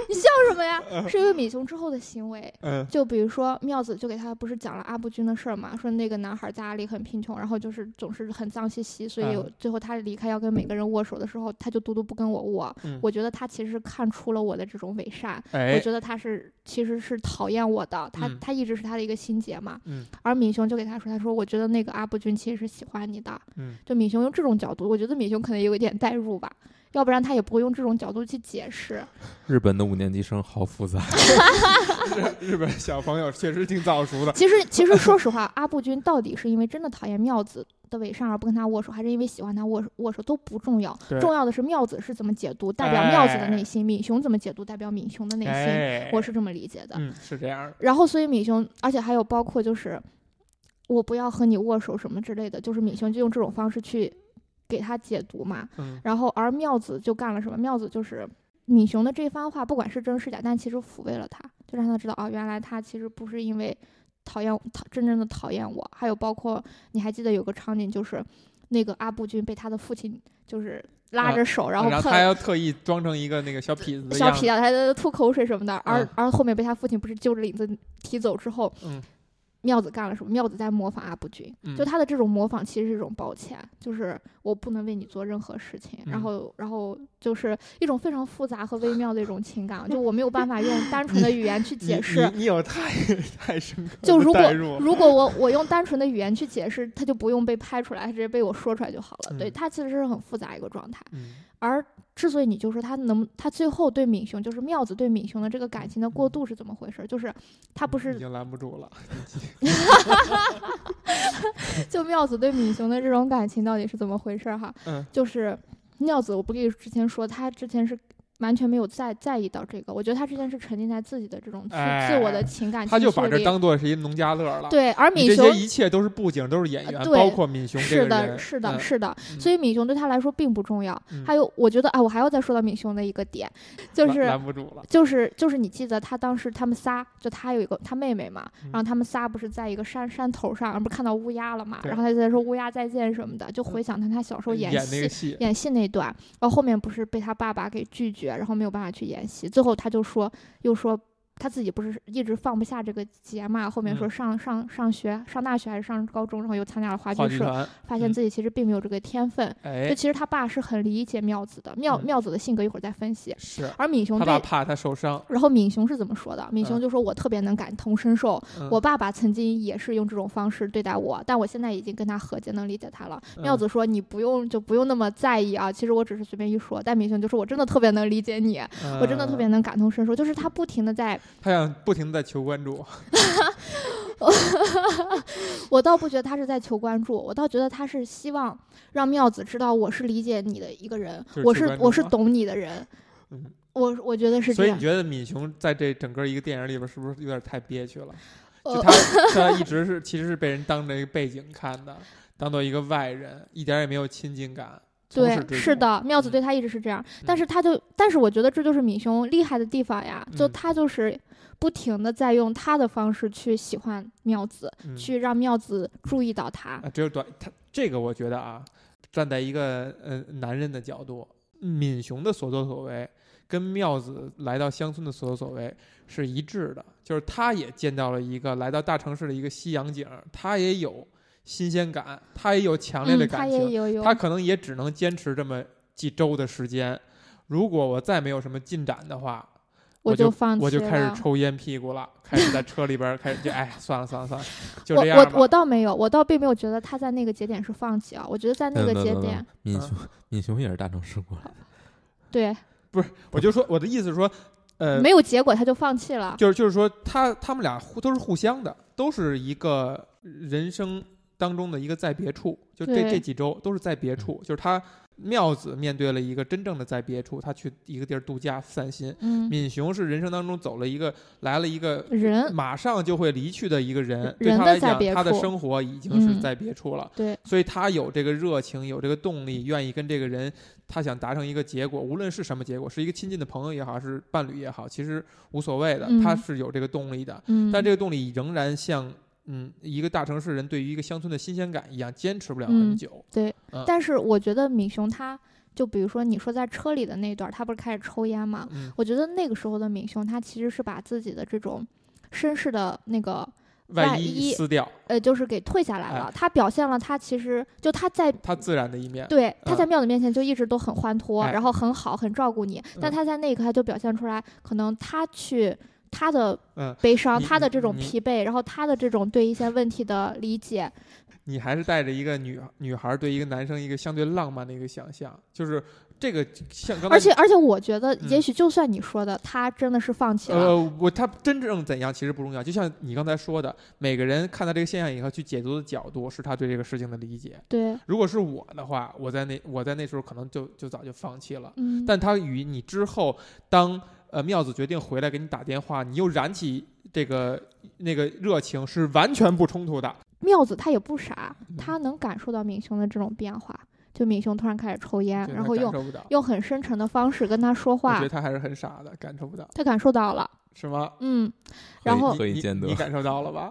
[SPEAKER 3] 你笑什么呀？是因为敏雄之后的行为，
[SPEAKER 4] 嗯
[SPEAKER 3] 就比如说妙子就给他不是讲了阿部君的事儿嘛，说那个男孩家里很贫穷，然后就是总是很脏兮兮，所以
[SPEAKER 4] 嗯
[SPEAKER 3] 最后他离开要跟每个人握手的时候，他就独独不跟我握。
[SPEAKER 4] 嗯
[SPEAKER 3] 我觉得他其实是看出了我的这种伪善，我
[SPEAKER 4] 哎，
[SPEAKER 3] 觉得他是其实是讨厌我的，他、
[SPEAKER 4] 嗯
[SPEAKER 3] 他一直是他的一个心结嘛。
[SPEAKER 4] 嗯
[SPEAKER 3] 而敏雄就给他说，他说我觉得那个阿部君其实是喜欢你的，
[SPEAKER 4] 嗯
[SPEAKER 3] 就敏雄用这种角度，我觉得敏雄可能也有一点代入吧，要不然他也不会用这种角度去解释。
[SPEAKER 2] 日本的五年级生好复杂，
[SPEAKER 4] 日本小朋友确实挺早熟的。
[SPEAKER 3] 其实，其实说实话，阿部君到底是因为真的讨厌妙子的伪善而不跟他握手，还是因为喜欢他握手握手都不重要
[SPEAKER 4] 对，
[SPEAKER 3] 重要的是妙子是怎么解读代表妙子的内心，敏雄怎么解读代表敏雄的内心，
[SPEAKER 4] 哎，
[SPEAKER 3] 我是这么理解的。
[SPEAKER 4] 嗯是这样的，
[SPEAKER 3] 然后，所以敏雄，而且还有包括就是我不要和你握手什么之类的，就是敏雄就用这种方式去给他解读嘛。
[SPEAKER 4] 嗯
[SPEAKER 3] 然后，而妙子就干了什么？妙子就是敏雄的这番话，不管是真是假，但其实抚慰了他，就让他知道哦，原来他其实不是因为讨厌讨真正的讨厌我。还有包括你还记得有个场景，就是那个阿部君被他的父亲就是拉
[SPEAKER 4] 啊
[SPEAKER 3] 着手，然后
[SPEAKER 4] 然后他
[SPEAKER 3] 碰。
[SPEAKER 4] 要特意装成一个那个小痞子的
[SPEAKER 3] 小
[SPEAKER 4] 样
[SPEAKER 3] 痞
[SPEAKER 4] 子，
[SPEAKER 3] 子还在那吐口水什啊么的，而
[SPEAKER 4] 嗯
[SPEAKER 3] 而后面被他父亲不是揪着领子提走之后，
[SPEAKER 4] 嗯
[SPEAKER 3] 妙子干了什么？妙子在模仿阿部君，
[SPEAKER 4] 嗯
[SPEAKER 3] 就他的这种模仿其实是一种抱歉，就是我不能为你做任何事情，
[SPEAKER 4] 嗯
[SPEAKER 3] 然后然后就是一种非常复杂和微妙的一种 情感，就我没有办法用单纯的语言去解释。
[SPEAKER 4] 你你有太太深刻
[SPEAKER 3] 就
[SPEAKER 4] 的
[SPEAKER 3] 如果
[SPEAKER 4] 代入了，
[SPEAKER 3] 如果我我用单纯的语言去解释，他就不用被拍出来，他直接被我说出来就好了。对
[SPEAKER 4] 嗯
[SPEAKER 3] 他其实是很复杂一个状态。
[SPEAKER 4] 嗯
[SPEAKER 3] 而之所以你就说他能，他最后对敏雄就是妙子对敏雄的这个感情的过渡是怎么回事？就是他不
[SPEAKER 4] 嗯已
[SPEAKER 3] 是
[SPEAKER 4] 经拦不住了，
[SPEAKER 3] 就妙子对敏雄的这种感情到底是怎么回事儿哈？
[SPEAKER 4] 嗯
[SPEAKER 3] 就是妙子，我不跟你之前说，她之前是完全没有在在意到这个，我觉得她之前是沉浸在自己的这种自自我的
[SPEAKER 4] 哎
[SPEAKER 3] 情感情绪里，
[SPEAKER 4] 他就把这当做是一农家乐了。
[SPEAKER 3] 对，而
[SPEAKER 4] 你
[SPEAKER 3] 敏
[SPEAKER 4] 这
[SPEAKER 3] 雄
[SPEAKER 4] 些一切都是布景，都是演
[SPEAKER 3] 呃
[SPEAKER 4] 员，
[SPEAKER 3] 对
[SPEAKER 4] 包括敏雄这
[SPEAKER 3] 是
[SPEAKER 4] 个
[SPEAKER 3] 的，
[SPEAKER 4] 人。
[SPEAKER 3] 是的，
[SPEAKER 4] 嗯
[SPEAKER 3] 是的，
[SPEAKER 4] 嗯
[SPEAKER 3] 所以敏雄对他来说并不重要。
[SPEAKER 4] 嗯
[SPEAKER 3] 还有，我觉得啊，我还要再说到敏雄的一个点，就
[SPEAKER 4] 拦
[SPEAKER 3] 是
[SPEAKER 4] 拦不住了。
[SPEAKER 3] 就是就是你记得他当时他们仨，就他有一个他妹妹嘛，
[SPEAKER 4] 嗯
[SPEAKER 3] 然后他们仨不是在一个山山头上，不是看到乌鸦了嘛，
[SPEAKER 4] 对嗯呃
[SPEAKER 3] 然后他就在说乌鸦再见什么的，就回想他他小时候演
[SPEAKER 4] 演那
[SPEAKER 3] 戏
[SPEAKER 4] 个。戏，
[SPEAKER 3] 演戏那段，然后后面不是被他爸爸给拒绝，然后没有办法去演戏，最后他就说，又说他自己不是一直放不下这个结嘛，后面说
[SPEAKER 4] 嗯
[SPEAKER 3] 上、上上学上大学还是上高中，然后又参加了话
[SPEAKER 4] 话
[SPEAKER 3] 剧
[SPEAKER 4] 剧
[SPEAKER 3] 社，
[SPEAKER 4] 团，
[SPEAKER 3] 发现
[SPEAKER 4] 嗯
[SPEAKER 3] 自己其实并没有这个天分。就
[SPEAKER 4] 哎，
[SPEAKER 3] 其实他爸是很理解妙子的，妙
[SPEAKER 4] 嗯
[SPEAKER 3] 妙子的性格一会儿再分析，
[SPEAKER 4] 是
[SPEAKER 3] 而敏雄
[SPEAKER 4] 他
[SPEAKER 3] 对
[SPEAKER 4] 爸怕他受伤，
[SPEAKER 3] 然后敏雄是怎么说的？敏雄
[SPEAKER 4] 嗯
[SPEAKER 3] 就说：“我特别能感同身受，
[SPEAKER 4] 嗯
[SPEAKER 3] 我爸爸曾经也是用这种方式对待我，但我现在已经跟他和解，能理解他了。”妙
[SPEAKER 4] 嗯
[SPEAKER 3] 子说：“你不用就不用那么在意啊，其实我只是随便一说。”但敏雄就说：“我真的特别能理解你，我真的特别
[SPEAKER 1] 呃
[SPEAKER 4] 嗯，
[SPEAKER 3] 能感同身受。”就是他不停的在，
[SPEAKER 4] 他想不停的在求关注，
[SPEAKER 3] 我倒不觉得他是在求关注，我倒觉得他是希望让妙子知道我是理解你的一个人
[SPEAKER 4] 就是，
[SPEAKER 3] 我
[SPEAKER 4] 求
[SPEAKER 3] 是
[SPEAKER 4] 关
[SPEAKER 3] 我
[SPEAKER 4] 注
[SPEAKER 3] 是
[SPEAKER 4] 吗
[SPEAKER 3] 懂你的人
[SPEAKER 4] 嗯。
[SPEAKER 3] 我我觉得是
[SPEAKER 1] 所
[SPEAKER 3] 这
[SPEAKER 1] 以
[SPEAKER 3] 样
[SPEAKER 1] 你。觉得米熊在这整个一个电影里边是不是有点太憋屈了？就
[SPEAKER 3] 呃
[SPEAKER 1] 他他一直是其实是被人当着一个背景看的，当做一个外人，一点也没有亲近感。从始
[SPEAKER 3] 对，
[SPEAKER 1] 至
[SPEAKER 3] 是
[SPEAKER 1] 终，
[SPEAKER 3] 的，妙子
[SPEAKER 1] 嗯
[SPEAKER 3] 对他一直是这样，但是他就，但是我觉得这就是米熊厉害的地方呀，就
[SPEAKER 1] 嗯
[SPEAKER 3] 他就是不停的在用他的方式去喜欢妙子，
[SPEAKER 1] 嗯
[SPEAKER 3] 去让妙子注意到他
[SPEAKER 1] 啊，，只有短他这个我觉得啊，站在一个呃男人的角度，敏雄的所作所为跟妙子来到乡村的所作所为是一致的，就是他也见到了一个来到大城市的一个夕阳景儿，他也有新鲜感，他也有强烈的
[SPEAKER 3] 嗯，他
[SPEAKER 1] 感
[SPEAKER 3] 也
[SPEAKER 1] 情，
[SPEAKER 3] 有有，
[SPEAKER 1] 他可能也只能坚持这么几周的时间。如果我再没有什么进展的话，我
[SPEAKER 3] 就
[SPEAKER 1] 就
[SPEAKER 3] 放弃
[SPEAKER 1] 我就开始
[SPEAKER 3] 了
[SPEAKER 1] 抽烟屁股了，开始在车里边儿开始就哎算了算了算了，就
[SPEAKER 3] 我
[SPEAKER 1] 这样吧。
[SPEAKER 3] 我我倒没有，我倒并没有觉得他在那个节点是放弃啊，我觉得在那
[SPEAKER 2] 嗯
[SPEAKER 3] 个
[SPEAKER 2] 等
[SPEAKER 3] 节
[SPEAKER 2] 等等
[SPEAKER 3] 点，
[SPEAKER 2] 敏
[SPEAKER 1] 嗯
[SPEAKER 2] 雄，敏雄也是大城市过来的，
[SPEAKER 3] 对，
[SPEAKER 1] 我就说我的意思是说，呃，
[SPEAKER 3] 没有结果他就放弃了，
[SPEAKER 1] 就是就是说他他们俩互都是互相的，都是一个人生当中的一个在别处，就这
[SPEAKER 3] 对
[SPEAKER 1] 这几周都是在别处，就是他妙子面对了一个真正的在别处，他去一个地儿度假散心。
[SPEAKER 3] 嗯，
[SPEAKER 1] 敏雄是人生当中走了一个来了一个
[SPEAKER 3] 人
[SPEAKER 1] 马上就会离去的一个人，对
[SPEAKER 3] 嗯人
[SPEAKER 1] 他
[SPEAKER 3] 的
[SPEAKER 1] 来
[SPEAKER 3] 在
[SPEAKER 1] 讲
[SPEAKER 3] 别，
[SPEAKER 1] 他的
[SPEAKER 3] 处
[SPEAKER 1] 生活已经是
[SPEAKER 3] 嗯
[SPEAKER 1] 在别处了。
[SPEAKER 3] 对，
[SPEAKER 1] 所以他有这个热情，有这个动力，愿意跟这个人，他想达成一个结果，无论是什么结果，是一个亲近的朋友也好，是伴侣也好，其实无所谓的，
[SPEAKER 3] 嗯
[SPEAKER 1] 他是有这个动力的。
[SPEAKER 3] 嗯，
[SPEAKER 1] 但这个动力仍然像，嗯，一个大城市人对于一个乡村的新鲜感一样，坚持不了很
[SPEAKER 3] 嗯
[SPEAKER 1] 久。
[SPEAKER 3] 对
[SPEAKER 1] 嗯，
[SPEAKER 3] 但是我觉得米熊他就比如说你说在车里的那段儿，他不是开始抽烟嘛，
[SPEAKER 1] 嗯，
[SPEAKER 3] 我觉得那个时候的敏雄，他其实是把自己的这种绅士的那个
[SPEAKER 1] 万
[SPEAKER 3] 啊万一
[SPEAKER 1] 撕掉
[SPEAKER 3] 呃，就是给退下来
[SPEAKER 1] 哎
[SPEAKER 3] 了。他表现了他其实就他在
[SPEAKER 1] 他自然的一面，
[SPEAKER 3] 对他在
[SPEAKER 1] 嗯
[SPEAKER 3] 妙子面前就一直都很欢脱，
[SPEAKER 1] 哎
[SPEAKER 3] 然后很好，很照顾你。但
[SPEAKER 1] 嗯
[SPEAKER 3] 他在那一刻他就表现出来，可能他去。他的
[SPEAKER 1] 嗯
[SPEAKER 3] 悲伤，
[SPEAKER 1] 你
[SPEAKER 3] 他的这种
[SPEAKER 1] 你
[SPEAKER 3] 疲惫，然后他的这种对一些问题的理解，
[SPEAKER 1] 你还是带着一个女女孩对一个男生一个相对浪漫的一个想象，就是这个像刚才
[SPEAKER 3] 而且而且，我觉得
[SPEAKER 1] 嗯
[SPEAKER 3] 也许就算你说的，他真的是放弃了，
[SPEAKER 1] 呃，我他真正怎样其实不重要，就像你刚才说的，每个人看到这个现象以后去解读的角度是他对这个事情的理解。
[SPEAKER 3] 对，
[SPEAKER 1] 如果是我的话，我在那我在那时候可能就就早就放弃了。
[SPEAKER 3] 嗯，
[SPEAKER 1] 但他与你之后，当呃妙子决定回来给你打电话，你又燃起这个那个热情是完全不冲突的。
[SPEAKER 3] 妙子她也不傻，
[SPEAKER 1] 嗯
[SPEAKER 3] 她能感受到敏雄的这种变化。就敏雄突然开始抽烟，
[SPEAKER 1] 对
[SPEAKER 3] 然
[SPEAKER 1] 他
[SPEAKER 3] 后
[SPEAKER 1] 感
[SPEAKER 3] 用
[SPEAKER 1] 受不到，
[SPEAKER 3] 用很深沉的方式跟他说
[SPEAKER 1] 我觉
[SPEAKER 3] 话
[SPEAKER 1] 得，他还是很傻的，感受不到，
[SPEAKER 3] 他感受到了。
[SPEAKER 1] 是吗？
[SPEAKER 3] 嗯，然后
[SPEAKER 2] 何以
[SPEAKER 1] 你
[SPEAKER 2] 见得
[SPEAKER 1] 你？感受到了吧？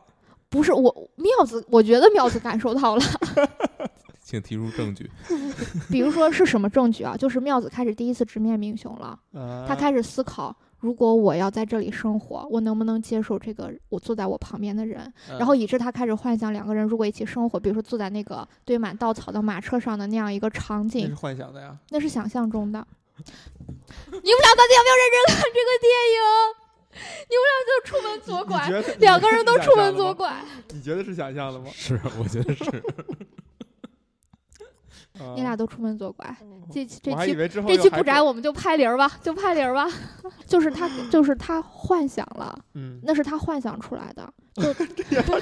[SPEAKER 3] 不是我妙子，我觉得妙子感受到了。
[SPEAKER 2] 请提出证据。
[SPEAKER 3] 比如说是什么证据啊？就是妙子开始第一次直面敏雄了，
[SPEAKER 1] 他
[SPEAKER 3] 她开始思考，如果我要在这里生活，我能不能接受这个我坐在我旁边的人？
[SPEAKER 1] 嗯啊
[SPEAKER 3] 然后以致他开始幻想两个人如果一起生活，比如说坐在那个堆满稻草的马车上的那样一个场
[SPEAKER 1] 那
[SPEAKER 3] 景
[SPEAKER 1] 是，幻想的呀。
[SPEAKER 3] 那是想象中的。你们俩到底有没有认真看这个电影？你们俩就出门左
[SPEAKER 1] 你
[SPEAKER 3] 拐，
[SPEAKER 1] 觉得
[SPEAKER 3] 两个人都出门左
[SPEAKER 1] 做过，
[SPEAKER 3] 拐，
[SPEAKER 1] 你觉得是想象的吗？
[SPEAKER 2] 是，我觉得 是。
[SPEAKER 1] 啊
[SPEAKER 3] 你俩都出门左拐。这期这
[SPEAKER 1] 哦我还以
[SPEAKER 3] 期
[SPEAKER 1] 为之后
[SPEAKER 3] 这
[SPEAKER 1] 又
[SPEAKER 3] 期
[SPEAKER 1] 还
[SPEAKER 3] 不摘，我们就拍零儿吧，就拍零儿吧。就是他，就是他幻想了，
[SPEAKER 1] 嗯，
[SPEAKER 3] 那是他幻想出来的，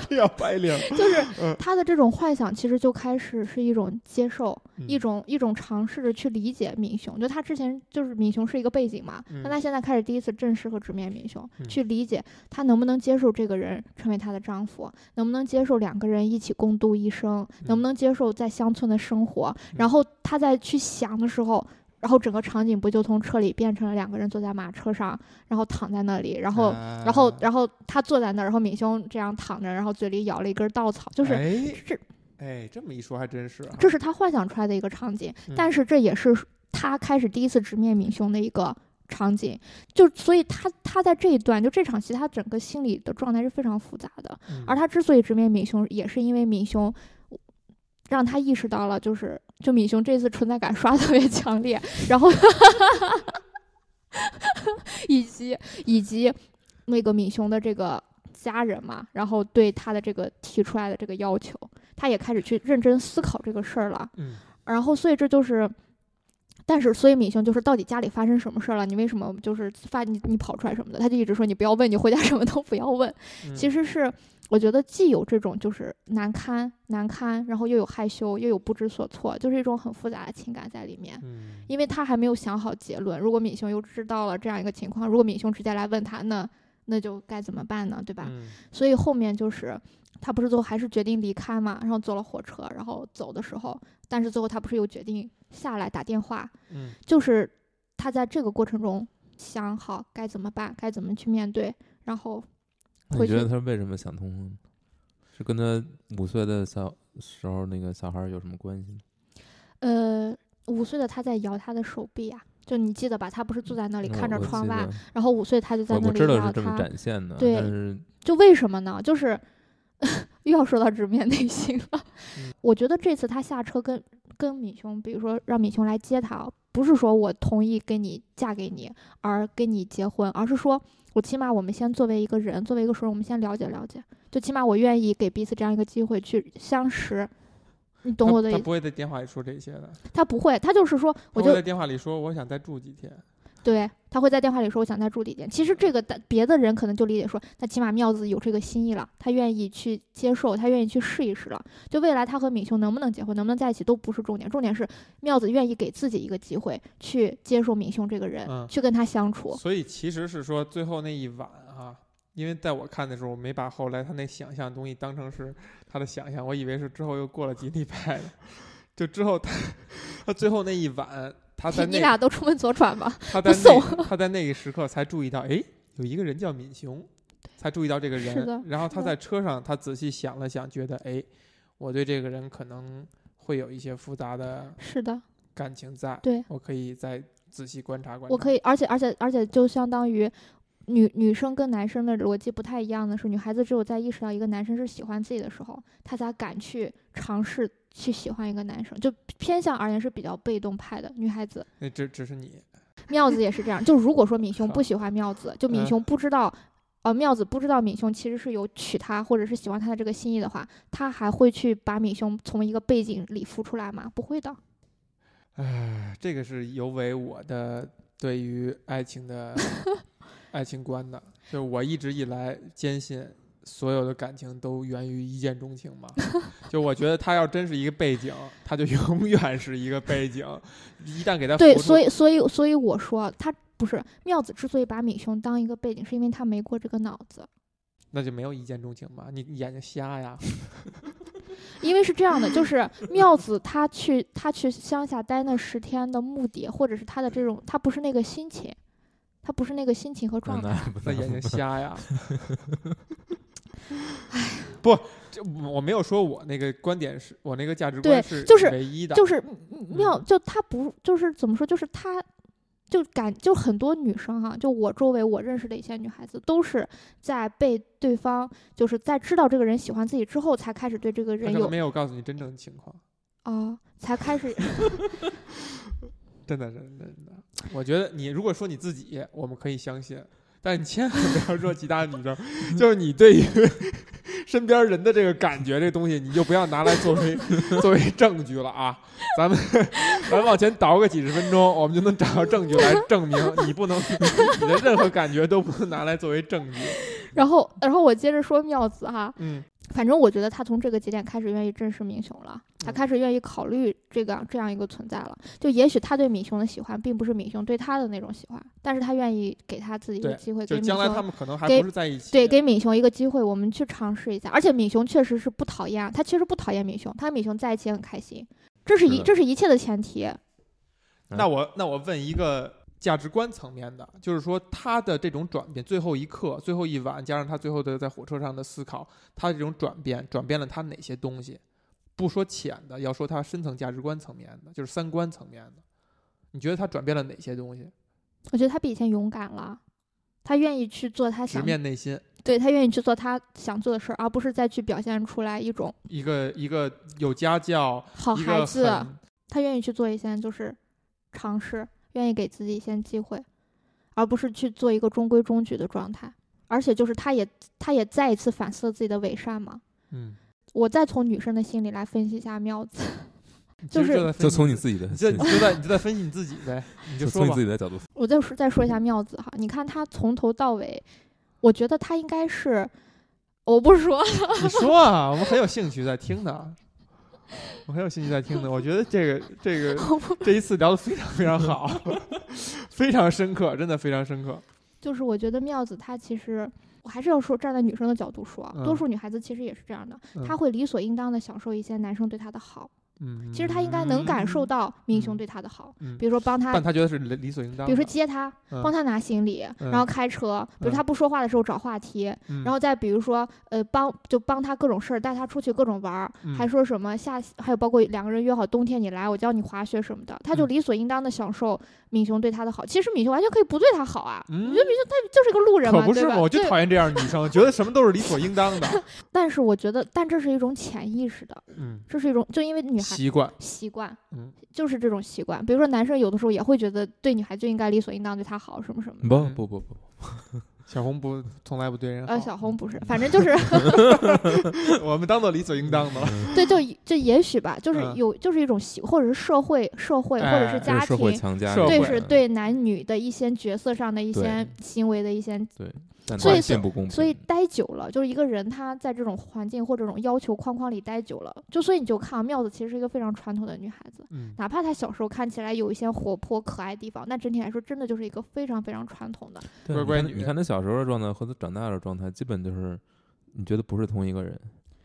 [SPEAKER 1] 这 要白领，嗯
[SPEAKER 3] 就是他的这种幻想，其实就开始是一种接受， 一
[SPEAKER 1] 嗯
[SPEAKER 3] 种一种尝试着去理解敏雄，就他之前就是敏雄是一个背景嘛，
[SPEAKER 1] 嗯
[SPEAKER 3] 但他现在开始第一次正式和直面敏雄，
[SPEAKER 1] 嗯
[SPEAKER 3] 去理解他能不能接受这个人成为他的丈夫，能不能接受两个人一起共度一生，能
[SPEAKER 1] 嗯
[SPEAKER 3] 不能接受在乡村的生活。然后他在去想的时候，然后整个场景不就从车里变成了两个人坐在马车上，然后躺在那里，然后、
[SPEAKER 1] 啊
[SPEAKER 3] 然后然后他坐在那儿，然后敏雄这样躺着，然后嘴里咬了一根稻草，就、
[SPEAKER 1] 就是哎
[SPEAKER 3] 是
[SPEAKER 1] 哎，这么一说还真是啊，
[SPEAKER 3] 这是他幻想出来的一个场景，
[SPEAKER 1] 嗯
[SPEAKER 3] 但是这也是他开始第一次直面敏雄的一个场景。就所以他他在这一段就这场戏，他整个心理的状态是非常复杂的。
[SPEAKER 1] 嗯
[SPEAKER 3] 而他之所以直面敏雄，也是因为敏雄让他意识到了，就是就敏雄这次存在感刷得特别强烈，然后 以及以及那个敏雄的这个家人嘛，然后对他的这个提出来的这个要求，他也开始去认真思考这个事儿了。
[SPEAKER 1] 嗯
[SPEAKER 3] 然后所以这就是但是，所以敏兄就是到底家里发生什么事儿了？你为什么就是发你你跑出来什么的？他就一直说你不要问，你回家什么都不要问。
[SPEAKER 1] 嗯
[SPEAKER 3] 其实是我觉得既有这种就是难堪难堪，然后又有害羞，又有不知所措，就是一种很复杂的情感在里面。
[SPEAKER 1] 嗯
[SPEAKER 3] 因为他还没有想好结论。如果敏兄又知道了这样一个情况，如果敏兄直接来问他，那那就该怎么办呢？对吧？
[SPEAKER 1] 嗯
[SPEAKER 3] 所以后面就是他不是最后还是决定离开嘛，然后坐了火车，然后走的时候，但是最后他不是又决定下来打电话，
[SPEAKER 1] 嗯
[SPEAKER 3] 就是他在这个过程中想好该怎么办，该怎么去面对，然后
[SPEAKER 2] 你
[SPEAKER 3] 回
[SPEAKER 2] 觉
[SPEAKER 3] 去
[SPEAKER 2] 得他为什么想通了呢？是跟他五岁的小时候那个小孩儿有什么关系吗？
[SPEAKER 3] 呃五岁的他在摇他的手臂啊，就你记得吧？他不是坐在那里
[SPEAKER 2] 我
[SPEAKER 3] 看着
[SPEAKER 2] 嗯我
[SPEAKER 3] 窗
[SPEAKER 2] 记
[SPEAKER 3] 外
[SPEAKER 2] 得，
[SPEAKER 3] 然后五岁他就在
[SPEAKER 2] 我
[SPEAKER 3] 那
[SPEAKER 2] 我
[SPEAKER 3] 里
[SPEAKER 2] 知道
[SPEAKER 3] 摇
[SPEAKER 2] 是这么
[SPEAKER 3] 他，
[SPEAKER 2] 展现的，
[SPEAKER 3] 对
[SPEAKER 2] 但是
[SPEAKER 3] 就为什么呢？就是 又要说到直面内心了。
[SPEAKER 2] 嗯
[SPEAKER 3] 我觉得这次他下车跟跟敏雄，比如说让敏雄来接他啊，不是说我同意跟你嫁给你而跟你结婚，而是说我起码我们先作为一个人，作为一个熟人，我们先了解了解，就起码我愿意给彼此这样一个机会去相识。你懂
[SPEAKER 1] 他
[SPEAKER 3] 我的意
[SPEAKER 1] 他
[SPEAKER 3] 思？
[SPEAKER 1] 不会在电话里说这些的，
[SPEAKER 3] 他不会，他就是说，
[SPEAKER 1] 他
[SPEAKER 3] 我
[SPEAKER 1] 会
[SPEAKER 3] 就
[SPEAKER 1] 在电话里说我想再住几天。
[SPEAKER 3] 对他会在电话里说我想再住几天。其实这个大别的人可能就理解说，那起码妙子有这个心意了，他愿意去接受，他愿意去试一试了。就未来他和敏秀能不能结婚，能不能在一起都不是重点，重点是妙子愿意给自己一个机会去接受敏秀这个人，
[SPEAKER 1] 嗯
[SPEAKER 3] 去跟他相处。
[SPEAKER 1] 所以其实是说最后那一晚啊，因为在我看的时候，我没把后来他那想象的东西当成是他的想象，我以为是之后又过了几礼拜了，就之后他 他最后那一晚，他在
[SPEAKER 3] 你
[SPEAKER 1] 那
[SPEAKER 3] 俩都出门左转吧。
[SPEAKER 1] 他在
[SPEAKER 3] 不送
[SPEAKER 1] 那他在那一时刻才注意到，哎，有一个人叫敏雄，才注意到这个人。
[SPEAKER 3] 是的
[SPEAKER 1] 然后
[SPEAKER 3] 是
[SPEAKER 1] 他
[SPEAKER 3] 的
[SPEAKER 1] 在车上，他仔细想了想，觉得，哎，我对这个人可能会有一些复杂的
[SPEAKER 3] 是的，
[SPEAKER 1] 感情在，
[SPEAKER 3] 对
[SPEAKER 1] 我可以再仔细观察观察。
[SPEAKER 3] 我可以，而且而且而且就相当于。女女生跟男生的逻辑不太一样的是，女孩子只有在意识到一个男生是喜欢自己的时候，她才敢去尝试去喜欢一个男生，就偏向而言是比较被动派的女孩子。
[SPEAKER 1] 那只只是你，
[SPEAKER 3] 妙子也是这样，就如果说敏雄
[SPEAKER 1] 好
[SPEAKER 3] 不喜欢妙子，就敏
[SPEAKER 1] 嗯
[SPEAKER 3] 雄不知道，呃，妙子不知道敏雄其实是有娶她或者是喜欢她的这个心意的话，她还会去把敏雄从一个背景里扶出来吗？不会的。
[SPEAKER 1] 哎，这个是有违我的对于爱情 的爱情观的，就是我一直以来坚信。所有的感情都源于一见钟情 嘛，就我觉得他要真是一个背景，他就永 远是一个背景。一旦给他
[SPEAKER 3] 对，
[SPEAKER 1] 浮出
[SPEAKER 3] 所以所以所以我说他不是妙子之所以把敏雄当一个背景，是因为他没过这个脑子。
[SPEAKER 1] 那就没有一见钟情嘛？你你眼睛瞎呀？
[SPEAKER 3] 因为是这样的，就是 妙子她去她去乡下待那十天的目的，或者是她的这种，她不是那个心情，她不是那个心情和
[SPEAKER 2] 那
[SPEAKER 3] 状态。
[SPEAKER 2] 那 不
[SPEAKER 1] 那
[SPEAKER 2] 能
[SPEAKER 1] 眼睛瞎呀？不，这我没有说我那个观点是我那个价值观
[SPEAKER 3] 对就是
[SPEAKER 1] 唯一的，嗯
[SPEAKER 3] 就是妙，就她不就是怎么说，就是她。就感就很多女生哈、就我周围我认识的一些女孩子，都是在被对方，就是在知道这个人喜欢自己之后，才开始对这个
[SPEAKER 1] 他
[SPEAKER 3] 人
[SPEAKER 1] 可
[SPEAKER 3] 有
[SPEAKER 1] 能没有告诉你真正的情况，
[SPEAKER 3] 啊、才开始
[SPEAKER 1] 真的真的真的。我觉得你如果说你自己，我们可以相信，但你千万 不要说其他女生，就是你对于 身边人的这个感觉这东西，你就不要拿来作为作为证据了啊！咱们 咱往前倒个几十分钟，我们就能找到证据来证明你不能 你的任何感觉都不能拿来作为证据。
[SPEAKER 3] 然后，然后我接着说妙子哈，
[SPEAKER 1] 嗯，
[SPEAKER 3] 反正我觉得他从这个节点开始愿意正视明雄了，他
[SPEAKER 1] 嗯
[SPEAKER 3] 开始愿意考虑这个这样一个存在了。就也许他对敏雄的喜欢，并不是敏雄对他的那种喜欢，但是他愿意给他自己一个
[SPEAKER 1] 对
[SPEAKER 3] 机会，
[SPEAKER 1] 就是
[SPEAKER 3] 给敏
[SPEAKER 1] 将来他
[SPEAKER 3] 雄。
[SPEAKER 1] 们可能还
[SPEAKER 3] 给
[SPEAKER 1] 不是在一起。
[SPEAKER 3] 对，给敏雄一个机会，我们去尝试一下。而且敏雄确实是不讨厌啊，他其实不讨厌敏雄，他和敏雄在一起也很开心，这是
[SPEAKER 2] 是
[SPEAKER 3] 一
[SPEAKER 2] 的
[SPEAKER 3] 这是一切的前提。
[SPEAKER 2] 嗯
[SPEAKER 1] 那我那我问一个价值观层面的，就是说他的这种转变，最后一刻、最后一晚，加上他最后的在火车上的思考，他这种转变转变了他哪些东西？不说浅的，要说他深层价值观层面的，就是三观层面的。你觉得他转变了哪些东西？
[SPEAKER 3] 我觉得他比以前勇敢了，他愿意去做他
[SPEAKER 1] 直
[SPEAKER 3] 想，
[SPEAKER 1] 面内心，
[SPEAKER 3] 对他愿意去做他想做的事儿，而不是再去表现出来一种
[SPEAKER 1] 一个一个有家教，
[SPEAKER 3] 好
[SPEAKER 1] 一
[SPEAKER 3] 哦孩
[SPEAKER 1] 个
[SPEAKER 3] 子。
[SPEAKER 1] 很
[SPEAKER 3] 他愿意去做一些就是尝试，愿意给自己一些机会，而不是去做一个中规中矩的状态。而且就是他也他也再一次反思了自己的伪善嘛。
[SPEAKER 1] 嗯，
[SPEAKER 3] 我再从女生的心里来分析一下妙子，就
[SPEAKER 1] 其实
[SPEAKER 3] 是
[SPEAKER 1] 在分
[SPEAKER 2] 就
[SPEAKER 1] 析
[SPEAKER 2] 从你自己的
[SPEAKER 1] 你这你就在你就在分析你自己呗，你
[SPEAKER 2] 就
[SPEAKER 1] 说
[SPEAKER 2] 从你
[SPEAKER 1] 吧
[SPEAKER 2] 自。己的角度
[SPEAKER 3] 我再说再说一下妙子哈，你看他从头到尾，我觉得他应该是，我不说，
[SPEAKER 1] 你说啊，我们很有兴趣在听的，我很有兴趣在听的。我觉得这个这个
[SPEAKER 3] 我不
[SPEAKER 1] 这一次聊得非常非常好， 非常深刻，真的非常深刻。
[SPEAKER 3] 就是我觉得妙子她其实，我还是要说站在女生的角度说啊，
[SPEAKER 1] 嗯
[SPEAKER 3] 多数女孩子其实也是这样的，
[SPEAKER 1] 嗯
[SPEAKER 3] 她会理所应当的享受一些男生对她的好，
[SPEAKER 1] 嗯，
[SPEAKER 3] 其实她应该能感受到明雄对她的好，
[SPEAKER 1] 嗯，
[SPEAKER 3] 比如说帮她
[SPEAKER 1] 但他觉得是理理所应当
[SPEAKER 3] 比
[SPEAKER 1] 的。
[SPEAKER 3] 如说接他，
[SPEAKER 1] 嗯
[SPEAKER 3] 帮他拿行李，
[SPEAKER 1] 嗯
[SPEAKER 3] 然后开车。比
[SPEAKER 1] 嗯
[SPEAKER 3] 如他不说话的时候找话题，
[SPEAKER 1] 嗯，
[SPEAKER 3] 然后再比如说呃帮就帮他各种事儿，带他出去各种玩儿，
[SPEAKER 1] 嗯
[SPEAKER 3] 还说什么下还有包括两个人约好冬天你来，我教你滑雪什么的，他
[SPEAKER 1] 嗯
[SPEAKER 3] 就理所应当的享受敏雄对他的好。其实敏雄完全可以不对他好啊，
[SPEAKER 1] 嗯
[SPEAKER 3] 你觉得敏雄他就是一个路人
[SPEAKER 1] 可
[SPEAKER 3] 嘛，
[SPEAKER 1] 不是
[SPEAKER 3] 对
[SPEAKER 1] 嘛，
[SPEAKER 3] 吧？
[SPEAKER 1] 我就
[SPEAKER 3] 对
[SPEAKER 1] 讨厌这样的女生，觉得什么都是理所应当的。
[SPEAKER 3] 但是我觉得，但这是一种潜意识的，
[SPEAKER 1] 嗯，
[SPEAKER 3] 这是一种就因为女孩
[SPEAKER 1] 习惯。
[SPEAKER 3] 习惯，
[SPEAKER 1] 嗯
[SPEAKER 3] 就是这种习惯。比如说男生有的时候也会觉得对女孩就应该理所应当对她好什么什么的。
[SPEAKER 2] 不不不不，
[SPEAKER 1] 小红不从来不对人好，
[SPEAKER 3] 呃，小红不
[SPEAKER 1] 嗯
[SPEAKER 3] 是，反正就是
[SPEAKER 1] 我们当做理所应当的了。
[SPEAKER 3] 对，就一就也许吧，就是
[SPEAKER 1] 嗯
[SPEAKER 3] 有，就是一种习，或者是社会、社会，或者
[SPEAKER 1] 哎
[SPEAKER 3] 是
[SPEAKER 2] 这
[SPEAKER 3] 家
[SPEAKER 2] 是社会
[SPEAKER 3] 庭，
[SPEAKER 2] 强加
[SPEAKER 1] 社会
[SPEAKER 2] 力
[SPEAKER 3] 对
[SPEAKER 2] 的
[SPEAKER 3] 是，对男女的一些角色上的一
[SPEAKER 2] 对
[SPEAKER 3] 些行为的一些，
[SPEAKER 2] 但
[SPEAKER 3] 所以
[SPEAKER 2] 它
[SPEAKER 3] 所
[SPEAKER 2] 并不公平，
[SPEAKER 3] 所以待久了，就是一个人他在这种环境或这种要求框框里待久了，就所以你就看啊，妙子其实是一个非常传统的女孩子，
[SPEAKER 1] 嗯
[SPEAKER 3] 哪怕她小时候看起来有一些活泼可爱的地方，那整体来说真的就是一个非常非常传统的。
[SPEAKER 2] 对
[SPEAKER 1] 乖乖
[SPEAKER 2] 你看
[SPEAKER 1] 女
[SPEAKER 2] 你看他小时候的状态和他长大的状态，基本就是你觉得不是同一个人。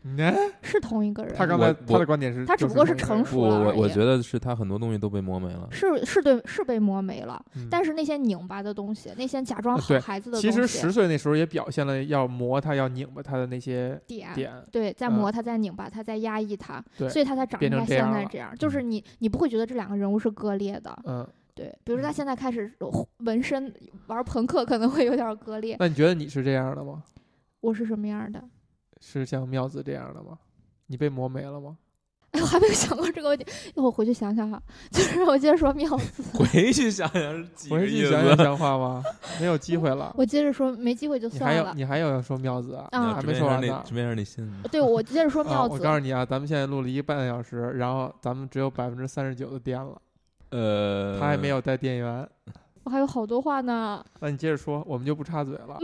[SPEAKER 1] 嗯，
[SPEAKER 3] 是同一个人，
[SPEAKER 1] 他刚才
[SPEAKER 2] 我
[SPEAKER 1] 他的观点是，
[SPEAKER 3] 他只不过是
[SPEAKER 1] 就是那个
[SPEAKER 3] 成
[SPEAKER 1] 人
[SPEAKER 3] 熟
[SPEAKER 2] 不，
[SPEAKER 3] 了
[SPEAKER 2] 我
[SPEAKER 3] 而
[SPEAKER 2] 我
[SPEAKER 3] 已
[SPEAKER 2] 觉得是他很多东西都被磨没了。
[SPEAKER 3] 是是对是被磨没了，
[SPEAKER 1] 嗯
[SPEAKER 3] 但是那些拧巴的东西，那些假装
[SPEAKER 1] 呃
[SPEAKER 3] 好
[SPEAKER 1] 对
[SPEAKER 3] 孩子的
[SPEAKER 1] 其
[SPEAKER 3] 东西，
[SPEAKER 1] 实十岁那时候也表现了要磨他、要拧巴他的那些
[SPEAKER 3] 点
[SPEAKER 1] 点。
[SPEAKER 3] 对，在
[SPEAKER 1] 嗯
[SPEAKER 3] 磨他，在拧巴他，在压抑他，
[SPEAKER 1] 对
[SPEAKER 3] 所以他才长
[SPEAKER 1] 变
[SPEAKER 3] 出
[SPEAKER 1] 成
[SPEAKER 3] 来
[SPEAKER 1] 这
[SPEAKER 3] 现
[SPEAKER 1] 样
[SPEAKER 3] 在
[SPEAKER 1] 了
[SPEAKER 3] 这样。就是你，你不会觉得这两个人物是割裂的，
[SPEAKER 1] 嗯，
[SPEAKER 3] 对。比如说他现在开始呃纹身、玩朋克，可能会有点割裂。
[SPEAKER 1] 那你觉得你是这样的吗？
[SPEAKER 3] 我是什么样的？
[SPEAKER 1] 是像妙子这样的吗？你被磨没了吗？
[SPEAKER 3] 哎，我还没有想过这个问题，一会儿回去想想哈。 就是我接着说妙子，
[SPEAKER 2] 回去想想是几
[SPEAKER 1] 回去想想像话吗？没有机会了。
[SPEAKER 3] 我接着说没机会就
[SPEAKER 1] 你还
[SPEAKER 3] 算
[SPEAKER 1] 有
[SPEAKER 3] 了。
[SPEAKER 1] 你还有要说妙子啊？
[SPEAKER 3] 啊
[SPEAKER 1] 还没说完呢
[SPEAKER 2] 直面上内心。
[SPEAKER 3] 对，我接着说
[SPEAKER 1] 啊，
[SPEAKER 3] 妙
[SPEAKER 1] 我
[SPEAKER 3] 子，
[SPEAKER 1] 告诉你啊，咱们现在录了一个半小时，然后咱们只有百分之三十九的电了，
[SPEAKER 2] 呃，
[SPEAKER 1] 他还没有带电源。
[SPEAKER 3] 我还有好多话呢。
[SPEAKER 1] 那你接着说，我们就不插嘴 了。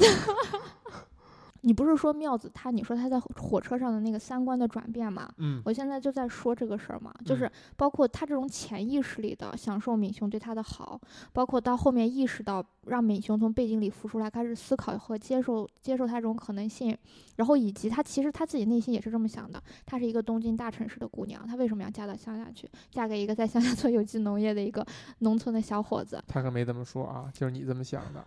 [SPEAKER 3] 你不是说妙子她，你说她在火车上的那个三观的转变吗？
[SPEAKER 1] 嗯
[SPEAKER 3] 我现在就在说这个事儿嘛，就是包括她这种潜意识里的享受敏雄对她的好，包括到后面意识到让敏雄从背景里浮出来，开始思考和接受接受他这种可能性，然后以及她其实她自己内心也是这么想的，她是一个东京大城市的姑娘，她为什么要嫁到乡下去，嫁给一个在乡下做有机农业的一个农村的小伙子？
[SPEAKER 1] 他可没这么说啊，就是你这么想的。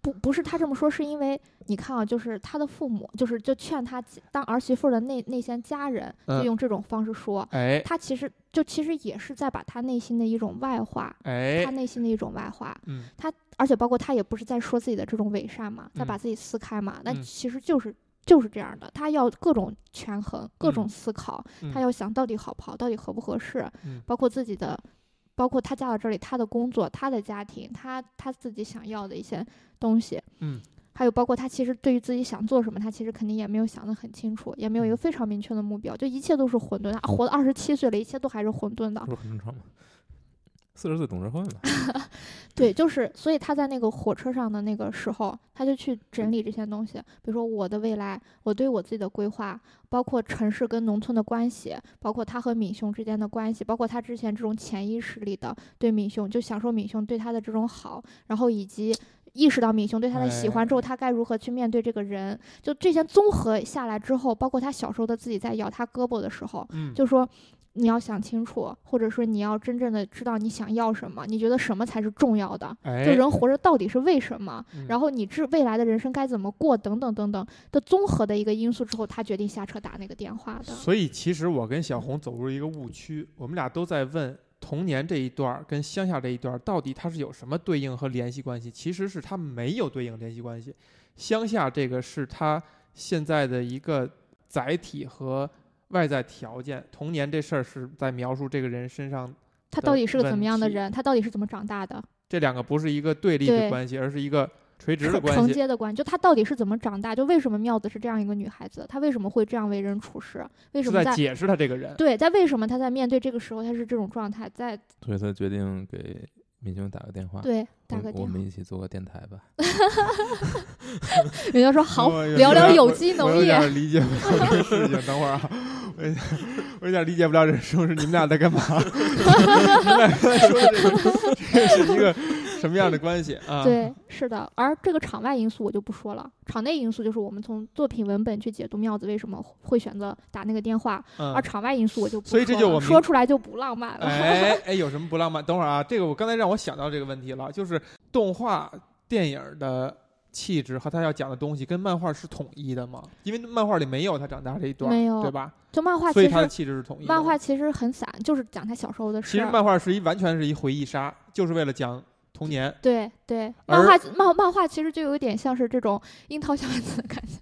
[SPEAKER 3] 不不是他这么说，是因为你看啊，就是他的父母，就是就劝他当儿媳妇的那那些家人，就
[SPEAKER 1] 嗯
[SPEAKER 3] 用这种方式说，
[SPEAKER 1] 哎
[SPEAKER 3] 他其实就其实也是在把他内心的一种外化，
[SPEAKER 1] 哎
[SPEAKER 3] 他，内心的一种外化，
[SPEAKER 1] 嗯
[SPEAKER 3] 他而且包括他也不是在说自己的这种伪善嘛，在把
[SPEAKER 1] 嗯
[SPEAKER 3] 自己撕开嘛，那
[SPEAKER 1] 嗯
[SPEAKER 3] 其实就是。就是这样的，他要各种权衡，各种
[SPEAKER 1] 嗯
[SPEAKER 3] 思考，
[SPEAKER 1] 嗯
[SPEAKER 3] 他要想到底好不好，到底合不合适，
[SPEAKER 1] 嗯
[SPEAKER 3] 包括自己的，包括他嫁到这里，他的工作，他的家庭，他他自己想要的一些东西，
[SPEAKER 1] 嗯，
[SPEAKER 3] 还有包括他其实对于自己想做什么，他其实肯定也没有想得很清楚，也没
[SPEAKER 1] 嗯
[SPEAKER 3] 有一个非常明确的目标，就一切都是混沌的。啊活到二十七岁了，一切都还是混沌的
[SPEAKER 2] 这。不是很正常吗？四十岁懂事混了，
[SPEAKER 3] 对，就是所以他在那个火车上的那个时候，他就去整理这些东西，比如说我的未来，我对我自己的规划，包括城市跟农村的关系，包括他和敏雄之间的关系，包括他之前这种潜意识里的对敏雄就享受敏雄对他的这种好，然后以及。意识到敏雄对他的喜欢之后，他该如何去面对这个人？就这些综合下来之后，包括他小时候的自己在咬他胳膊的时候，
[SPEAKER 1] 嗯，
[SPEAKER 3] 就说你要想清楚，或者说你要真正的知道你想要什么，你觉得什么才是重要的，
[SPEAKER 1] 哎，
[SPEAKER 3] 就人活着到底是为什么，
[SPEAKER 1] 嗯
[SPEAKER 3] 然后你这未来的人生该怎么过，等等等等的综合的一个因素之后，他决定下车打那个电话的。
[SPEAKER 1] 所以其实我跟小红走入一个误区，我们俩都在问童年这一段儿跟乡下这一段儿到底它是有什么对应和联系关系？其实是它没有对应联系关系，乡下这个是它现在的一个载体和外在条件，童年这事儿是在描述这个人身上。
[SPEAKER 3] 他到底是个怎么样的
[SPEAKER 1] 问题
[SPEAKER 3] 人？他到底是怎么长大的？
[SPEAKER 1] 这两个不是一个对立的
[SPEAKER 3] 对
[SPEAKER 1] 关系，而是一个垂直的
[SPEAKER 3] 承
[SPEAKER 1] 关
[SPEAKER 3] 承
[SPEAKER 1] 系，
[SPEAKER 3] 接的关系，就她到底是怎么长大，就为什么妙子是这样一个女孩子，她为什么会这样为人处事，为
[SPEAKER 1] 是
[SPEAKER 3] 什么
[SPEAKER 1] 在
[SPEAKER 3] 在
[SPEAKER 1] 解释他这个人。
[SPEAKER 3] 对在为什么她在面对这个时候她是这种状态，在
[SPEAKER 1] 啊
[SPEAKER 2] 所以他决定给明星打个电话，
[SPEAKER 3] 对打
[SPEAKER 2] 我
[SPEAKER 3] 个
[SPEAKER 2] 我
[SPEAKER 3] 电话
[SPEAKER 2] 们，一起做个电台吧。
[SPEAKER 3] 人家说好
[SPEAKER 1] 我有
[SPEAKER 3] 聊
[SPEAKER 1] 点
[SPEAKER 3] 聊
[SPEAKER 1] 儿
[SPEAKER 3] 有
[SPEAKER 1] 我
[SPEAKER 3] 机
[SPEAKER 1] 我
[SPEAKER 3] 农
[SPEAKER 1] 有点
[SPEAKER 3] 业，
[SPEAKER 1] 儿理解不了这个事情。等会儿啊，我有点我有点理解不了这是不是你们俩在干嘛？你们俩刚才说的这个，这是一个什么样的关系啊？，
[SPEAKER 3] 对，是的。而这个场外因素我就不说了，场内因素就是我们从作品文本去解读妙子为什么会选择打那个电话，而
[SPEAKER 1] 嗯，
[SPEAKER 3] 场外因素我就不
[SPEAKER 1] 所以这就
[SPEAKER 3] 了
[SPEAKER 1] 我明
[SPEAKER 3] 说出来就不浪漫了。
[SPEAKER 1] 哎哎，有什么不浪漫？等会儿啊，这个我刚才让我想到这个问题了，就是动画电影的。气质和他要讲的东西跟漫画是统一的吗？因为漫画里没有他长大这一段，
[SPEAKER 3] 没有
[SPEAKER 1] 对吧？
[SPEAKER 3] 就漫画
[SPEAKER 1] 所
[SPEAKER 3] 其
[SPEAKER 1] 以他的
[SPEAKER 3] 实
[SPEAKER 1] 气质是统一的吗。
[SPEAKER 3] 漫画其实很散，就是讲他小时候的
[SPEAKER 1] 其
[SPEAKER 3] 事
[SPEAKER 1] 实
[SPEAKER 3] 儿。
[SPEAKER 1] 漫画是一完全是一回忆杀，就是为了讲童年。
[SPEAKER 3] 对对，
[SPEAKER 1] 而
[SPEAKER 3] 漫画漫漫画其实就有点像是这种樱桃小丸子的感觉，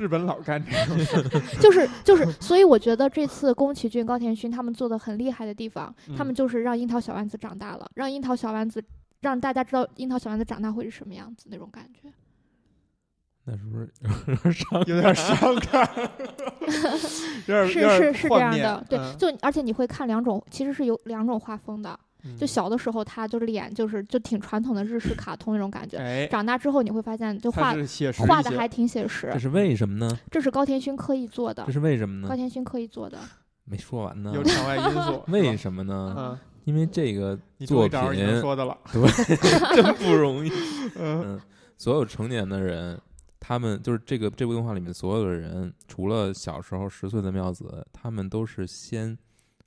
[SPEAKER 1] 日本老干这种事，
[SPEAKER 3] 就是就是，所以我觉得这次宫崎骏、高田勋他们做的很厉害的地方，他
[SPEAKER 1] 嗯
[SPEAKER 3] 们就是让樱桃小丸子长大了，让樱桃小丸子让大家知道樱桃小丸子长大会是什么样子那种感觉。
[SPEAKER 2] 那是不是有点伤？
[SPEAKER 1] 有点 伤感，有点有点嗯
[SPEAKER 3] 是是是这
[SPEAKER 1] 幻
[SPEAKER 3] 样
[SPEAKER 1] 灭
[SPEAKER 3] 的，对，就而且你会看两种，其实是有两种画风的。
[SPEAKER 1] 嗯
[SPEAKER 3] 就小的时候，他就是脸就是就挺传统的日式卡通那种感觉，
[SPEAKER 1] 哎，
[SPEAKER 3] 长大之后你会发现就
[SPEAKER 1] 它
[SPEAKER 3] 画
[SPEAKER 1] 是写实
[SPEAKER 3] 画
[SPEAKER 1] 一
[SPEAKER 3] 的
[SPEAKER 1] 些
[SPEAKER 3] 还挺写实
[SPEAKER 2] 这，是为什么呢？
[SPEAKER 3] 这是高田勋刻意做的
[SPEAKER 2] 这。是为什么
[SPEAKER 1] 嗯
[SPEAKER 3] 高
[SPEAKER 2] 呢？
[SPEAKER 3] 田勋刻意做的，
[SPEAKER 2] 没说完呢。
[SPEAKER 1] 有场外因素，
[SPEAKER 2] 为
[SPEAKER 1] 是吧
[SPEAKER 2] 什么呢？
[SPEAKER 1] 嗯，
[SPEAKER 2] 因为这个
[SPEAKER 1] 你终
[SPEAKER 2] 作
[SPEAKER 1] 于找着你能
[SPEAKER 2] 品
[SPEAKER 1] 说的了，
[SPEAKER 2] 真不容易。
[SPEAKER 1] 嗯
[SPEAKER 2] 嗯，所有成年的人，他们就是这个这部动画里面所有的人，除了小时候十岁的妙子，他们都是先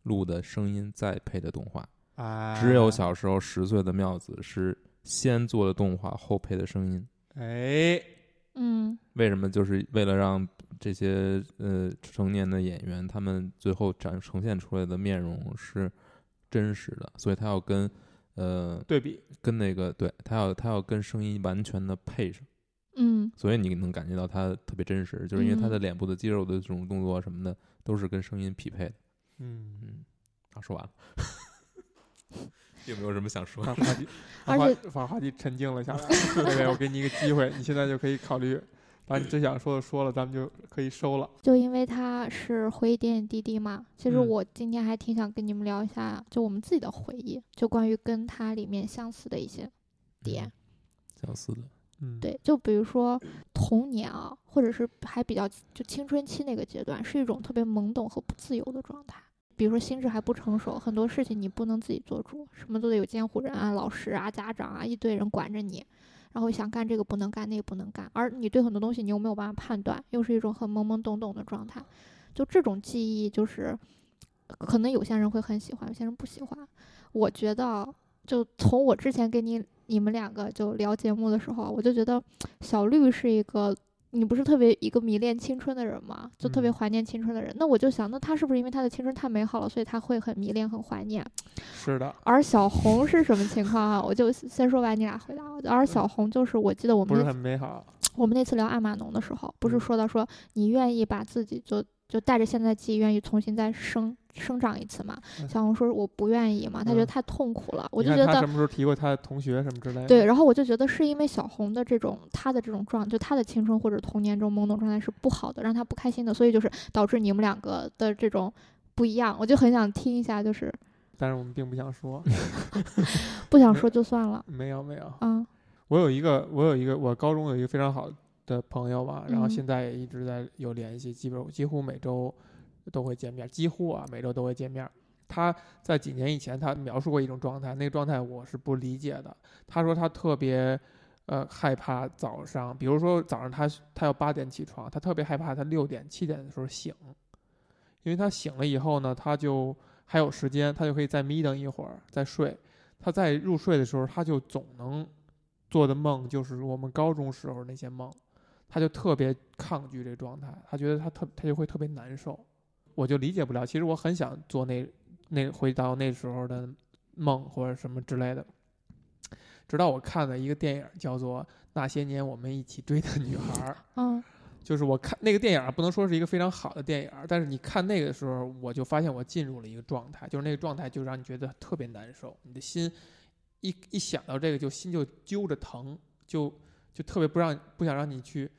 [SPEAKER 2] 录的声音，再配的动画。
[SPEAKER 1] 哎
[SPEAKER 2] 只有小时候十岁的妙子是先做的动画，后配的声音。
[SPEAKER 1] 哎，
[SPEAKER 3] 嗯，
[SPEAKER 2] 为什么？就是为了让这些呃成年的演员，他们最后展呈现出来的面容是真实的，所以他要跟呃
[SPEAKER 1] 对比
[SPEAKER 2] 跟那个对他要他要跟声音完全的配上。
[SPEAKER 3] 嗯，
[SPEAKER 2] 所以你能感觉到他特别真实，就是因为他
[SPEAKER 3] 嗯
[SPEAKER 2] 的脸部的肌肉的这种动作什么的都是跟声音匹配的。
[SPEAKER 1] 嗯，
[SPEAKER 2] 嗯，啊，说完了， 有没有什么想说
[SPEAKER 1] 让话题，
[SPEAKER 3] 而
[SPEAKER 1] 让话
[SPEAKER 3] 且
[SPEAKER 1] 让话题沉静了下来。妹妹，我给你一个机会，你现在就可以考虑，把你最想说的说了，咱们就可以收了。
[SPEAKER 3] 就因为他是回忆点点滴滴嘛，其实
[SPEAKER 1] 嗯
[SPEAKER 3] 我今天还挺想跟你们聊一下，就我们自己的回忆，就关于跟他里面相似的一些点。
[SPEAKER 2] 相似的？
[SPEAKER 1] 嗯，
[SPEAKER 3] 对，就比如说童年啊，或者是还比较就青春期那个阶段，是一种特别懵懂和不自由的状态。比如说心智还不成熟，很多事情你不能自己做主，什么都得有监护人啊、老师啊、家长啊，一堆人管着你。然后想干这个不能干，那个不能干，而你对很多东西你又没有办法判断，又是一种很懵懵懂懂的状态。就这种记忆，就是可能有些人会很喜欢，有些人不喜欢。我觉得，就从我之前跟你你们两个就聊节目的时候，我就觉得小绿是一个，你不是特别一个迷恋青春的人吗？就特别
[SPEAKER 1] 嗯
[SPEAKER 3] 怀念青春的人。那我就想，那他是不是因为他的青春太美好了，所以他会很迷恋、很怀念？
[SPEAKER 1] 是的，
[SPEAKER 3] 而小红是什么情况啊？我就先说完，你俩回答我。而小红就是，我记得我
[SPEAKER 1] 嗯不是
[SPEAKER 3] 们那
[SPEAKER 1] 很美好。
[SPEAKER 3] 我们那次聊艾玛农的时候，不是
[SPEAKER 1] 嗯
[SPEAKER 3] 说到说你愿意把自己就就带着现在记忆，愿意重新再生生长一次嘛？
[SPEAKER 1] 嗯
[SPEAKER 3] 小红说我不愿意嘛，她觉得
[SPEAKER 1] 嗯
[SPEAKER 3] 太痛苦了。我
[SPEAKER 1] 你
[SPEAKER 3] 就
[SPEAKER 1] 看
[SPEAKER 3] 觉
[SPEAKER 1] 他什
[SPEAKER 3] 得
[SPEAKER 1] 么时候提过他的同学什么之类的？
[SPEAKER 3] 对，然后我就觉得是因为小红的这种她的这种状，就她的青春或者童年这种懵懂状态是不好的，让她不开心的，所以就是导致你们两个的这种不一样。我就很想听一下，就是
[SPEAKER 1] 但是我们并不想说。
[SPEAKER 3] 不想
[SPEAKER 1] 没
[SPEAKER 3] 说就算了
[SPEAKER 1] 没有没有，
[SPEAKER 3] 啊，
[SPEAKER 1] 我有一个我有一个我高中有一个非常好的朋友嘛，然后
[SPEAKER 3] 嗯
[SPEAKER 1] 现在也一直在有联系，基本几乎每周都会见面，几乎啊每周都会见面。他在几年以前，他描述过一种状态，那个状态我是不理解的。他说他特别，呃，害怕早上，比如说早上他他要八点起床，他特别害怕他六点七点的时候醒，因为他醒了以后呢，他就还有时间，他就可以再眯瞪一会儿再睡。他在入睡的时候，他就总能做的梦就是我们高中时候那些梦，他就特别抗拒这个状态，他觉得他特他就会特别难受，我就理解不了。其实我很想做那那回到那时候的梦或者什么之类的，直到我看了一个电影叫做《那些年我们一起追的女孩》。
[SPEAKER 3] 嗯
[SPEAKER 1] 就是我看那个电影啊，不能说是一个非常好的电影，但是你看那个的时候，我就发现我进入了一个状态，就是那个状态就让你觉得特别难受，你的心一一想到这个就心就揪着疼，就就特别不让不想让你去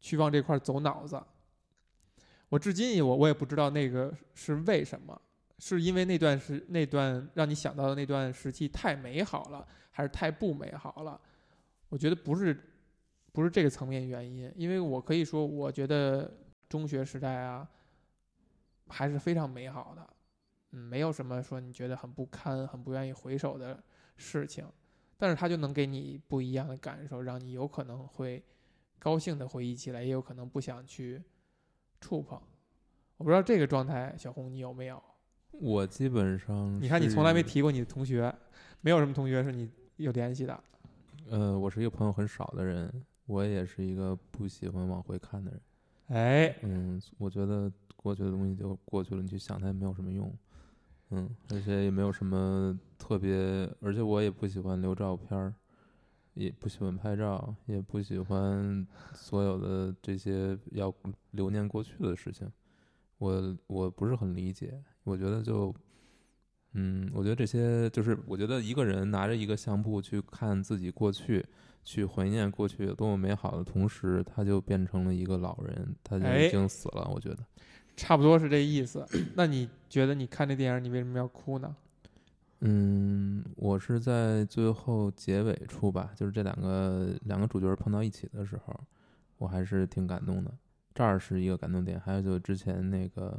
[SPEAKER 1] 去往这块儿走脑子。我至今也我我也不知道那个是为什么，是因为那段时那段让你想到的那段时期太美好了，还是太不美好了？我觉得不是不是这个层面原因，因为我可以说，我觉得中学时代啊还是非常美好的，嗯，没有什么说你觉得很不堪、很不愿意回首的事情，但是它就能给你不一样的感受，让你有可能会高兴的回忆起来，也有可能不想去触碰。我不知道这个状态，小红你有没有？
[SPEAKER 2] 我基本上
[SPEAKER 1] 你看你从来没
[SPEAKER 2] 是
[SPEAKER 1] 提过你的同学，没有什么同学是你有联系的。
[SPEAKER 2] 呃，我是一个朋友很少的人，我也是一个不喜欢往回看的人。
[SPEAKER 1] 哎，
[SPEAKER 2] 嗯，我觉得过去的东西就过去了，你去想它也没有什么用。嗯，而且也没有什么特别，而且我也不喜欢留照片儿，也不喜欢拍照，也不喜欢所有的这些要留念过去的事情。我我不是很理解，我觉得就，嗯，我觉得这些就是，我觉得一个人拿着一个相簿去看自己过去，去怀念过去有多么美好的同时，他就变成了一个老人，他就
[SPEAKER 1] 哎
[SPEAKER 2] 已经死了。我觉得，
[SPEAKER 1] 差不多是这意思。 那你觉得你看这电影，你为什么要哭呢？
[SPEAKER 2] 嗯，我是在最后结尾处吧，就是这两个两个主角碰到一起的时候，我还是挺感动的。这儿是一个感动点，还有就是之前那个，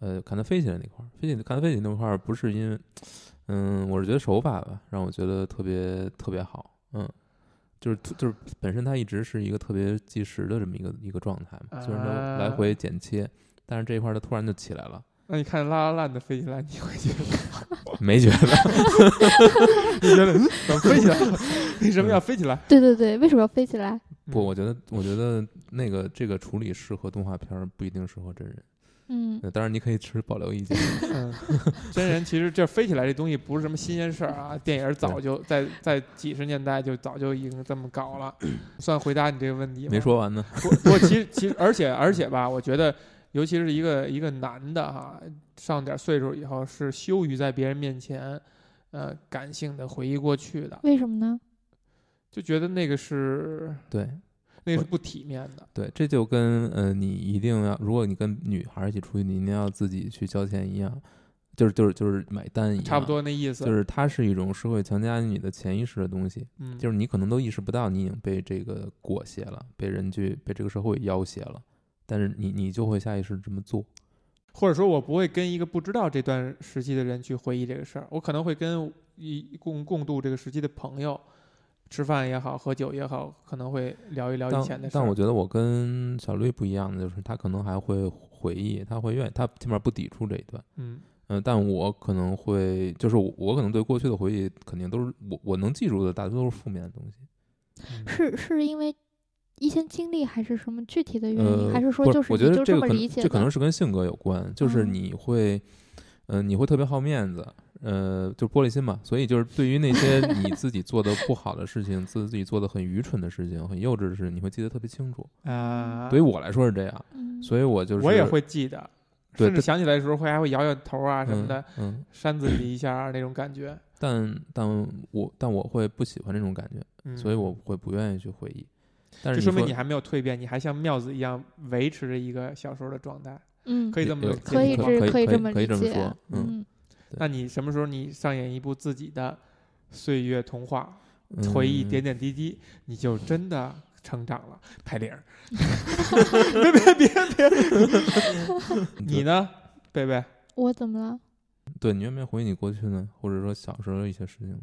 [SPEAKER 2] 呃，看他飞起来那块儿，飞起看他飞起那块儿，不是因为，嗯，我是觉得手法吧，让我觉得特别特别好，嗯，就是就是本身它一直是一个特别计时的这么一个一个状态嘛，虽然它来
[SPEAKER 1] 啊
[SPEAKER 2] 回剪切，但是这一块儿它突然就起来了，
[SPEAKER 1] 那你看《拉拉烂》的飞起来，你会觉得
[SPEAKER 2] 没觉得，
[SPEAKER 1] 你觉得嗯怎么飞起来了？ 为什么要飞起来？
[SPEAKER 3] 对对对，为什么要飞起来？
[SPEAKER 2] 不，
[SPEAKER 1] 嗯
[SPEAKER 2] 我觉得，我觉得那个这个处理适合动画片，儿，不一定适合真人。
[SPEAKER 3] 嗯，
[SPEAKER 2] 呃当然，你可以持保留 意见。
[SPEAKER 1] 嗯，真人其实这飞起来这东西不是什么新鲜事儿 啊，电影早就在在几十年代就早就已经这么搞了。算回答你这个问题吗，
[SPEAKER 2] 没说完呢，
[SPEAKER 1] 不不过其实其实而且而且吧，我觉得尤其是一个一个男的哈，上点岁数以后是羞于在别人面前，呃，感性的回忆过去的，
[SPEAKER 3] 为什么呢？
[SPEAKER 1] 就觉得那个是
[SPEAKER 2] 对
[SPEAKER 1] 那个是不体面的。
[SPEAKER 2] 对，这就跟呃，你一定要，如果你跟女孩儿一起出去，你一定要自己去交钱一样，就是就是就是买单一样，
[SPEAKER 1] 差不，多那意思，
[SPEAKER 2] 就是它是一种社会强加你的潜意识的东西，
[SPEAKER 1] 嗯，
[SPEAKER 2] 就是你可能都意识不到，你已经被这个裹挟了，被人去被这个社会要挟了，但是你你就会下意识这么做。
[SPEAKER 1] 或者说我不会跟一个不知道这段时期的人去回忆这个事儿，我可能会跟一共共度这个时期的朋友吃饭也好，喝酒也好，可能会聊一聊
[SPEAKER 2] 但
[SPEAKER 1] 以前的事儿。
[SPEAKER 2] 但我觉得我跟小绿不一样的就是，他可能还会回忆，他会愿意，他起码不抵触这一段。
[SPEAKER 1] 嗯，
[SPEAKER 2] 嗯、但我可能会，就是我我可能对过去的回忆，肯定都是我我能记住的，大多都是负面的东西。
[SPEAKER 3] 是是因为一些经历还是什么具体的原因，
[SPEAKER 2] 呃，
[SPEAKER 3] 嗯还是说
[SPEAKER 2] 不
[SPEAKER 3] 就
[SPEAKER 2] 我
[SPEAKER 3] 你
[SPEAKER 2] 觉
[SPEAKER 3] 就
[SPEAKER 2] 得这个
[SPEAKER 3] 么
[SPEAKER 2] 可
[SPEAKER 3] 理
[SPEAKER 2] 能
[SPEAKER 3] 解
[SPEAKER 2] 这可
[SPEAKER 3] 的？
[SPEAKER 2] 能是跟性格有关，就是
[SPEAKER 3] 嗯
[SPEAKER 2] 你会，嗯、你会特别好面子。呃，就玻璃心嘛，所以就是对于那些你自己做的不好的事情，自自己做的很愚蠢的事情，很幼稚的事情，你会记得特别清楚。
[SPEAKER 1] 啊、
[SPEAKER 2] 对于我来说是这样，
[SPEAKER 3] 嗯，
[SPEAKER 2] 所以我就是
[SPEAKER 1] 我也会记得，
[SPEAKER 2] 对
[SPEAKER 1] 甚至
[SPEAKER 2] 这
[SPEAKER 1] 想起来的时候会还会摇摇头啊什么的，
[SPEAKER 2] 嗯嗯，
[SPEAKER 1] 扇自己一下啊那种感觉。
[SPEAKER 2] 但但我但我会不喜欢这种感觉，
[SPEAKER 1] 嗯，
[SPEAKER 2] 所以我会不愿意去回忆。但
[SPEAKER 1] 这
[SPEAKER 2] 是
[SPEAKER 1] 说明
[SPEAKER 2] 说
[SPEAKER 1] 你还没有蜕变，你还像妙子一样维持着一个小时候的状态，
[SPEAKER 3] 嗯，
[SPEAKER 1] 可以这么
[SPEAKER 2] 有
[SPEAKER 1] 解
[SPEAKER 3] 可以
[SPEAKER 1] 读吗
[SPEAKER 2] 这
[SPEAKER 3] 这
[SPEAKER 2] 可以
[SPEAKER 3] 以
[SPEAKER 2] 可以
[SPEAKER 3] 么
[SPEAKER 2] 可以
[SPEAKER 3] 理
[SPEAKER 2] 这么
[SPEAKER 3] 解
[SPEAKER 2] 说，
[SPEAKER 3] 嗯
[SPEAKER 2] 嗯
[SPEAKER 1] 那你什么时候你上演一部自己的岁月童话？
[SPEAKER 2] 嗯
[SPEAKER 1] 回忆点点滴滴，你就真的成长了。拍 电影儿，别别别别， 你呢，贝贝？
[SPEAKER 3] 我怎么了？
[SPEAKER 2] 嗯对你愿不愿意回忆你过去呢？或者说小时候的一些事情呢？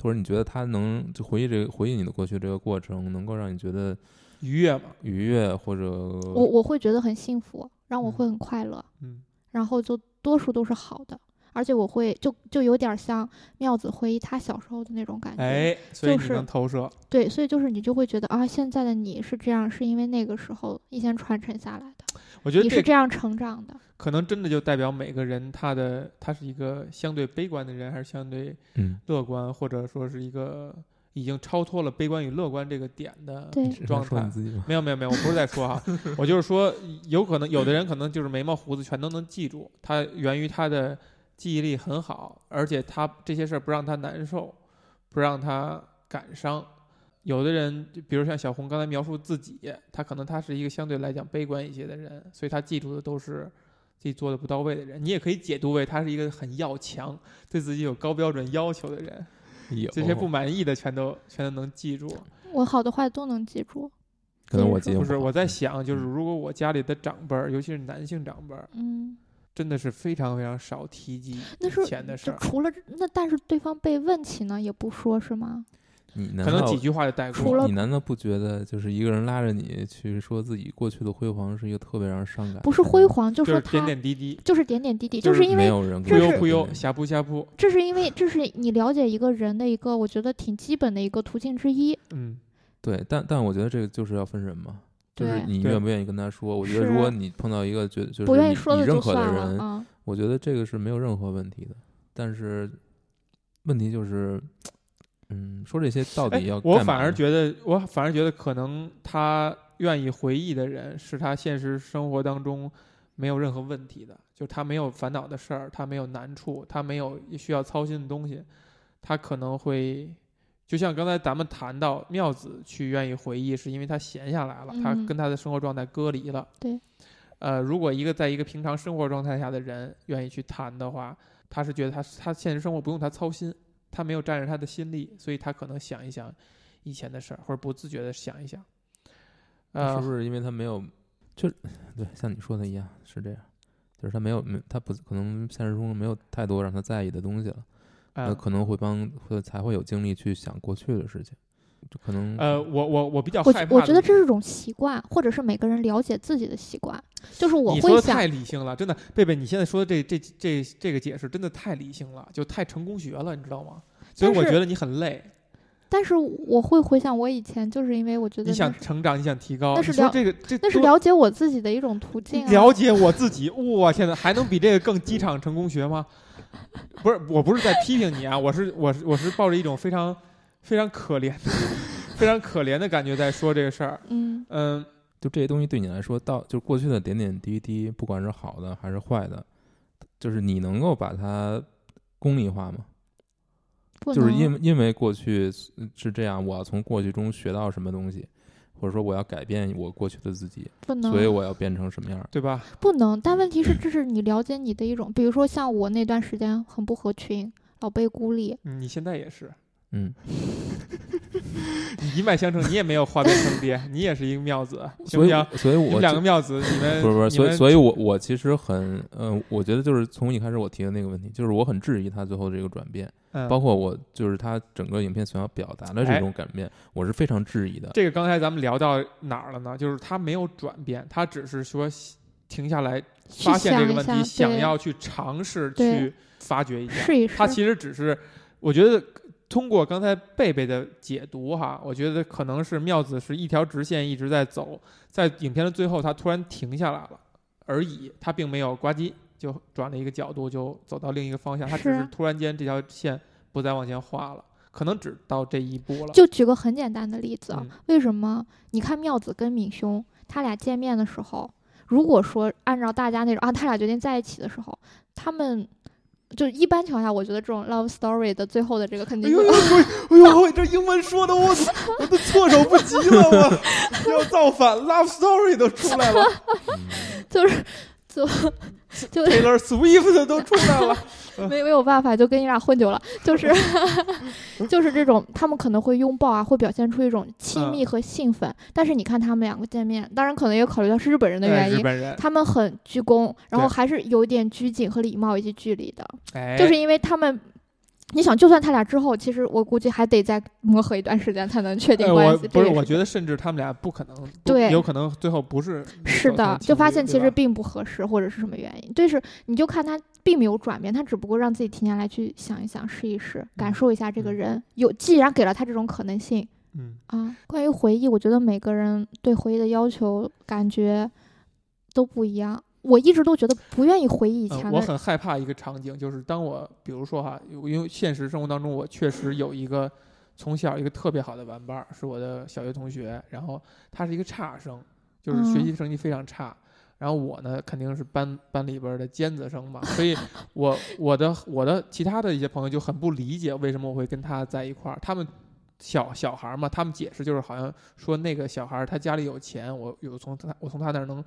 [SPEAKER 2] 或者你觉得他能就回忆这个回忆你的过去这个过程，能够让你觉得
[SPEAKER 1] 愉悦嘛，
[SPEAKER 2] 愉悦或者
[SPEAKER 3] 我我会觉得很幸福，让我会很快乐，
[SPEAKER 1] 嗯，
[SPEAKER 3] 然后就多数都是好的，而且我会就就有点像妙子回忆她小时候的那种感觉。
[SPEAKER 1] 哎，所以
[SPEAKER 3] 就
[SPEAKER 1] 你
[SPEAKER 3] 是
[SPEAKER 1] 能投射，
[SPEAKER 3] 对，所以就是你就会觉得啊，现在的你是这样，是因为那个时候一先传承下来的，
[SPEAKER 1] 我觉得
[SPEAKER 3] 你是
[SPEAKER 1] 这
[SPEAKER 3] 这样成长的。
[SPEAKER 1] 可能真的就代表每个人他的他是一个相对悲观的人，还是相对
[SPEAKER 2] 嗯
[SPEAKER 1] 乐观，或者说是一个已经超脱了悲观与乐观这个点的
[SPEAKER 3] 对，
[SPEAKER 2] 是
[SPEAKER 1] 嗯
[SPEAKER 2] 在
[SPEAKER 1] 状
[SPEAKER 2] 说
[SPEAKER 1] 态
[SPEAKER 2] 你。自己吗？
[SPEAKER 1] 没有没有没有，我不是在说哈，我就是说，有可能有的人可能就是眉毛胡子全都能记住，他源于他的记忆力很好，而且他这些事儿不让他难受，不让他感伤。有的人，就比如像小红刚才描述自己，他可能他是一个相对来讲悲观一些的人，所以他记住的都是自己做的不到位的人。你也可以解读为他是一个很要强、对自己有高标准要求的人，
[SPEAKER 2] 有
[SPEAKER 1] 这些不满意的全都全都能记住。
[SPEAKER 3] 我好的坏都能记住。
[SPEAKER 2] 可能我记
[SPEAKER 1] 嗯不是，
[SPEAKER 2] 好嗯
[SPEAKER 1] 我在想，就是如果我家里的长辈儿，尤其是男性长辈儿，
[SPEAKER 3] 嗯，
[SPEAKER 1] 真的是非常非常少提及
[SPEAKER 3] 那是
[SPEAKER 1] 以前的事
[SPEAKER 3] 就
[SPEAKER 1] 儿，
[SPEAKER 3] 除了这那，但是对方被问起呢，也不说是吗？
[SPEAKER 2] 你难
[SPEAKER 1] 可能
[SPEAKER 2] 道
[SPEAKER 1] 几句话就带
[SPEAKER 3] 除
[SPEAKER 1] 过。
[SPEAKER 3] 了
[SPEAKER 2] 你难道不觉得就是一个人拉着你去说自己过去的辉煌是一个特别让人伤感的事儿？
[SPEAKER 3] 不是辉煌，就
[SPEAKER 1] 就
[SPEAKER 3] 说
[SPEAKER 1] 是
[SPEAKER 3] 他
[SPEAKER 1] 点点滴滴，
[SPEAKER 3] 就是点点滴滴，
[SPEAKER 1] 就是
[SPEAKER 3] 因
[SPEAKER 2] 没
[SPEAKER 3] 为
[SPEAKER 2] 有人
[SPEAKER 1] 忽
[SPEAKER 3] 这
[SPEAKER 1] 悠
[SPEAKER 3] 是
[SPEAKER 1] 忽悠，下铺下铺，
[SPEAKER 3] 这是因为这是你了解一个人的一个我觉得挺基本的一个途径之一。
[SPEAKER 1] 嗯，
[SPEAKER 2] 对，但但我觉得这个就是要分人嘛，就是
[SPEAKER 3] 对
[SPEAKER 2] 你
[SPEAKER 1] 对
[SPEAKER 2] 愿不愿意跟他说。我觉得
[SPEAKER 3] 是啊
[SPEAKER 2] 如果你碰到一个觉就是
[SPEAKER 3] 不愿意
[SPEAKER 2] 你
[SPEAKER 3] 说
[SPEAKER 2] 你
[SPEAKER 3] 的
[SPEAKER 2] 认
[SPEAKER 3] 就
[SPEAKER 2] 可的
[SPEAKER 3] 算
[SPEAKER 2] 人
[SPEAKER 3] 了，啊。
[SPEAKER 2] 我觉得这个是没有任何问题的。但是问题就是，嗯，说这些到
[SPEAKER 1] 哎
[SPEAKER 2] 底要，
[SPEAKER 1] 我
[SPEAKER 2] 干
[SPEAKER 1] 反
[SPEAKER 2] 嘛
[SPEAKER 1] 而
[SPEAKER 2] 呢
[SPEAKER 1] 觉得，我反而觉得可能他愿意回忆的人，是他现实生活当中没有任何问题的，就他没有烦恼的事儿，他没有难处，他没有需要操心的东西，他可能会。就像刚才咱们谈到妙子去愿意回忆，是因为她闲下来了，她
[SPEAKER 3] 嗯
[SPEAKER 1] 跟她的生活状态隔离了。
[SPEAKER 3] 对，
[SPEAKER 1] 呃，如果一个在一个平常生活状态下的人愿意去谈的话，他是觉得他他现实生活不用他操心，他没有占着他的心力，所以他可能想一想以前的事儿，或者不自觉的想一想。呃，
[SPEAKER 2] 是不是因为他没有，就对，像你说的一样，是这样，就是他没有，没他不可能现实中没有太多让他在意的东西了，那
[SPEAKER 1] 呃
[SPEAKER 2] 可能会帮会才会有精力去想过去的事情，就可能
[SPEAKER 1] 呃，我我我比较
[SPEAKER 3] 我
[SPEAKER 1] 害
[SPEAKER 3] 觉
[SPEAKER 1] 怕
[SPEAKER 3] 我觉得
[SPEAKER 1] 的
[SPEAKER 3] 这是种习惯，或者是每个人了解自己的习惯。就是我
[SPEAKER 1] 你说
[SPEAKER 3] 会
[SPEAKER 1] 的
[SPEAKER 3] 想
[SPEAKER 1] 太，理性了，真的，贝贝，你现在说的这这这这个解释真的太理性了，就太成功学了，你知道吗？所以
[SPEAKER 3] 但
[SPEAKER 1] 我
[SPEAKER 3] 是
[SPEAKER 1] 觉得你很累，
[SPEAKER 3] 但是我会回想我以前，就是因为我觉得
[SPEAKER 1] 你
[SPEAKER 3] 那
[SPEAKER 1] 想
[SPEAKER 3] 是
[SPEAKER 1] 成长，你想提高，
[SPEAKER 3] 那
[SPEAKER 1] 你
[SPEAKER 3] 是
[SPEAKER 1] 说
[SPEAKER 3] 了
[SPEAKER 1] 这个这
[SPEAKER 3] 那是
[SPEAKER 1] 多
[SPEAKER 3] 了解我自己的一种途径啊。
[SPEAKER 1] 了解我自己，我天哪，还能比这个更机场成功学吗？不是，我不是在批评你啊，我是我是我是抱着一种非常非常可怜 的、非常可怜的感觉在说这个事儿。
[SPEAKER 3] 嗯，
[SPEAKER 1] 嗯，
[SPEAKER 2] 就这些东西对你来说，到就是过去的点点滴滴，不管是好的还是坏的，就是你能够把它功利化吗？
[SPEAKER 3] 不
[SPEAKER 2] 就是
[SPEAKER 3] 能
[SPEAKER 2] 因为因为过去呃是这样，我要从过去中学到什么东西，或者说我要改变我过去的自己，
[SPEAKER 3] 不能，
[SPEAKER 2] 所以我要变成什么样儿？
[SPEAKER 1] 对吧？
[SPEAKER 3] 不能，但问题
[SPEAKER 1] 嗯
[SPEAKER 3] 是，这是你了解你的一种，比如说像我那段时间很不合群，老被孤立，
[SPEAKER 1] 嗯你现在也是，
[SPEAKER 2] 嗯，
[SPEAKER 1] 你一脉相承，你也没有化变成爹， 你也是一个妙子，行
[SPEAKER 2] 所
[SPEAKER 1] 不
[SPEAKER 2] 以
[SPEAKER 1] 行？
[SPEAKER 2] 我所以
[SPEAKER 1] 啊你
[SPEAKER 2] 我
[SPEAKER 1] 们两
[SPEAKER 2] 就
[SPEAKER 1] 个妙子，你们
[SPEAKER 2] 不是不
[SPEAKER 1] 你
[SPEAKER 2] 是，所以
[SPEAKER 1] 们
[SPEAKER 2] 所以我我其实很呃，我觉得就是从一开始我提的那个问题，就是我很质疑他最后这个转变，
[SPEAKER 1] 嗯
[SPEAKER 2] 包括我就是他整个影片想要表达的这
[SPEAKER 1] 哎
[SPEAKER 2] 种转变，我是非常质疑的。
[SPEAKER 1] 这个刚才咱们聊到哪儿了呢？就是他没有转变，他只是说停下来
[SPEAKER 3] 去
[SPEAKER 1] 发现
[SPEAKER 3] 想
[SPEAKER 1] 这个
[SPEAKER 3] 一
[SPEAKER 1] 问
[SPEAKER 3] 下，
[SPEAKER 1] 题，想
[SPEAKER 3] 对
[SPEAKER 1] 要去尝试
[SPEAKER 3] 对
[SPEAKER 1] 去发掘一下。
[SPEAKER 3] 试一试
[SPEAKER 1] 他，其实只是，我觉得通过刚才贝贝的解读哈，我觉得可能是妙子是一条直线一直在走，在影片的最后他突然停下来了而已，他并没有呱唧就转了一个角度就走到另一个方向，他只
[SPEAKER 3] 是
[SPEAKER 1] 是突然间这条线不再往前画了，可能只到这一步了。
[SPEAKER 3] 就举个很简单的例子啊，
[SPEAKER 1] 嗯
[SPEAKER 3] 为什么？你看妙子跟敏兄他俩见面的时候，如果说按照大家那种啊，他俩决定在一起的时候，他们就一般情况下，我觉得这种 love story 的最后的这个肯
[SPEAKER 1] 哎
[SPEAKER 3] 定
[SPEAKER 1] 呦
[SPEAKER 3] 就
[SPEAKER 1] 呦，哎呦，我这英文说的我我都措手不及了，我要造反，Love Story 都出 来了
[SPEAKER 2] 嗯
[SPEAKER 3] 就是就就
[SPEAKER 1] ，Taylor Swift 都出来了，
[SPEAKER 3] 没没有办法，就跟你俩混久了，就是 就是这种，他们可能会拥抱啊，会表现出一种
[SPEAKER 1] 嗯
[SPEAKER 3] 亲密和兴奋。但是你看他们两个见面，当然可能也考虑到是日本人的
[SPEAKER 1] 哎
[SPEAKER 3] 原
[SPEAKER 1] 日
[SPEAKER 3] 因，
[SPEAKER 1] 本人，
[SPEAKER 3] 他们很鞠躬，然后
[SPEAKER 1] 对
[SPEAKER 3] 还是有一点拘谨和礼貌以及距离的，
[SPEAKER 1] 哎
[SPEAKER 3] 就是因为他们。你想，就算他俩之后，其实我估计还得再磨合一段时间才能确定
[SPEAKER 1] 哎，
[SPEAKER 3] 关
[SPEAKER 1] 我
[SPEAKER 3] 系。
[SPEAKER 1] 不是，
[SPEAKER 3] 这也
[SPEAKER 1] 我觉得甚至他们俩不可能，不
[SPEAKER 3] 对
[SPEAKER 1] 有可能最后不是
[SPEAKER 3] 是
[SPEAKER 1] 走向
[SPEAKER 3] 的，
[SPEAKER 1] 情
[SPEAKER 3] 就发
[SPEAKER 1] 侣
[SPEAKER 3] 现
[SPEAKER 1] 对
[SPEAKER 3] 其实
[SPEAKER 1] 吧
[SPEAKER 3] 并不合适，或者是什么原因。对，是你就看他并没有转变，他只不过让自己停下来去想一想、试一试，
[SPEAKER 1] 嗯
[SPEAKER 3] 感受一下这个
[SPEAKER 1] 嗯
[SPEAKER 3] 人。有，既然给了他这种可能性
[SPEAKER 1] 嗯，
[SPEAKER 3] 啊，关于回忆，我觉得每个人对回忆的要求感觉都不一样。我一直都觉得不愿意回忆以
[SPEAKER 1] 呃
[SPEAKER 3] 前
[SPEAKER 1] 我
[SPEAKER 3] 的，
[SPEAKER 1] 很害怕一个场景，就是当我比如说哈，因为现实生活当中我确实有一个从小一个特别好的玩伴儿，是我的小学同学，然后他是一个差生，就是
[SPEAKER 3] 嗯
[SPEAKER 1] 学习成绩非常差。然后我呢，肯定是班班里边儿的尖子生嘛，所 以我我的我的其他的一些朋友就很不理解为什么我会跟他在一块儿，他们小小孩儿嘛，他们解释就是好像说那个小孩儿他家里有钱，我有从他我从他那儿能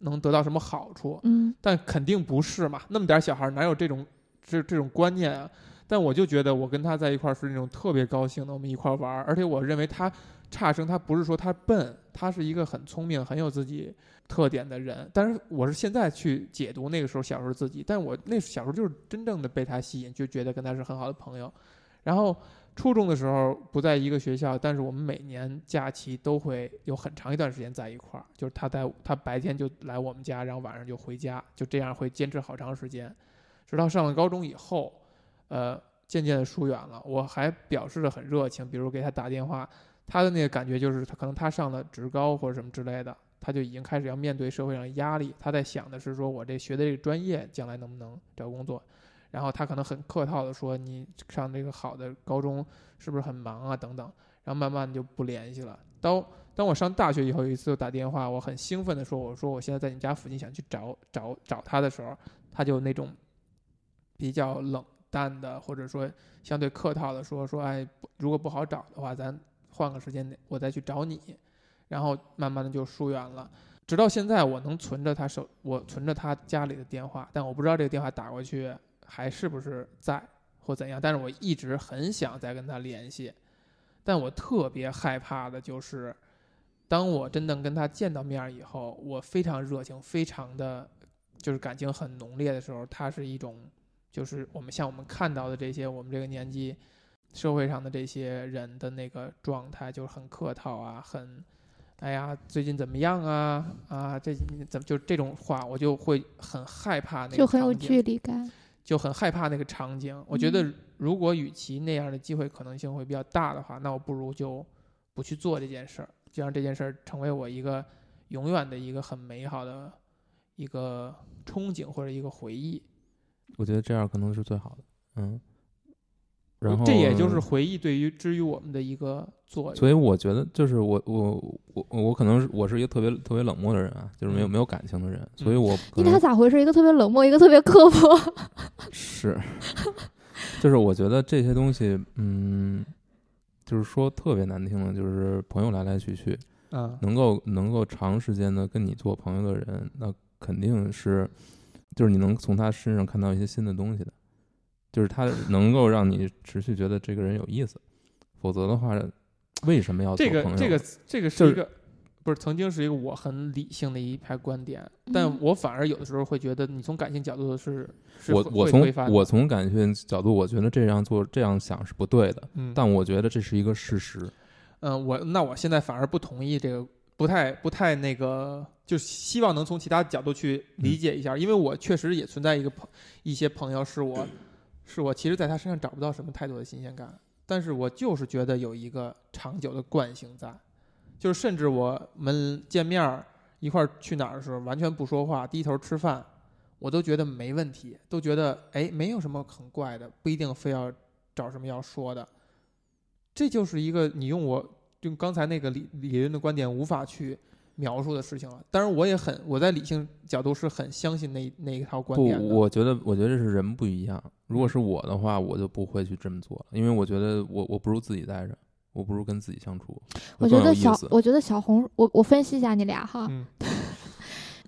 [SPEAKER 1] 能得到什么好处，
[SPEAKER 3] 嗯
[SPEAKER 1] 但肯定不是嘛，那么点儿小孩儿哪有这种这这种观念啊？但我就觉得我跟他在一块儿是那种特别高兴的，我们一块儿玩儿，而且我认为他差生他不是说他笨，他是一个很聪明、很有自己特点的人。但是我是现在去解读那个时候小时候自己，但我那小时候就是真正的被他吸引，就觉得跟他是很好的朋友。然后初中的时候不在一个学校，但是我们每年假期都会有很长一段时间在一块儿，就是他在他白天就来我们家，然后晚上就回家，就这样会坚持好长时间，直到上了高中以后，呃，渐渐的疏远了。我还表示的很热情，比如给他打电话，他的那个感觉就是他可能他上了职高或者什么之类的，他就已经开始要面对社会上的压力，他在想的是说我这学的这个专业将来能不能找工作，然后他可能很客套的说：“你上这个好的高中是不是很忙啊？”等等，然后慢慢就不联系了。当当我上大学以后，有一次我打电话，我很兴奋的说：“我说我现在在你家附近，想去找找找他的时候，他就那种比较冷淡的，或者说相对客套的说说：哎，不如果不好找的话，咱换个时间我再去找你。”然后慢慢的就疏远了。直到现在，我能存着他手，我存着他家里的电话，但我不知道这个电话打过去还是不是在或怎样，但是我一直很想再跟他联系，但我特别害怕的就是，当我真正跟他见到面儿以后，我非常热情，非常的就是感情很浓烈的时候，他是一种就是我们像我们看到的这些我们这个年纪社会上的这些人的那个状态，就是很客套啊，很。哎呀，最近怎么样啊？啊，这你怎么就这种话，我就会很害怕那个
[SPEAKER 3] 就很有
[SPEAKER 1] 场景
[SPEAKER 3] 距离感。
[SPEAKER 1] 就很害怕那个场景。我觉得如果与其那样的机会可能性会比较大的话，那我不如就不去做这件事儿，就让这件事儿成为我一个永远的一个很美好的一个憧憬或者一个回忆。
[SPEAKER 2] 我觉得这样可能是最好的。嗯，然后
[SPEAKER 1] 呃这也就是回忆对于之于我们的一个作用。
[SPEAKER 2] 所以我觉得，就是我我我我可能是我是一个特别特别冷漠的人啊，就是没
[SPEAKER 1] 嗯
[SPEAKER 2] 有没有感情的人，所以我可
[SPEAKER 3] 你俩
[SPEAKER 2] 能
[SPEAKER 3] 咋回事？一个特别冷漠，一个特别刻薄。
[SPEAKER 2] 是， 就是我觉得这些东西，嗯，就是说特别难听的，就是朋友来来去去，
[SPEAKER 1] 嗯
[SPEAKER 2] 能够能够长时间的跟你做朋友的人，那肯定是，就是你能从他身上看到一些新的东西的，就 是他能够让你持续觉得这个人有意思，否则的话，为什么要做
[SPEAKER 1] 这
[SPEAKER 2] 朋友
[SPEAKER 1] 个？这个这个
[SPEAKER 2] 就是是
[SPEAKER 1] 一个。不是，曾经是一个我很理性的一派观点，
[SPEAKER 3] 嗯
[SPEAKER 1] 但我反而有的时候会觉得，你从感性角度是是
[SPEAKER 2] 我
[SPEAKER 1] 会
[SPEAKER 2] 我
[SPEAKER 1] 会
[SPEAKER 2] 从
[SPEAKER 1] 挥发的
[SPEAKER 2] 我从感性角度，我觉得这样做这样想是不对的，
[SPEAKER 1] 嗯
[SPEAKER 2] 但我觉得这是一个事实。
[SPEAKER 1] 嗯，我那我现在反而不同意这个，不太不太那个，就是希望能从其他角度去理解一下，因为我确实也存在一个朋一些朋友是我是我其实在他身上找不到什么太多的新鲜感，但是我就是觉得有一个长久的惯性在，就是甚至我们见面儿一块儿去哪儿的时候，完全不说话，低头吃饭，我都觉得没问题，都觉得哎没有什么很怪的，不一定非要找什么要说的。这就是一个你用我用刚才那个理理论的观点无法去描述的事情了。当然，我也很我在理性角度是很相信那那一套观
[SPEAKER 2] 不
[SPEAKER 1] 点，的。嗯
[SPEAKER 2] 我觉得我觉得这是人不一样。如果是我的话，我就不会去这么做了，因为我觉得我我不如自己待着，我不如跟自己相处，
[SPEAKER 3] 我
[SPEAKER 2] 会
[SPEAKER 3] 觉
[SPEAKER 2] 更有
[SPEAKER 3] 得
[SPEAKER 2] 意
[SPEAKER 3] 小
[SPEAKER 2] 思，。
[SPEAKER 3] 我觉得小红，我我分析一下你俩哈，
[SPEAKER 1] 嗯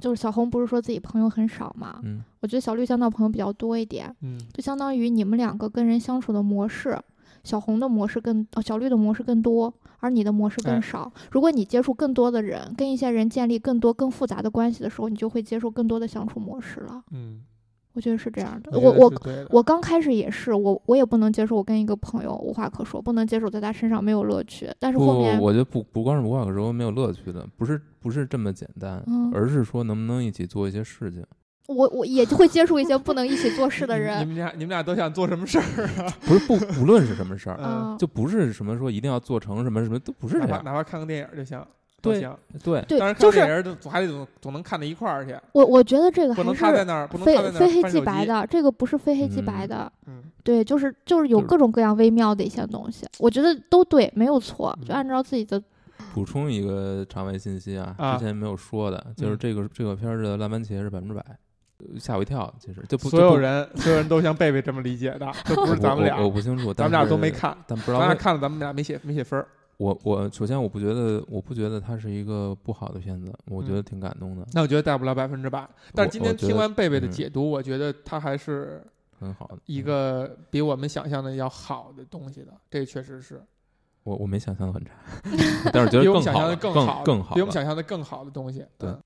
[SPEAKER 3] 就是小红不是说自己朋友很少嘛？
[SPEAKER 2] 嗯，
[SPEAKER 3] 我觉得小绿相当朋友比较多一点，
[SPEAKER 1] 嗯
[SPEAKER 3] 就相当于你们两个跟人相处的模式，小红的模式更哦，小绿的模式更多，而你的模式
[SPEAKER 1] 哎
[SPEAKER 3] 更少。如果你接触更多的人，跟一些人建立更多更复杂的关系的时候，你就会接受更多的相处模式了。
[SPEAKER 1] 嗯，
[SPEAKER 3] 我觉得是这样的。
[SPEAKER 1] 我
[SPEAKER 3] 我
[SPEAKER 1] 觉得
[SPEAKER 3] 我
[SPEAKER 1] 是对的
[SPEAKER 3] 我刚开始也是，我我也不能接受我跟一个朋友无话可说，不能接受在他身上没有乐趣。但是
[SPEAKER 2] 不，
[SPEAKER 3] 后面
[SPEAKER 2] 我觉得不不光是无话可说没有乐趣的，不是不是这么简单，
[SPEAKER 3] 嗯
[SPEAKER 2] 而是说能不能一起做一些事情。
[SPEAKER 3] 我我也就会接触一些不能一起做事的
[SPEAKER 1] 你
[SPEAKER 3] 人。
[SPEAKER 1] 们俩你们俩都想做什么事儿啊？
[SPEAKER 2] 不是不无论是什么事儿，
[SPEAKER 3] 嗯，
[SPEAKER 2] 就不是什么说一定要做成什么什么，都不是
[SPEAKER 1] 啊哪
[SPEAKER 2] 这
[SPEAKER 1] 怕
[SPEAKER 2] 样。
[SPEAKER 1] 哪怕看个电影儿就行，都
[SPEAKER 2] 对
[SPEAKER 1] 行。
[SPEAKER 2] 对，
[SPEAKER 3] 对
[SPEAKER 1] 当然，，看
[SPEAKER 3] 就
[SPEAKER 1] 电
[SPEAKER 3] 是
[SPEAKER 1] 影儿总还得总总能看到一块儿去，
[SPEAKER 3] 我我觉得这个
[SPEAKER 1] 不
[SPEAKER 3] 还
[SPEAKER 1] 能
[SPEAKER 3] 是
[SPEAKER 1] 他在那儿，不能他在那
[SPEAKER 3] 非
[SPEAKER 1] 儿
[SPEAKER 3] 非黑
[SPEAKER 1] 翻
[SPEAKER 3] 即
[SPEAKER 1] 手
[SPEAKER 3] 白
[SPEAKER 1] 机。
[SPEAKER 3] 的，这个不是非黑即白
[SPEAKER 2] 嗯
[SPEAKER 3] 的。
[SPEAKER 1] 嗯，
[SPEAKER 3] 对，就是就是有
[SPEAKER 2] 就是
[SPEAKER 3] 各种各样微妙的一些东西，我觉得都对，没有错，就
[SPEAKER 1] 嗯
[SPEAKER 3] 按照自己的。
[SPEAKER 2] 补充一个场外信息啊，
[SPEAKER 1] 啊
[SPEAKER 2] 之前没有说的，就是
[SPEAKER 1] 嗯
[SPEAKER 2] 这个、这个片儿的烂番茄是百分之百，呃吓我一跳，其实就不
[SPEAKER 1] 所有。
[SPEAKER 2] 就不
[SPEAKER 1] 人，所有人都像贝贝这么理解 的，这不是咱们俩
[SPEAKER 2] 我我，我不清楚，
[SPEAKER 1] 咱们
[SPEAKER 2] 但
[SPEAKER 1] 俩都
[SPEAKER 2] 是
[SPEAKER 1] 没，看，
[SPEAKER 2] 但不
[SPEAKER 1] 咱
[SPEAKER 2] 知道
[SPEAKER 1] 们俩
[SPEAKER 2] 为
[SPEAKER 1] 看了，咱们俩没写没写分
[SPEAKER 2] 嗯
[SPEAKER 1] 儿。
[SPEAKER 2] 我我首先我不觉得，我不觉得它是一个不好的片子，我觉
[SPEAKER 1] 嗯
[SPEAKER 2] 得挺感动的，
[SPEAKER 1] 那我觉得带不了百分之百，但是
[SPEAKER 2] 我
[SPEAKER 1] 今
[SPEAKER 2] 我
[SPEAKER 1] 天
[SPEAKER 2] 觉
[SPEAKER 1] 听
[SPEAKER 2] 得
[SPEAKER 1] 完贝贝的
[SPEAKER 2] 嗯
[SPEAKER 1] 解读，我觉得他还是
[SPEAKER 2] 很好的
[SPEAKER 1] 一
[SPEAKER 2] 嗯
[SPEAKER 1] 个比我们想象的要好的东西的，这确实是
[SPEAKER 2] 我我没想象的很差，但是觉
[SPEAKER 1] 比
[SPEAKER 2] 得
[SPEAKER 1] 我们
[SPEAKER 2] 更
[SPEAKER 1] 想
[SPEAKER 2] 好
[SPEAKER 1] 象
[SPEAKER 2] 了，
[SPEAKER 1] 的
[SPEAKER 2] 更
[SPEAKER 1] 好的，
[SPEAKER 2] 更好
[SPEAKER 1] 比我们
[SPEAKER 2] 了。
[SPEAKER 1] 想象的更好的东西。
[SPEAKER 2] 对
[SPEAKER 1] 嗯